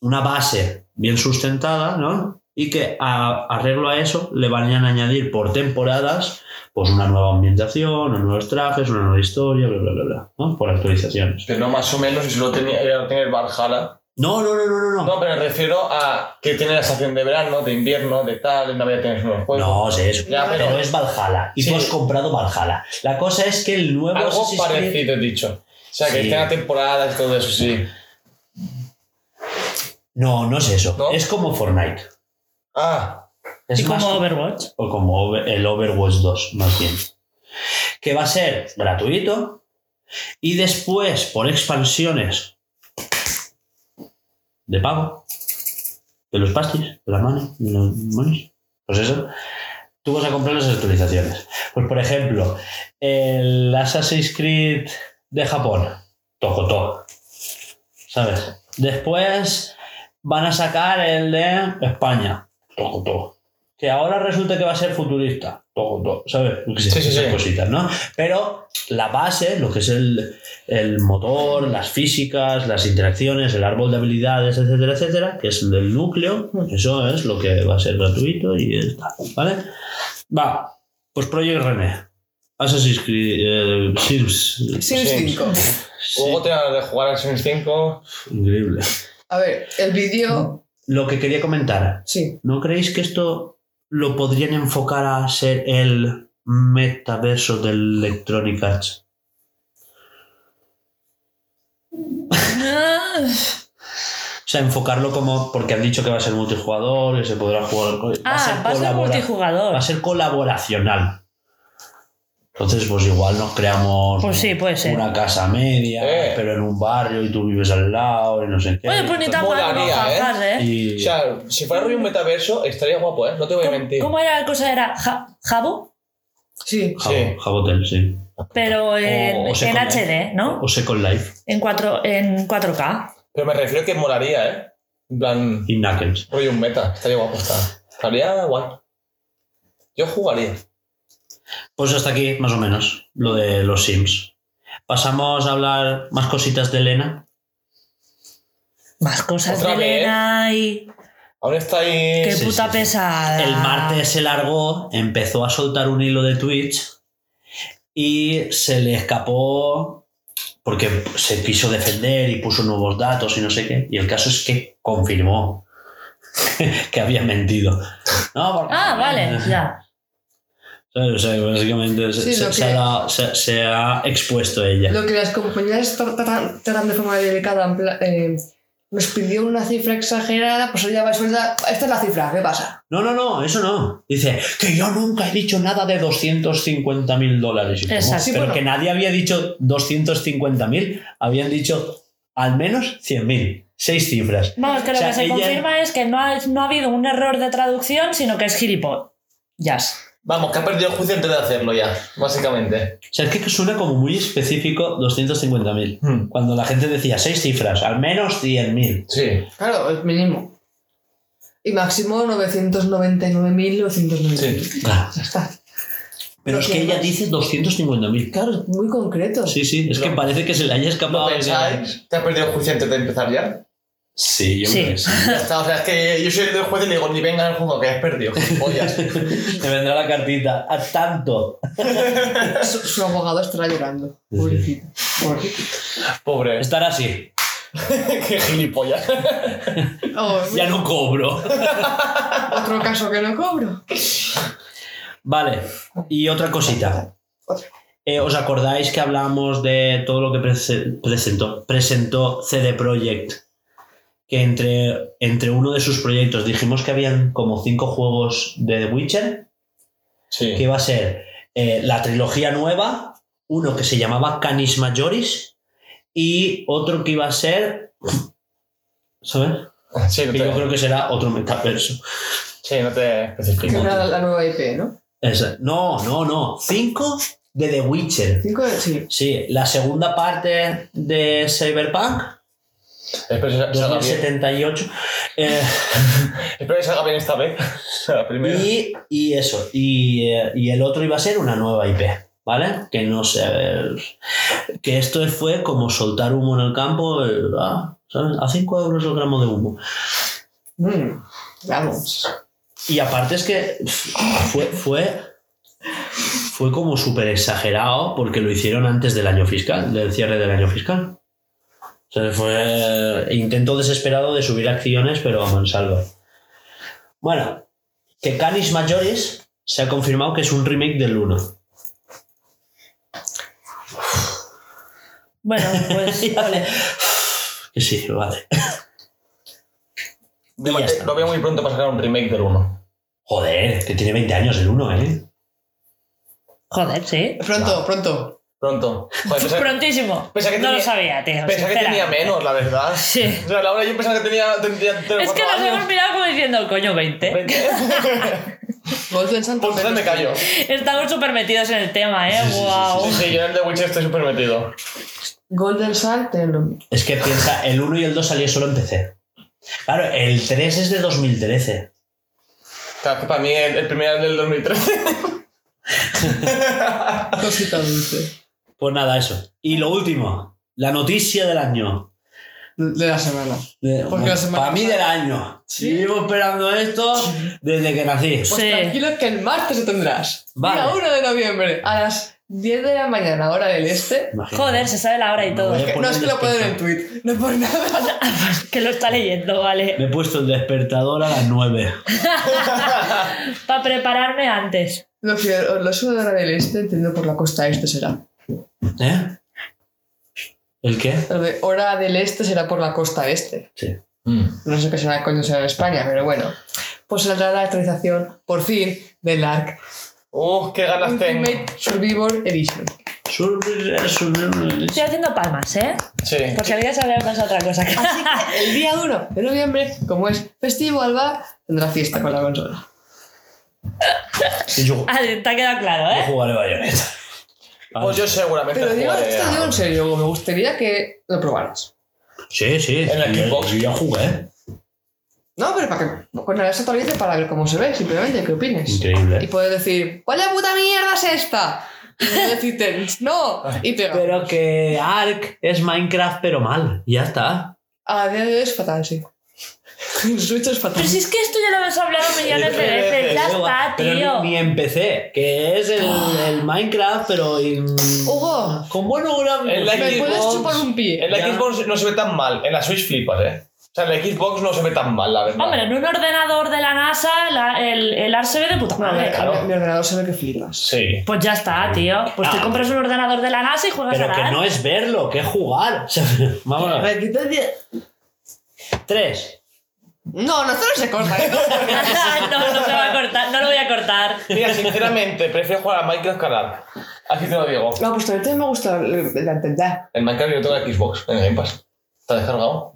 A: una base bien sustentada, ¿no? Y que a- arreglo a eso le van a añadir por temporadas pues una nueva ambientación, unos nuevos trajes, una nueva historia, bla, bla, bla, bla, ¿no? Por actualizaciones.
D: Pero más o menos, si solo tenía, era tener Valhalla.
A: No, no, no, no, no, no.
D: No, pero me refiero a que tiene la estación de verano, de invierno, de tal, no voy a tener nuevos juegos.
A: No, sí, eso.
D: Ya,
A: pero,
D: pero-
A: es Valhalla. Y
D: Sí.
A: tú has comprado Valhalla. La cosa es que el nuevo
D: Algo
A: Assassin's Creed-
D: parecido, he dicho. O sea, que
A: Sí.
D: tenga temporadas y todo eso, sí.
A: No, no es eso.
D: ¿No?
A: Es como Fortnite.
D: Ah,
A: Es
B: y como
A: más
B: Overwatch.
A: o como Over- el Overwatch 2, más bien. Que va a ser gratuito y después por expansiones de pago de los pastis, de la mano, de los monis, pues eso. Tú vas a comprar las actualizaciones. Pues por ejemplo, el Assassin's Creed de Japón, Tokoto, ¿sabes? Después van a sacar el de España, Tokoto que ahora resulta que va a ser futurista. Todo, todo, ¿Sabes? Yo qué sé,
D: Sí, sí,
A: esas
D: sí.
A: cositas, ¿no? Pero la base, lo que es el, el motor, las físicas, las interacciones, el árbol de habilidades, etcétera, etcétera, que es el núcleo, eso es lo que va a ser gratuito y está, ¿vale? Va, pues Project René. Assassin's Creed, eh, Sims.
C: Sims
D: Sims.
C: 5.
D: luego tenga de jugar al Sims 5.
A: Increíble.
C: A ver, el vídeo.
A: Lo que quería comentar,
C: Sí.
A: ¿No creéis que esto lo podrían enfocar a ser el metaverso del Electronic Arts?
B: Ah,
A: O sea, enfocarlo como porque han dicho que va a ser multijugador, que se podrá jugar. Va a ser,
B: Ah, va a ser
A: colabora-
B: multijugador.
A: va a ser colaboracional. Entonces, pues igual nos creamos
B: Pues sí, puede ser.
A: una casa media,
D: Eh.
A: pero en un barrio y tú vives al lado y no sé qué.
B: Oye, pues ni tan mal no
D: Molaría, ¿eh?
B: jajas, ¿eh?
A: Y-
D: O sea, si fuera rollo un metaverso, estaría guapo, ¿eh? No te voy a
B: ¿Cómo,
D: mentir.
B: cómo era la cosa? Era ja- Jabo,
C: Sí.
A: Jabo- Jabotel, sí.
B: pero en,
A: o
B: en
A: Second
B: HD, ¿no?
A: O Second Life
B: En, cuatro, en 4K.
D: Pero me refiero que molaría, ¿eh? En plan,
A: y Knuckles.
D: rollo un meta. Estaría guapo, está. Estaría guay. Yo jugaría.
A: Pues hasta aquí, más o menos, lo de los Sims. Pasamos a hablar más cositas de Elena.
B: Más cosas
D: Otra
B: de
D: vez.
B: Elena y.
D: Aún está ahí.
B: Qué
A: sí,
B: puta
A: sí, sí.
B: pesada.
A: El martes se largó, empezó a soltar un hilo de Twitch y se le escapó porque se quiso defender y puso nuevos datos y no sé qué. Y el caso es que confirmó *laughs* que había mentido. No, porque-
B: Ah,
A: *laughs*
B: vale, ya.
A: ¿Sabes? O sea, básicamente se,
C: Sí,
A: se-
C: lo
A: se ha
C: que-
A: dado- se- se ha expuesto ella.
C: Lo que las compañías tra- tratan tratan de forma delicada, en pla- eh, nos pidió una cifra exagerada, pues ella va a suelta. Esta es la cifra, ¿qué pasa?
A: No, no, no, eso no. Dice que yo nunca he dicho nada de 250 mil dólares. Y como,
B: Exacto.
C: Sí,
A: Pero
C: bueno.
A: que nadie había dicho 250 mil, habían dicho al menos 100 mil. Seis cifras.
B: Vamos, que lo
A: O sea,
B: que se
A: ella-
B: confirma es que no ha, no ha habido un error de traducción, sino que es gilipollas.
D: Vamos, que ha perdido el juicio antes de hacerlo ya, básicamente.
A: O sea, es que suena como muy específico 250 mil. Cuando la gente decía seis cifras, al menos 100 mil.
D: Sí,
C: Claro, el mínimo. Y máximo 999.999.
D: sí.
C: Ya está.
A: Pero es que ella dice 250 mil.
C: Claro, es muy concreto.
A: Sí, sí, es que
D: No.
A: parece que se le haya
D: ¿No
A: escapado.
D: pensáis que ha perdido el juicio antes de empezar ya?
A: Sí, yo
B: Sí.
A: creo que sí.
D: Ya está, o sea, es que yo soy el del juez y le digo, ni venga al juego que has perdido,
A: *laughs*
D: gilipollas.
A: Te vendrá la cartita. A tanto.
C: Su, su abogado estará llorando. Pobrecito. Pobrecito.
D: *laughs* Pobre,
A: Estará así.
D: qué gilipollas.
C: Oh,
A: Ya no cobro.
C: Otro caso que no cobro.
A: Vale, y otra cosita. Eh, ¿Os acordáis que hablamos de todo lo que prese- presentó, presentó CD Projekt? que entre, entre uno de sus proyectos dijimos que habían como cinco juegos de The Witcher,
D: Sí.
A: que iba a ser eh, la trilogía nueva, uno que se llamaba Canis Majoris y otro que iba a ser... ¿Sabes?
D: Sí, no
A: Que yo
D: te,
A: creo que será otro metaverso.
D: sí, no te
C: Es
D: especifico.
C: una, la nueva IP, ¿no?
A: Esa- No, no, no. Cinco de The Witcher.
C: Cinco de... Sí.
A: Sí, la segunda parte de Cyberpunk,
D: Espero que salga bien.
A: 2078. eh,
D: Espero que salga bien esta vez. *laughs* La primera.
A: y, y eso. Y, eh, y el otro iba a ser una nueva IP. ¿Vale? Que no sé. eh, Que esto fue como soltar humo en el campo. eh, ah, ¿sabes? A 5 euros el gramo de humo.
C: Mm, vamos.
A: Y aparte es que fue, fue, fue como súper exagerado porque lo hicieron antes del año fiscal, del cierre del año fiscal. O sea, fue intento desesperado de subir acciones, pero a mansalva. Bueno, que Canis Mayores se ha confirmado que es un remake del 1.
B: Bueno,
A: *laughs*
B: pues. vale.
A: Que sí, vale.
D: De-
A: y ya está.
D: Lo veo muy pronto para sacar un remake del 1.
A: Joder, que tiene 20 años el 1, ¿eh?
B: Joder, sí.
C: Pronto, pronto.
D: Pronto. Joder, Pues pensaba-
B: Prontísimo.
D: Pensaba que
B: no lo
D: tenía-
B: sabía, tío.
D: Pensaba que
B: Espera.
D: tenía menos, la verdad.
B: Sí.
D: O sea, Laura, yo pensaba que tenía, tendría tres
B: Es
D: o
B: que nos
D: cuatro
B: hemos
D: años.
B: mirado como diciendo, coño, 20. *laughs*
C: Golden Sun
D: Pues entonces me callo. Sí,
B: Estamos súper metidos en el tema, ¿eh? wow.
D: sí, yo en el de Witcher estoy súper metido.
C: Golden Sun, tenlo.
A: Es que piensa, el 1 y el 2 salió solo en PC. Claro, el 3 es de 2013.
D: Claro, que para mí el, el primer es del 2013.
C: Cosita dulce.
A: Pues nada, eso. Y lo último, la noticia del año.
C: De la semana. Porque la semana
A: Para mí del año.
C: Sí.
A: Llevo esperando esto desde que nací.
C: Pues
B: Sí.
C: tranquilo que el martes lo tendrás. Día
A: Vale.
C: 1 de noviembre. A las 10 de la mañana, hora del este.
A: Imagínate.
B: Joder, se sabe la hora y todo. ¿eh?
A: Voy a
C: Que- no
A: poner
C: es que
A: el
C: lo ponen en
A: despertador.
C: tweet. No por nada.
B: Que lo está leyendo, vale.
A: Me he puesto el despertador a las 9.
B: Para prepararme antes.
C: Lo que lo subo de hora del este, entiendo por la costa este será.
A: ¿Eh? ¿El qué?
C: Lo de hora del este será por la costa este.
D: Mm.
C: No sé qué será coño será en España, pero bueno. Pues saldrá la actualización, por fin, del ARC.
D: Uf, qué ganas tengo.
C: Ultimate Survivor Edition.
A: Sur-
C: eh,
A: sur-
B: Estoy haciendo palmas, ¿eh?
D: Sí.
B: Porque habías hablado con otra cosa.
C: Así
B: *laughs*
C: que el día 1 de noviembre, como es festivo Alba, tendrá fiesta con la consola.
A: Y yo,
B: Ah, te ha quedado claro,
A: yo
B: ¿eh?
A: jugaré bayoneta.
D: Pues yo seguramente
C: Pero digo,
D: jugaré
C: esto
D: a-
C: digo en serio, Hugo, me gustaría que lo probaras.
A: Sí, sí.
D: En el
A: yo-
D: Xbox.
A: Yo ya jugué.
C: No, pero para que con la actualice para ver cómo se ve, simplemente, qué opines. Y
A: Increíble.
C: poder decir, ¿cuál la puta mierda es esta? Y yo decirte, *laughs* no, y pega.
A: Pero que Ark es Minecraft, pero mal. Ya está.
C: A día de hoy es fatal, sí. *laughs* El Switch es fatal.
B: Pero si es que esto ya lo hemos hablado millones de veces. Ya está,
A: Pero ni-
B: tío.
A: ni empecé, que es el, el Minecraft, pero en-
C: Hugo.
A: con buenos gráficos.
D: El like
C: ¿Me puedes
D: Xbox.
C: chupar un pie?
D: En la
A: Ya.
D: Xbox no se ve tan mal, en la Switch flipas, eh. O sea, en la Xbox no se ve tan mal, la verdad.
B: Hombre, en un ordenador de la NASA la- el, el AR se ve de puta
C: No, mi,
B: madre.
D: claro.
C: mi- mi ordenador se ve que flipas.
D: Sí.
B: Pues ya está, tío. Pues te
A: Ah.
B: compras un ordenador de la NASA y juegas a
A: Pero
B: la
A: que
B: AR.
A: no es verlo, que es jugar. *laughs* O sea, Vámonos.
C: Me quita el die-
A: Tres.
C: No, no, esto no se corta.
D: *laughs*
C: ¿eh?
B: *laughs* no, no se va a cortar. No lo voy a cortar.
D: Mira, sinceramente, prefiero jugar a Minecraft que a Ark. Así te lo digo.
C: no, pues también me gusta la entender.
D: El Minecraft yo tengo la Xbox, en el Game Pass. Está descargado.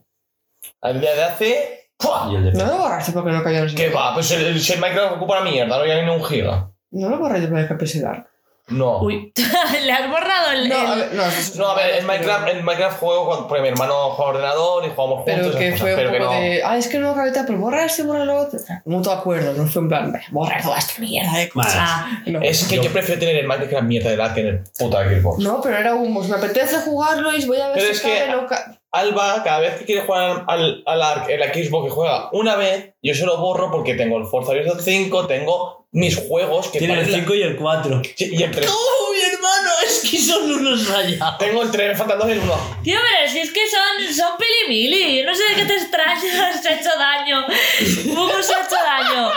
D: Al día de hace. ¡Fua!
A: Y el de-
C: No lo borraste porque no cayó en
D: ¿Qué va? Pues el, el- si el Minecraft ocupa la mierda, no llega ni a un giga.
C: No lo borré yo para el capacidad.
D: No.
B: Uy, *laughs* le has borrado el.
C: No, a
B: el-
C: ver, no, eso-
D: No, a ver, en Minecraft, en Minecraft juego con, porque mi hermano juega a ordenador y jugamos juntos.
C: Pero
D: esas
C: que
D: cosas,
C: fue
D: pero
C: un
D: que
C: poco
D: no.
C: de. Ah, es que no acabé pero borra este, borra lo otro. Mutuo acuerdo, no fue en plan, "Ve, borra toda esta mierda de cosas.
B: Ah.
C: No.
D: Es que yo prefiero tener el Minecraft que la mierda del Ark en el puta Xbox.
C: No, pero era un. pues, Me apetece jugarlo y voy a ver
D: Pero
C: si
D: es
C: cabe,
D: que-
C: no ca-
D: Alba, cada vez que quiere jugar al, al Ark en la Xbox que juega una vez, yo se lo borro porque tengo el Forza Horizon 5, tengo mis juegos que
A: Tiene el
D: parecen-
A: 5 y el 4.
D: Sí, y el 3.
C: ¡Oh, mi
A: hermano, es que son unos rayados.
D: Tengo el 3, me faltan 2 y el 1.
B: Tío, pero si es que son, son pilimili. Yo no sé de qué te extrañas. *laughs* Se ha hecho daño. Hugo se ha hecho daño.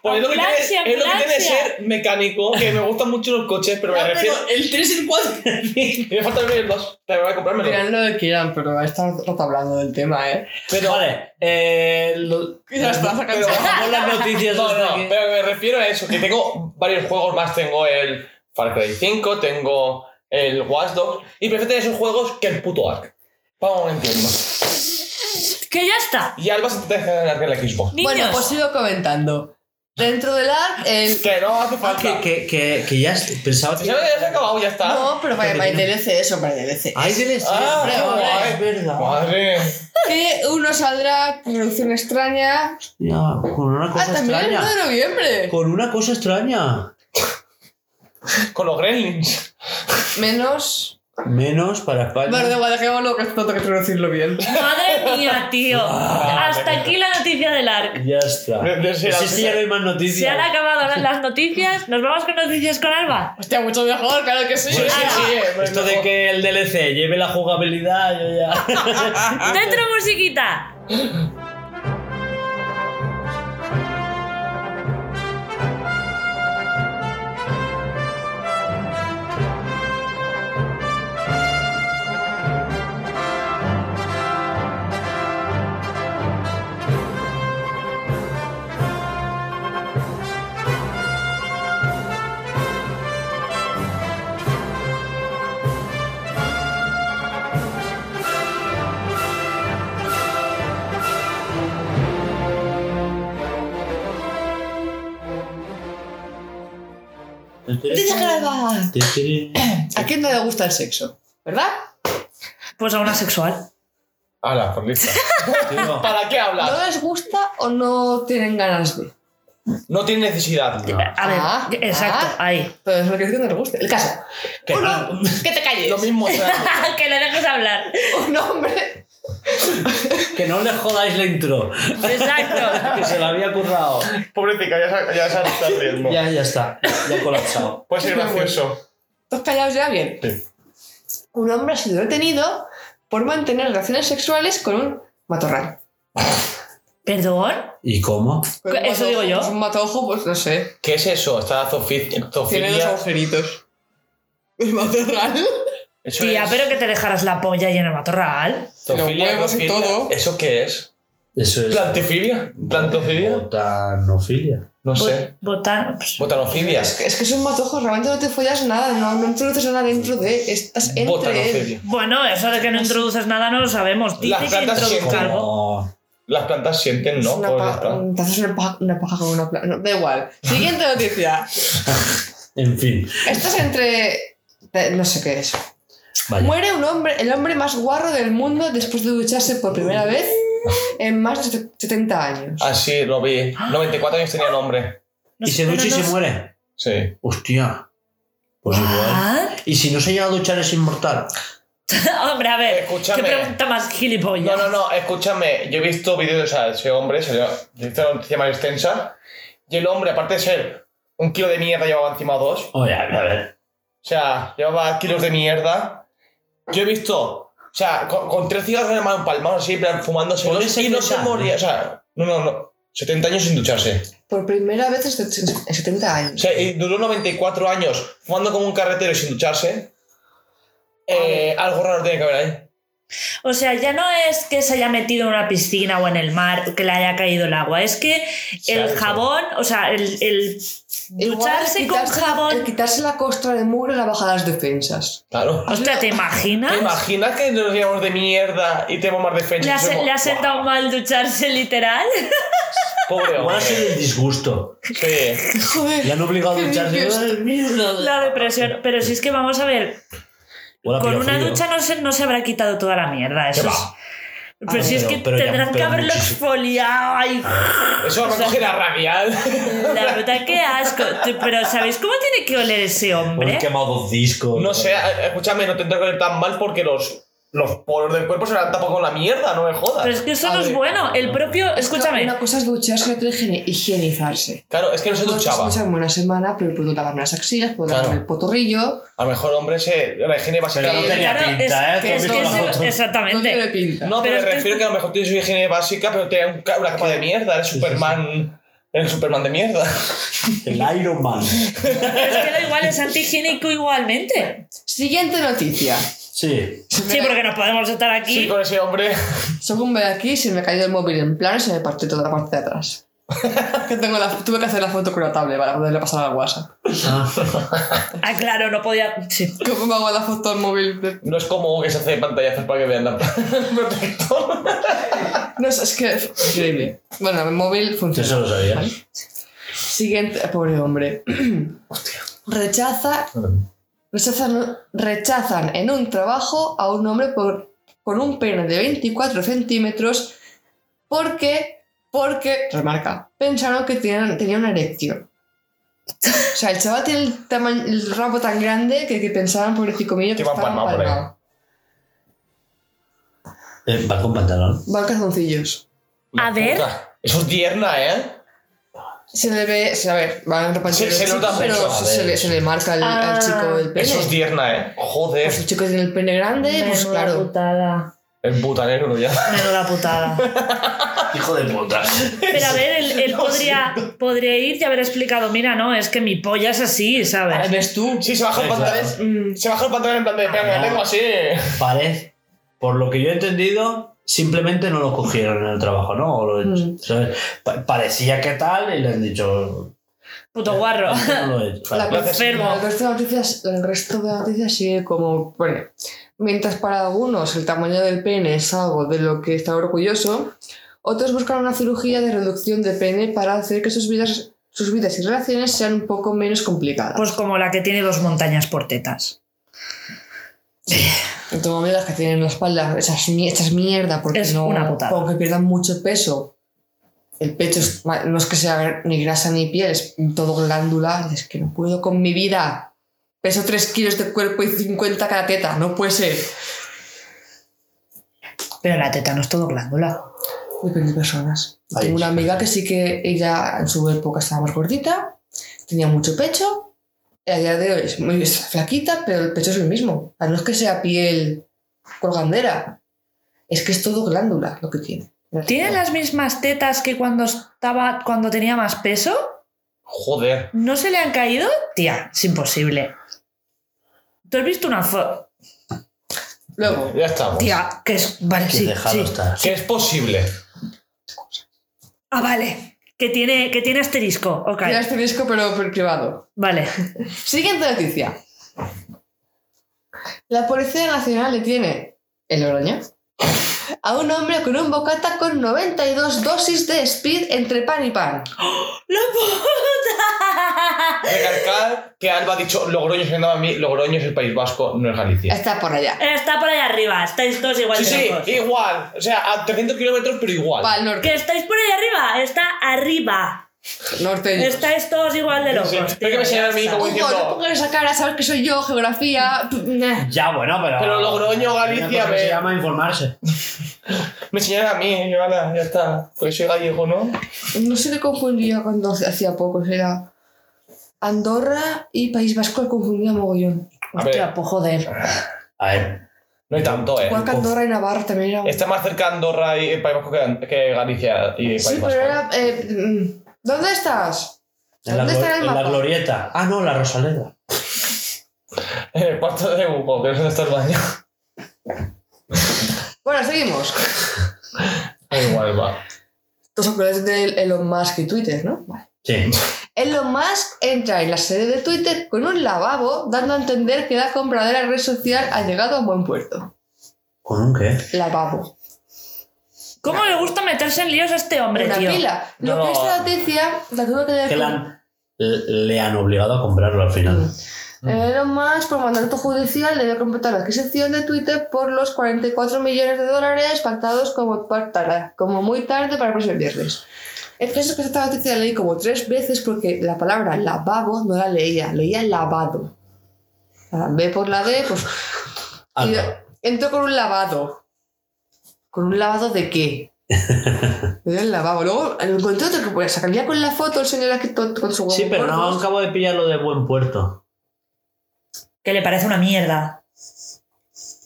D: Pues es lo, que tiene,
B: Ambulancia,
D: es lo que tiene
B: ambulancia.
D: ser mecánico, que me gustan mucho los coches, pero me refiero.
A: Pero el 3 y el 4.
D: Y me falta el 1 y el 2. Te voy a comprármelo.
C: Dirán lo que quieran, pero va a estar rato hablando del tema, ¿eh?
A: Pero vale, eh, lo-
C: Ya está,
D: Pero
A: *laughs*
C: sacando.
A: vamos las noticias.
D: No,
A: hasta
D: no,
A: aquí.
D: pero me refiero a eso, que tengo varios juegos más. Tengo el Far Cry 5, tengo el Watch Dogs, y prefiero tener esos juegos que el puto Ark. Vamos, no entiendo.
B: Que ya está.
D: Y Alba se te deja ganar que la Xbox.
B: Niños.
C: Bueno, pues sigo comentando. Dentro del ARC, el.
D: Que no hace
A: Ah,
D: falta.
A: que, que, que, que ya es- pensaba
D: Si
A: que.
D: ya lo has acabado, ya está.
C: No, pero para, para el DLC, eso, para el DLC.
A: Ay, DLC.
D: Ah,
A: hombre,
D: qué
A: hombre,
D: guay.
A: es verdad.
D: Madre.
C: Que uno saldrá con producción extraña.
A: Ya, con una cosa
C: Ah, también el
A: extraña.
C: 1 de noviembre.
A: Con una cosa extraña.
D: Con los Gremlins.
C: Menos.
A: Menos para España.
C: Bueno, da igual, dejémoslo que tengo que traducirlo bien.
B: Madre mía,
D: *laughs*
B: tío.
D: Ah,
B: Hasta aquí la noticia del ARC.
A: Ya está.
D: De- de-
A: Si es que ya no hay más
B: Se han
A: noticias.
B: acabado ahora las noticias. Nos vamos con noticias con Alba.
C: Hostia, mucho mejor, claro que sí. Ah,
D: Sí, sí, sí. eh,
A: Esto de que el DLC lleve la jugabilidad, yo ya.
B: *laughs*
D: Ah,
B: Dentro musiquita.
C: Dice Grava.
A: Tiri.
C: ¿A quién no le gusta el sexo? ¿Verdad?
B: Pues a una sexual.
D: Ala, por lista.
A: Tío,
D: ¿Para qué hablar?
C: ¿No les gusta o no tienen ganas de?
D: No tiene necesidad.
B: A ver,
C: Ah,
B: exacto,
C: ah.
B: ahí. *laughs*
C: Pero es lo que dicen que les gusta. El caso.
A: que
C: Uno,
A: no.
C: que te calles.
D: Lo mismo. o sea,
B: que le dejes hablar.
C: Un hombre.
A: Que no le jodáis la intro.
B: Exacto.
A: Que se la había currado.
D: Pobrecita, ya se ya se ha estado riendo.
A: Ya, ya está. Ya ha colapsado.
D: Puede ser gracioso.
C: ¿Estás callados ya bien?
D: Sí.
C: Un hombre ha sido detenido por mantener relaciones sexuales con un matorral.
B: ¿Perdón?
A: ¿Y cómo?
C: Con un
B: Eso digo
C: matojo,
B: yo.
C: pues un matojo, pues no sé.
D: ¿Qué es eso? Está la zofi-
C: Tiene dos
D: zoofilia.
C: agujeritos. El matorral.
D: Eso
B: Tía,
D: es
B: pero que te dejaras la polla y en el matorral.
D: zoofilia,
C: Los huevos y
D: zoofilia.
C: todo.
D: ¿Eso qué es?
A: Eso es.
D: ¿Plantifilia? ¿Plantofilia?
A: Botanofilia.
D: No sé.
B: Botar. pues,
D: Botanofilia.
C: Es que, es que son matojos, realmente no te follas nada, no, no introduces nada dentro de. Estás entre. él.
D: Botanofilia.
B: Bueno, eso de que no introduces nada no lo sabemos. Dice
D: Las
B: que
D: plantas
B: introduzca
D: sienten.
B: algo.
A: Oh,
D: Las plantas sienten,
C: Es
D: ¿no?
C: una
D: Pues ya
C: pa-
D: está.
C: te haces una paja, una paja con una planta. da igual. Siguiente noticia.
A: en fin.
C: Esto es entre. eh, No sé qué es.
A: Vaya.
C: Muere un hombre, el hombre más guarro del mundo después de ducharse por primera vez en más de 70 años.
D: Ah, sí, lo vi. 94 años tenía el hombre.
A: ¿Y se ducha y se
B: Nos-
A: muere?
D: Sí.
A: Hostia. Pues igual.
B: ¿Ah?
A: ¿Y si no se llega a duchar es inmortal?
B: *laughs* Hombre, a ver,
D: Escúchame.
B: ¿qué pregunta más gilipollas?
D: No, no, no, escúchame. Yo he visto vídeos, o sea, ese hombre salió. Yo hice una noticia más extensa. Y el hombre, aparte de ser un kilo de mierda, llevaba encima dos.
A: Oye, Oh, a ver, a ver.
D: O sea, llevaba kilos de mierda. Yo he visto, o sea, con, con tres cigarros en la mano palmados así, en plan, fumándose
A: Ponle
D: dos, y no se
A: 70,
D: moría.
A: ¿no?
D: O sea, no, no, no. 70 años sin ducharse.
C: Por primera vez desde ch- en 70
D: O
C: años.
D: sea, y duró 94 años fumando como un carretero y sin ducharse. Eh, algo raro tiene que haber ahí.
B: O sea, ya no es que se haya metido en una piscina o en el mar, que le haya caído el agua, es que
D: ha
B: el
D: hecho.
B: jabón, o sea, el, el
C: Igual
B: ducharse
C: el
B: con
C: quitarse la- el
B: jabón.
C: quitarse la costra de muro la baja las defensas.
D: Claro.
B: Hostia, ¿te
D: ¿Te
B: imaginas?
D: imaginas que nos llevamos de mierda y tenemos más
B: ¿Ah? ¿Le
D: defensa?
B: ha, le ha sentado mal ducharse literal?
D: Pobre
A: Igual
D: hombre.
A: ha sido el disgusto.
D: Sí.
A: Le
C: Joder.
A: han obligado a
C: Qué
A: ducharse.
C: limpios.
A: Ay, mierda.
B: La depresión. Pero si es que vamos a ver,
A: Huele a
B: con
A: pelo
B: una
A: frío.
B: ducha no se, no se habrá quitado toda la mierda. Eso
D: va.
B: es- Pero si es
A: pero-
B: que
A: pero ya-
B: tendrán que
A: pero
B: haberlo
A: muchísimo.
B: exfoliado. Ay,
D: Eso me coge la radial.
B: la puta, qué asco. Tú- Pero ¿sabéis cómo tiene que oler ese
A: Me
B: hombre?
A: han quemado dos discos.
D: No sé, eh, escúchame, no tendrá que ver tan mal porque los los poros del cuerpo se la han tapado con la mierda, no me jodas.
B: Pero es que eso
C: A
B: no es
C: ver.
B: bueno. El propio. Escúchame.
C: Una cosa es ducharse y otra es higiene- higienizarse.
D: Claro, es que no se duchaba.
C: ducharme una semana, pero puedo lavarme las axilas, puedo
D: Claro.
C: lavarme el potorrillo.
D: A lo mejor, hombre, se, la higiene básica.
A: Pero no tenía
B: Claro,
A: pinta,
B: es- que
A: ¿eh? Tú
B: es-
A: has
B: que
A: visto
B: es-
A: la foto.
C: No
B: exactamente.
C: tiene pinta.
B: Pero
D: No, pero,
B: es
D: me
B: que-
D: refiero que a lo mejor tienes una higiene básica, pero tenía un ca- una capa de mierda, eres Superman. eres Superman de mierda.
A: El Iron Man.
B: Pero es que da igual, es antihigiénico igualmente.
C: Siguiente noticia.
A: Sí.
C: Se me
B: Sí,
C: ca-
B: porque nos podemos estar aquí.
D: Sí, con ese hombre.
C: Según veo aquí, se me cayó el móvil en plano y se me partió toda la parte de atrás. *laughs* que tengo la- tuve que hacer la foto con la tablet para poderle pasar al WhatsApp.
B: Ah, claro, no podía. Sí.
C: ¿Cómo me hago la foto al móvil? de-
D: No es como que se hace pantallazos para que vean la protector.
C: No sé, es que es increíble. Bueno, el móvil funciona.
A: Eso lo sabía.
C: ¿vale? Siguiente, ah, pobre hombre. *clears throat* Rechaza. Rechazan, rechazan en un trabajo a un hombre por, con un pene de 24 centímetros porque, porque, remarca, pensaron que tenían- tenía una erección. O sea, el chaval tiene el, tamaño, el rabo tan grande que, que pensaban, pobrecito mío, que
D: Que va
C: estaba
D: empalmado por ahí.
C: empalmado.
A: Eh, va con
C: *laughs*
A: pantalón.
C: Va en calzoncillos.
B: A ver.
D: Eso es tierna, ¿eh?
C: Se le ve, se- a ver, van a repartir
D: Se- se
C: el chico,
D: nota mucho,
C: pero
D: a
C: se, se le, se le marca al,
B: Ah,
C: al chico el pene.
D: Eso es tierna, ¿eh? Joder.
C: Pues el chico tiene el pene grande, pues
B: Menuda
C: claro.
B: putada.
D: El butanero ya.
B: Menuda putada.
A: Hijo de puta.
B: Pero *laughs* a ver, él, él podría, podría ir y haber explicado: mira, no, es que mi polla es así,
C: Ah,
B: ¿sabes?
C: ¿Ves tú?
D: Sí, se baja el pantalón.
C: Mm,
D: Se baja el pantalón en plan de pega,
A: Ah.
D: me tengo así.
A: Parez, por lo que yo he entendido, simplemente no lo cogieron en el trabajo, ¿no? O lo-
C: Mm.
A: ¿sabes? Pa- parecía que tal y le han dicho.
B: Puto *laughs* guarro.
A: No lo he hecho.
C: *laughs* la-
A: Vale.
B: enfermo.
C: El resto de noticias, el resto de noticias sigue como, bueno, mientras para algunos el tamaño del pene es algo de lo que está orgulloso, otros buscan una cirugía de reducción de pene para hacer que sus vidas, sus vidas y relaciones sean un poco menos complicadas.
B: Pues como la que tiene dos montañas por tetas.
C: Yo Tengo amigas que tienen en la espalda esas, mi- esas mierda porque
B: Es
C: no
B: una putada.
C: porque pierdan mucho peso. El pecho es ma- no es que sea ni grasa ni piel, es todo glándula. Es que no puedo con mi vida. Peso 3 kilos de cuerpo y 50 cada teta, no puede ser.
B: Pero la teta no es todo glándula.
C: Depende de personas.
A: Ay,
C: Tengo una
A: sí.
C: amiga que sí que ella en su época estaba más gordita, tenía mucho pecho. y A día de hoy es muy es flaquita, pero el pecho es el mismo. O sea, No es que sea piel colgandera, es que es todo glándula lo que tiene.
B: ¿Tiene las mismas tetas que cuando estaba cuando tenía más peso?
D: Joder.
B: ¿No se le han caído? Tía, es imposible. ¿Tú has visto una foto?
C: Luego,
D: Ya estamos.
B: Tía, que es. Vale,
A: Que
B: sí.
A: pues, dejadlo
B: sí.
A: estar.
D: Que es posible.
B: Ah, vale. Que tiene, que tiene asterisco. Ok.
C: tiene este disco, pero por privado.
B: Vale.
C: Siguiente noticia. La Policía Nacional detiene en Logroño a un hombre con un bocata con 92 dosis de speed entre pan y pan.
B: ¡La puta!
D: Recalcar que Alba ha dicho Logroño se andaba a mí, Logroño es el País Vasco, no es Galicia.
C: Está por allá.
B: Está por ahí arriba. Estáis todos igual
D: Sí,
B: de
D: sí,
B: locos.
D: igual. O sea, a 300 kilómetros, pero igual.
C: Para el norte.
B: Que estáis por ahí arriba. Está arriba.
C: Norteño.
B: Estáis todos igual de locos.
D: Sí,
B: tío,
D: pero que me
B: ya
D: señala a mí
B: está.
D: como-
C: Hugo, no pongas esa cara, sabes que soy yo, geografía. tú, nah.
A: Ya, bueno, pero.
D: Pero Logroño, Galicia,
A: Una cosa que
D: ve.
A: Se llama informarse.
D: Me señala a mí, eh, yo, ala, ya está. Porque soy gallego, ¿no?
C: No sé qué confundía cuando hacía poco, era Andorra y País Vasco, confundía mogollón.
D: A ver.
B: Hostia, pues joder.
A: A ver,
D: No hay tanto, ¿eh?
C: Igual que Andorra y Navarra también era.
D: Está más cerca Andorra y el País Vasco que, que Galicia y el Este País
C: Sí,
D: Vasco.
C: pero era. eh, mm, ¿Dónde estás?
A: en la,
C: ¿Dónde
A: glo-
C: está el
A: en la
C: mapa?
A: glorieta. Ah, no, la Rosaleda.
D: *laughs* En el cuarto de Hugo, que es donde está el baño. *laughs*
C: Bueno, seguimos.
D: Da igual, va.
C: Os acordáis de Elon Musk y Twitter, ¿no? Vale.
A: Sí.
C: Elon Musk entra en la sede de Twitter con un lavabo, dando a entender que la compra de la red social ha llegado a buen puerto.
A: ¿Con un qué?
C: Lavabo.
B: ¿Cómo le gusta meterse en líos a este hombre,
C: una
B: tío?
C: pila. Lo
D: No.
C: que esta noticia la tuve que leer.
A: Que le han, le han obligado a comprarlo al final.
C: Elon Musk, Eh, por mandato judicial, debe completar la adquisición de Twitter por los 44 millones de dólares pactados como, par- tar- como muy tarde para el próximo viernes. El caso es que esta noticia la leí como tres veces porque la palabra lavabo no la leía, leía lavado. La B por la D, pues. y-
A: Ah, Alba.
C: Entro con un lavado. ¿Con un lavado
A: *laughs*
C: de qué? Me dio el lavado. Luego encontré otro que pues, salía con la foto el señor aquí con, con su huevo.
A: Sí, pero
C: gordo.
A: no
B: pues-
A: acabo de pillarlo de buen puerto.
B: Que le parece una mierda.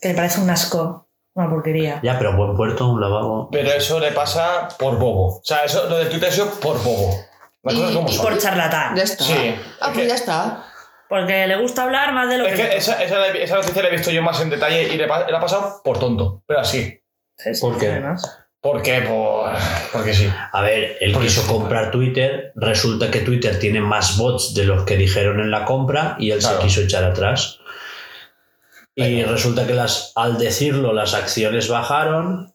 B: Que le parece un asco. Una porquería.
A: Ya, pero buen puerto, un lavabo.
D: Pero eso le pasa por bobo. O sea, eso, lo de Twitter ha sido por bobo. Las
C: Y-
D: cosas como
C: y
B: Y
D: son.
B: por charlatán.
C: Ya está.
D: Sí.
C: Ah,
D: Es
C: pues
D: que-
C: ya está.
B: Porque le gusta hablar más de lo
D: Es que
B: que.
D: esa, esa, la- esa noticia la he visto yo más en detalle y le, pa- le ha pasado por tonto. Pero así.
B: Sí, sí,
A: ¿Por qué?
B: además.
D: ¿Por qué? Por- Porque sí.
A: A ver, él
D: Porque
A: quiso
D: Pues sí.
A: comprar Twitter, resulta que Twitter tiene más bots de los que dijeron en la compra y él
D: Claro.
A: se quiso echar atrás. Y
D: Bueno.
A: resulta que las, al decirlo las acciones bajaron.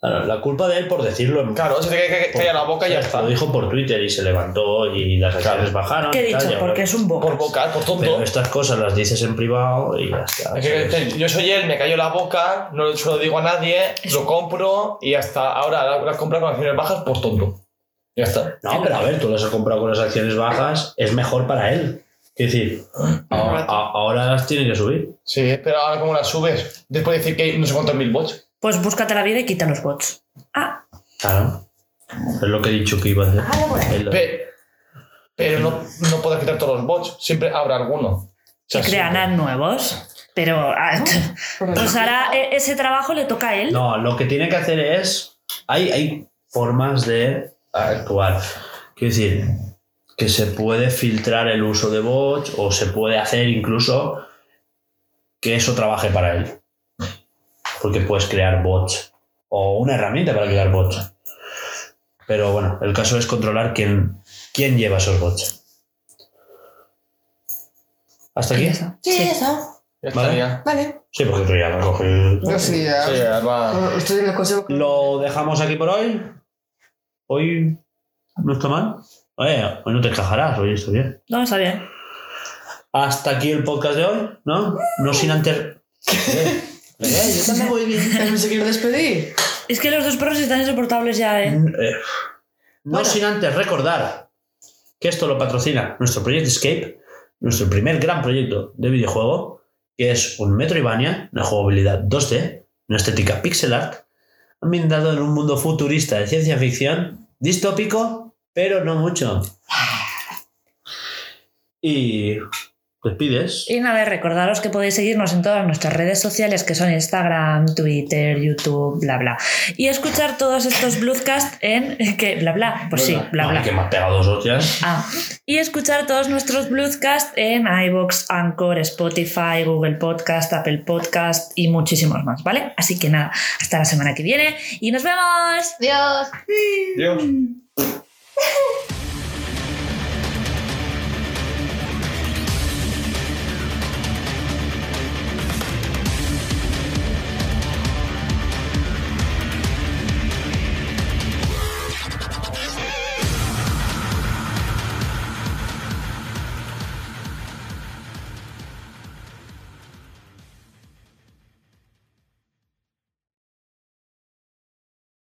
A: Claro, la culpa de él por decirlo en
D: Claro, se te cae- cae- calla la boca y ya está.
A: Lo dijo por Twitter y se levantó y las acciones bajaron.
B: ¿Qué
A: y
B: he
A: tal,
B: dicho?
A: y ahora-
B: Porque es un bobo.
D: Por boca, por
A: Pero
D: tonto.
A: estas cosas las dices en privado y ya está.
D: Es que,
A: ¿sabes?
D: te- yo soy él, me cayó la boca, no se lo digo a nadie, lo compro y hasta ahora la- las compras con acciones bajas por tonto. Ya está.
A: No, pero a ver, tú las has comprado con las acciones bajas, es mejor para él. Es decir,
D: Ah,
A: ahora, a- ahora las tiene que subir.
D: Sí, pero ahora como las subes, después de decir que hay no sé cuántos mil bots.
B: Pues búscate la vida y quita los bots. Ah,
A: Claro. Es lo que he dicho que iba a hacer. Es lo-
D: Ah, Pe- pero no, no podrás quitar todos los bots, siempre habrá alguno. O
B: que
D: sea,
B: crean
D: siempre.
B: a nuevos. Pero. ah, *laughs* Pues ahora e- ese trabajo le toca a él.
A: No, lo que tiene que hacer es. Hay, hay formas de actuar. Quiero decir, que se puede filtrar el uso de bots o se puede hacer incluso que eso trabaje para él. Porque puedes crear bots o una herramienta para crear bots. Pero bueno, el caso es controlar quién, quién lleva esos bots. ¿Hasta aquí?
C: Sí, ya está.
D: Ya está,
A: Vale.
D: ya.
C: Vale.
A: Sí, porque tú ya lo has cogido.
C: No sé, ya.
D: Sí, ya va.
C: Bueno, Estoy en el consejo.
A: Lo dejamos aquí por hoy. Hoy no está mal. Eh, hoy no te encajarás, hoy está bien.
B: No, está bien.
A: Hasta aquí el podcast de hoy, ¿no? No sin antes. *laughs* Eh, eh, yo también voy bien.
C: ¿Me se quiere despedir?
B: Es que los dos perros están insoportables ya, ¿eh?
A: Eh, No
C: Bueno.
A: sin antes recordar que esto lo patrocina nuestro proyecto Escape, nuestro primer gran proyecto de videojuego, que es un Metroidvania, una jugabilidad 2D, una estética pixel art, ambientado en un mundo futurista de ciencia ficción, distópico, pero no mucho. Y despides.
B: Y nada, recordaros que podéis seguirnos en todas nuestras redes sociales, que son Instagram, Twitter, YouTube, bla, bla. Y escuchar todos estos Bloodcasts en... *laughs* que Bla, bla. Pues sí, bla,
A: No,
B: bla.
A: Ah, que me has pegado dos hostias.
B: Ah, y escuchar todos nuestros Bloodcasts en iBox, Anchor, Spotify, Google Podcast, Apple Podcast y muchísimos más, ¿vale? Así que nada, hasta la semana que viene y nos vemos.
C: Adiós.
G: Dios.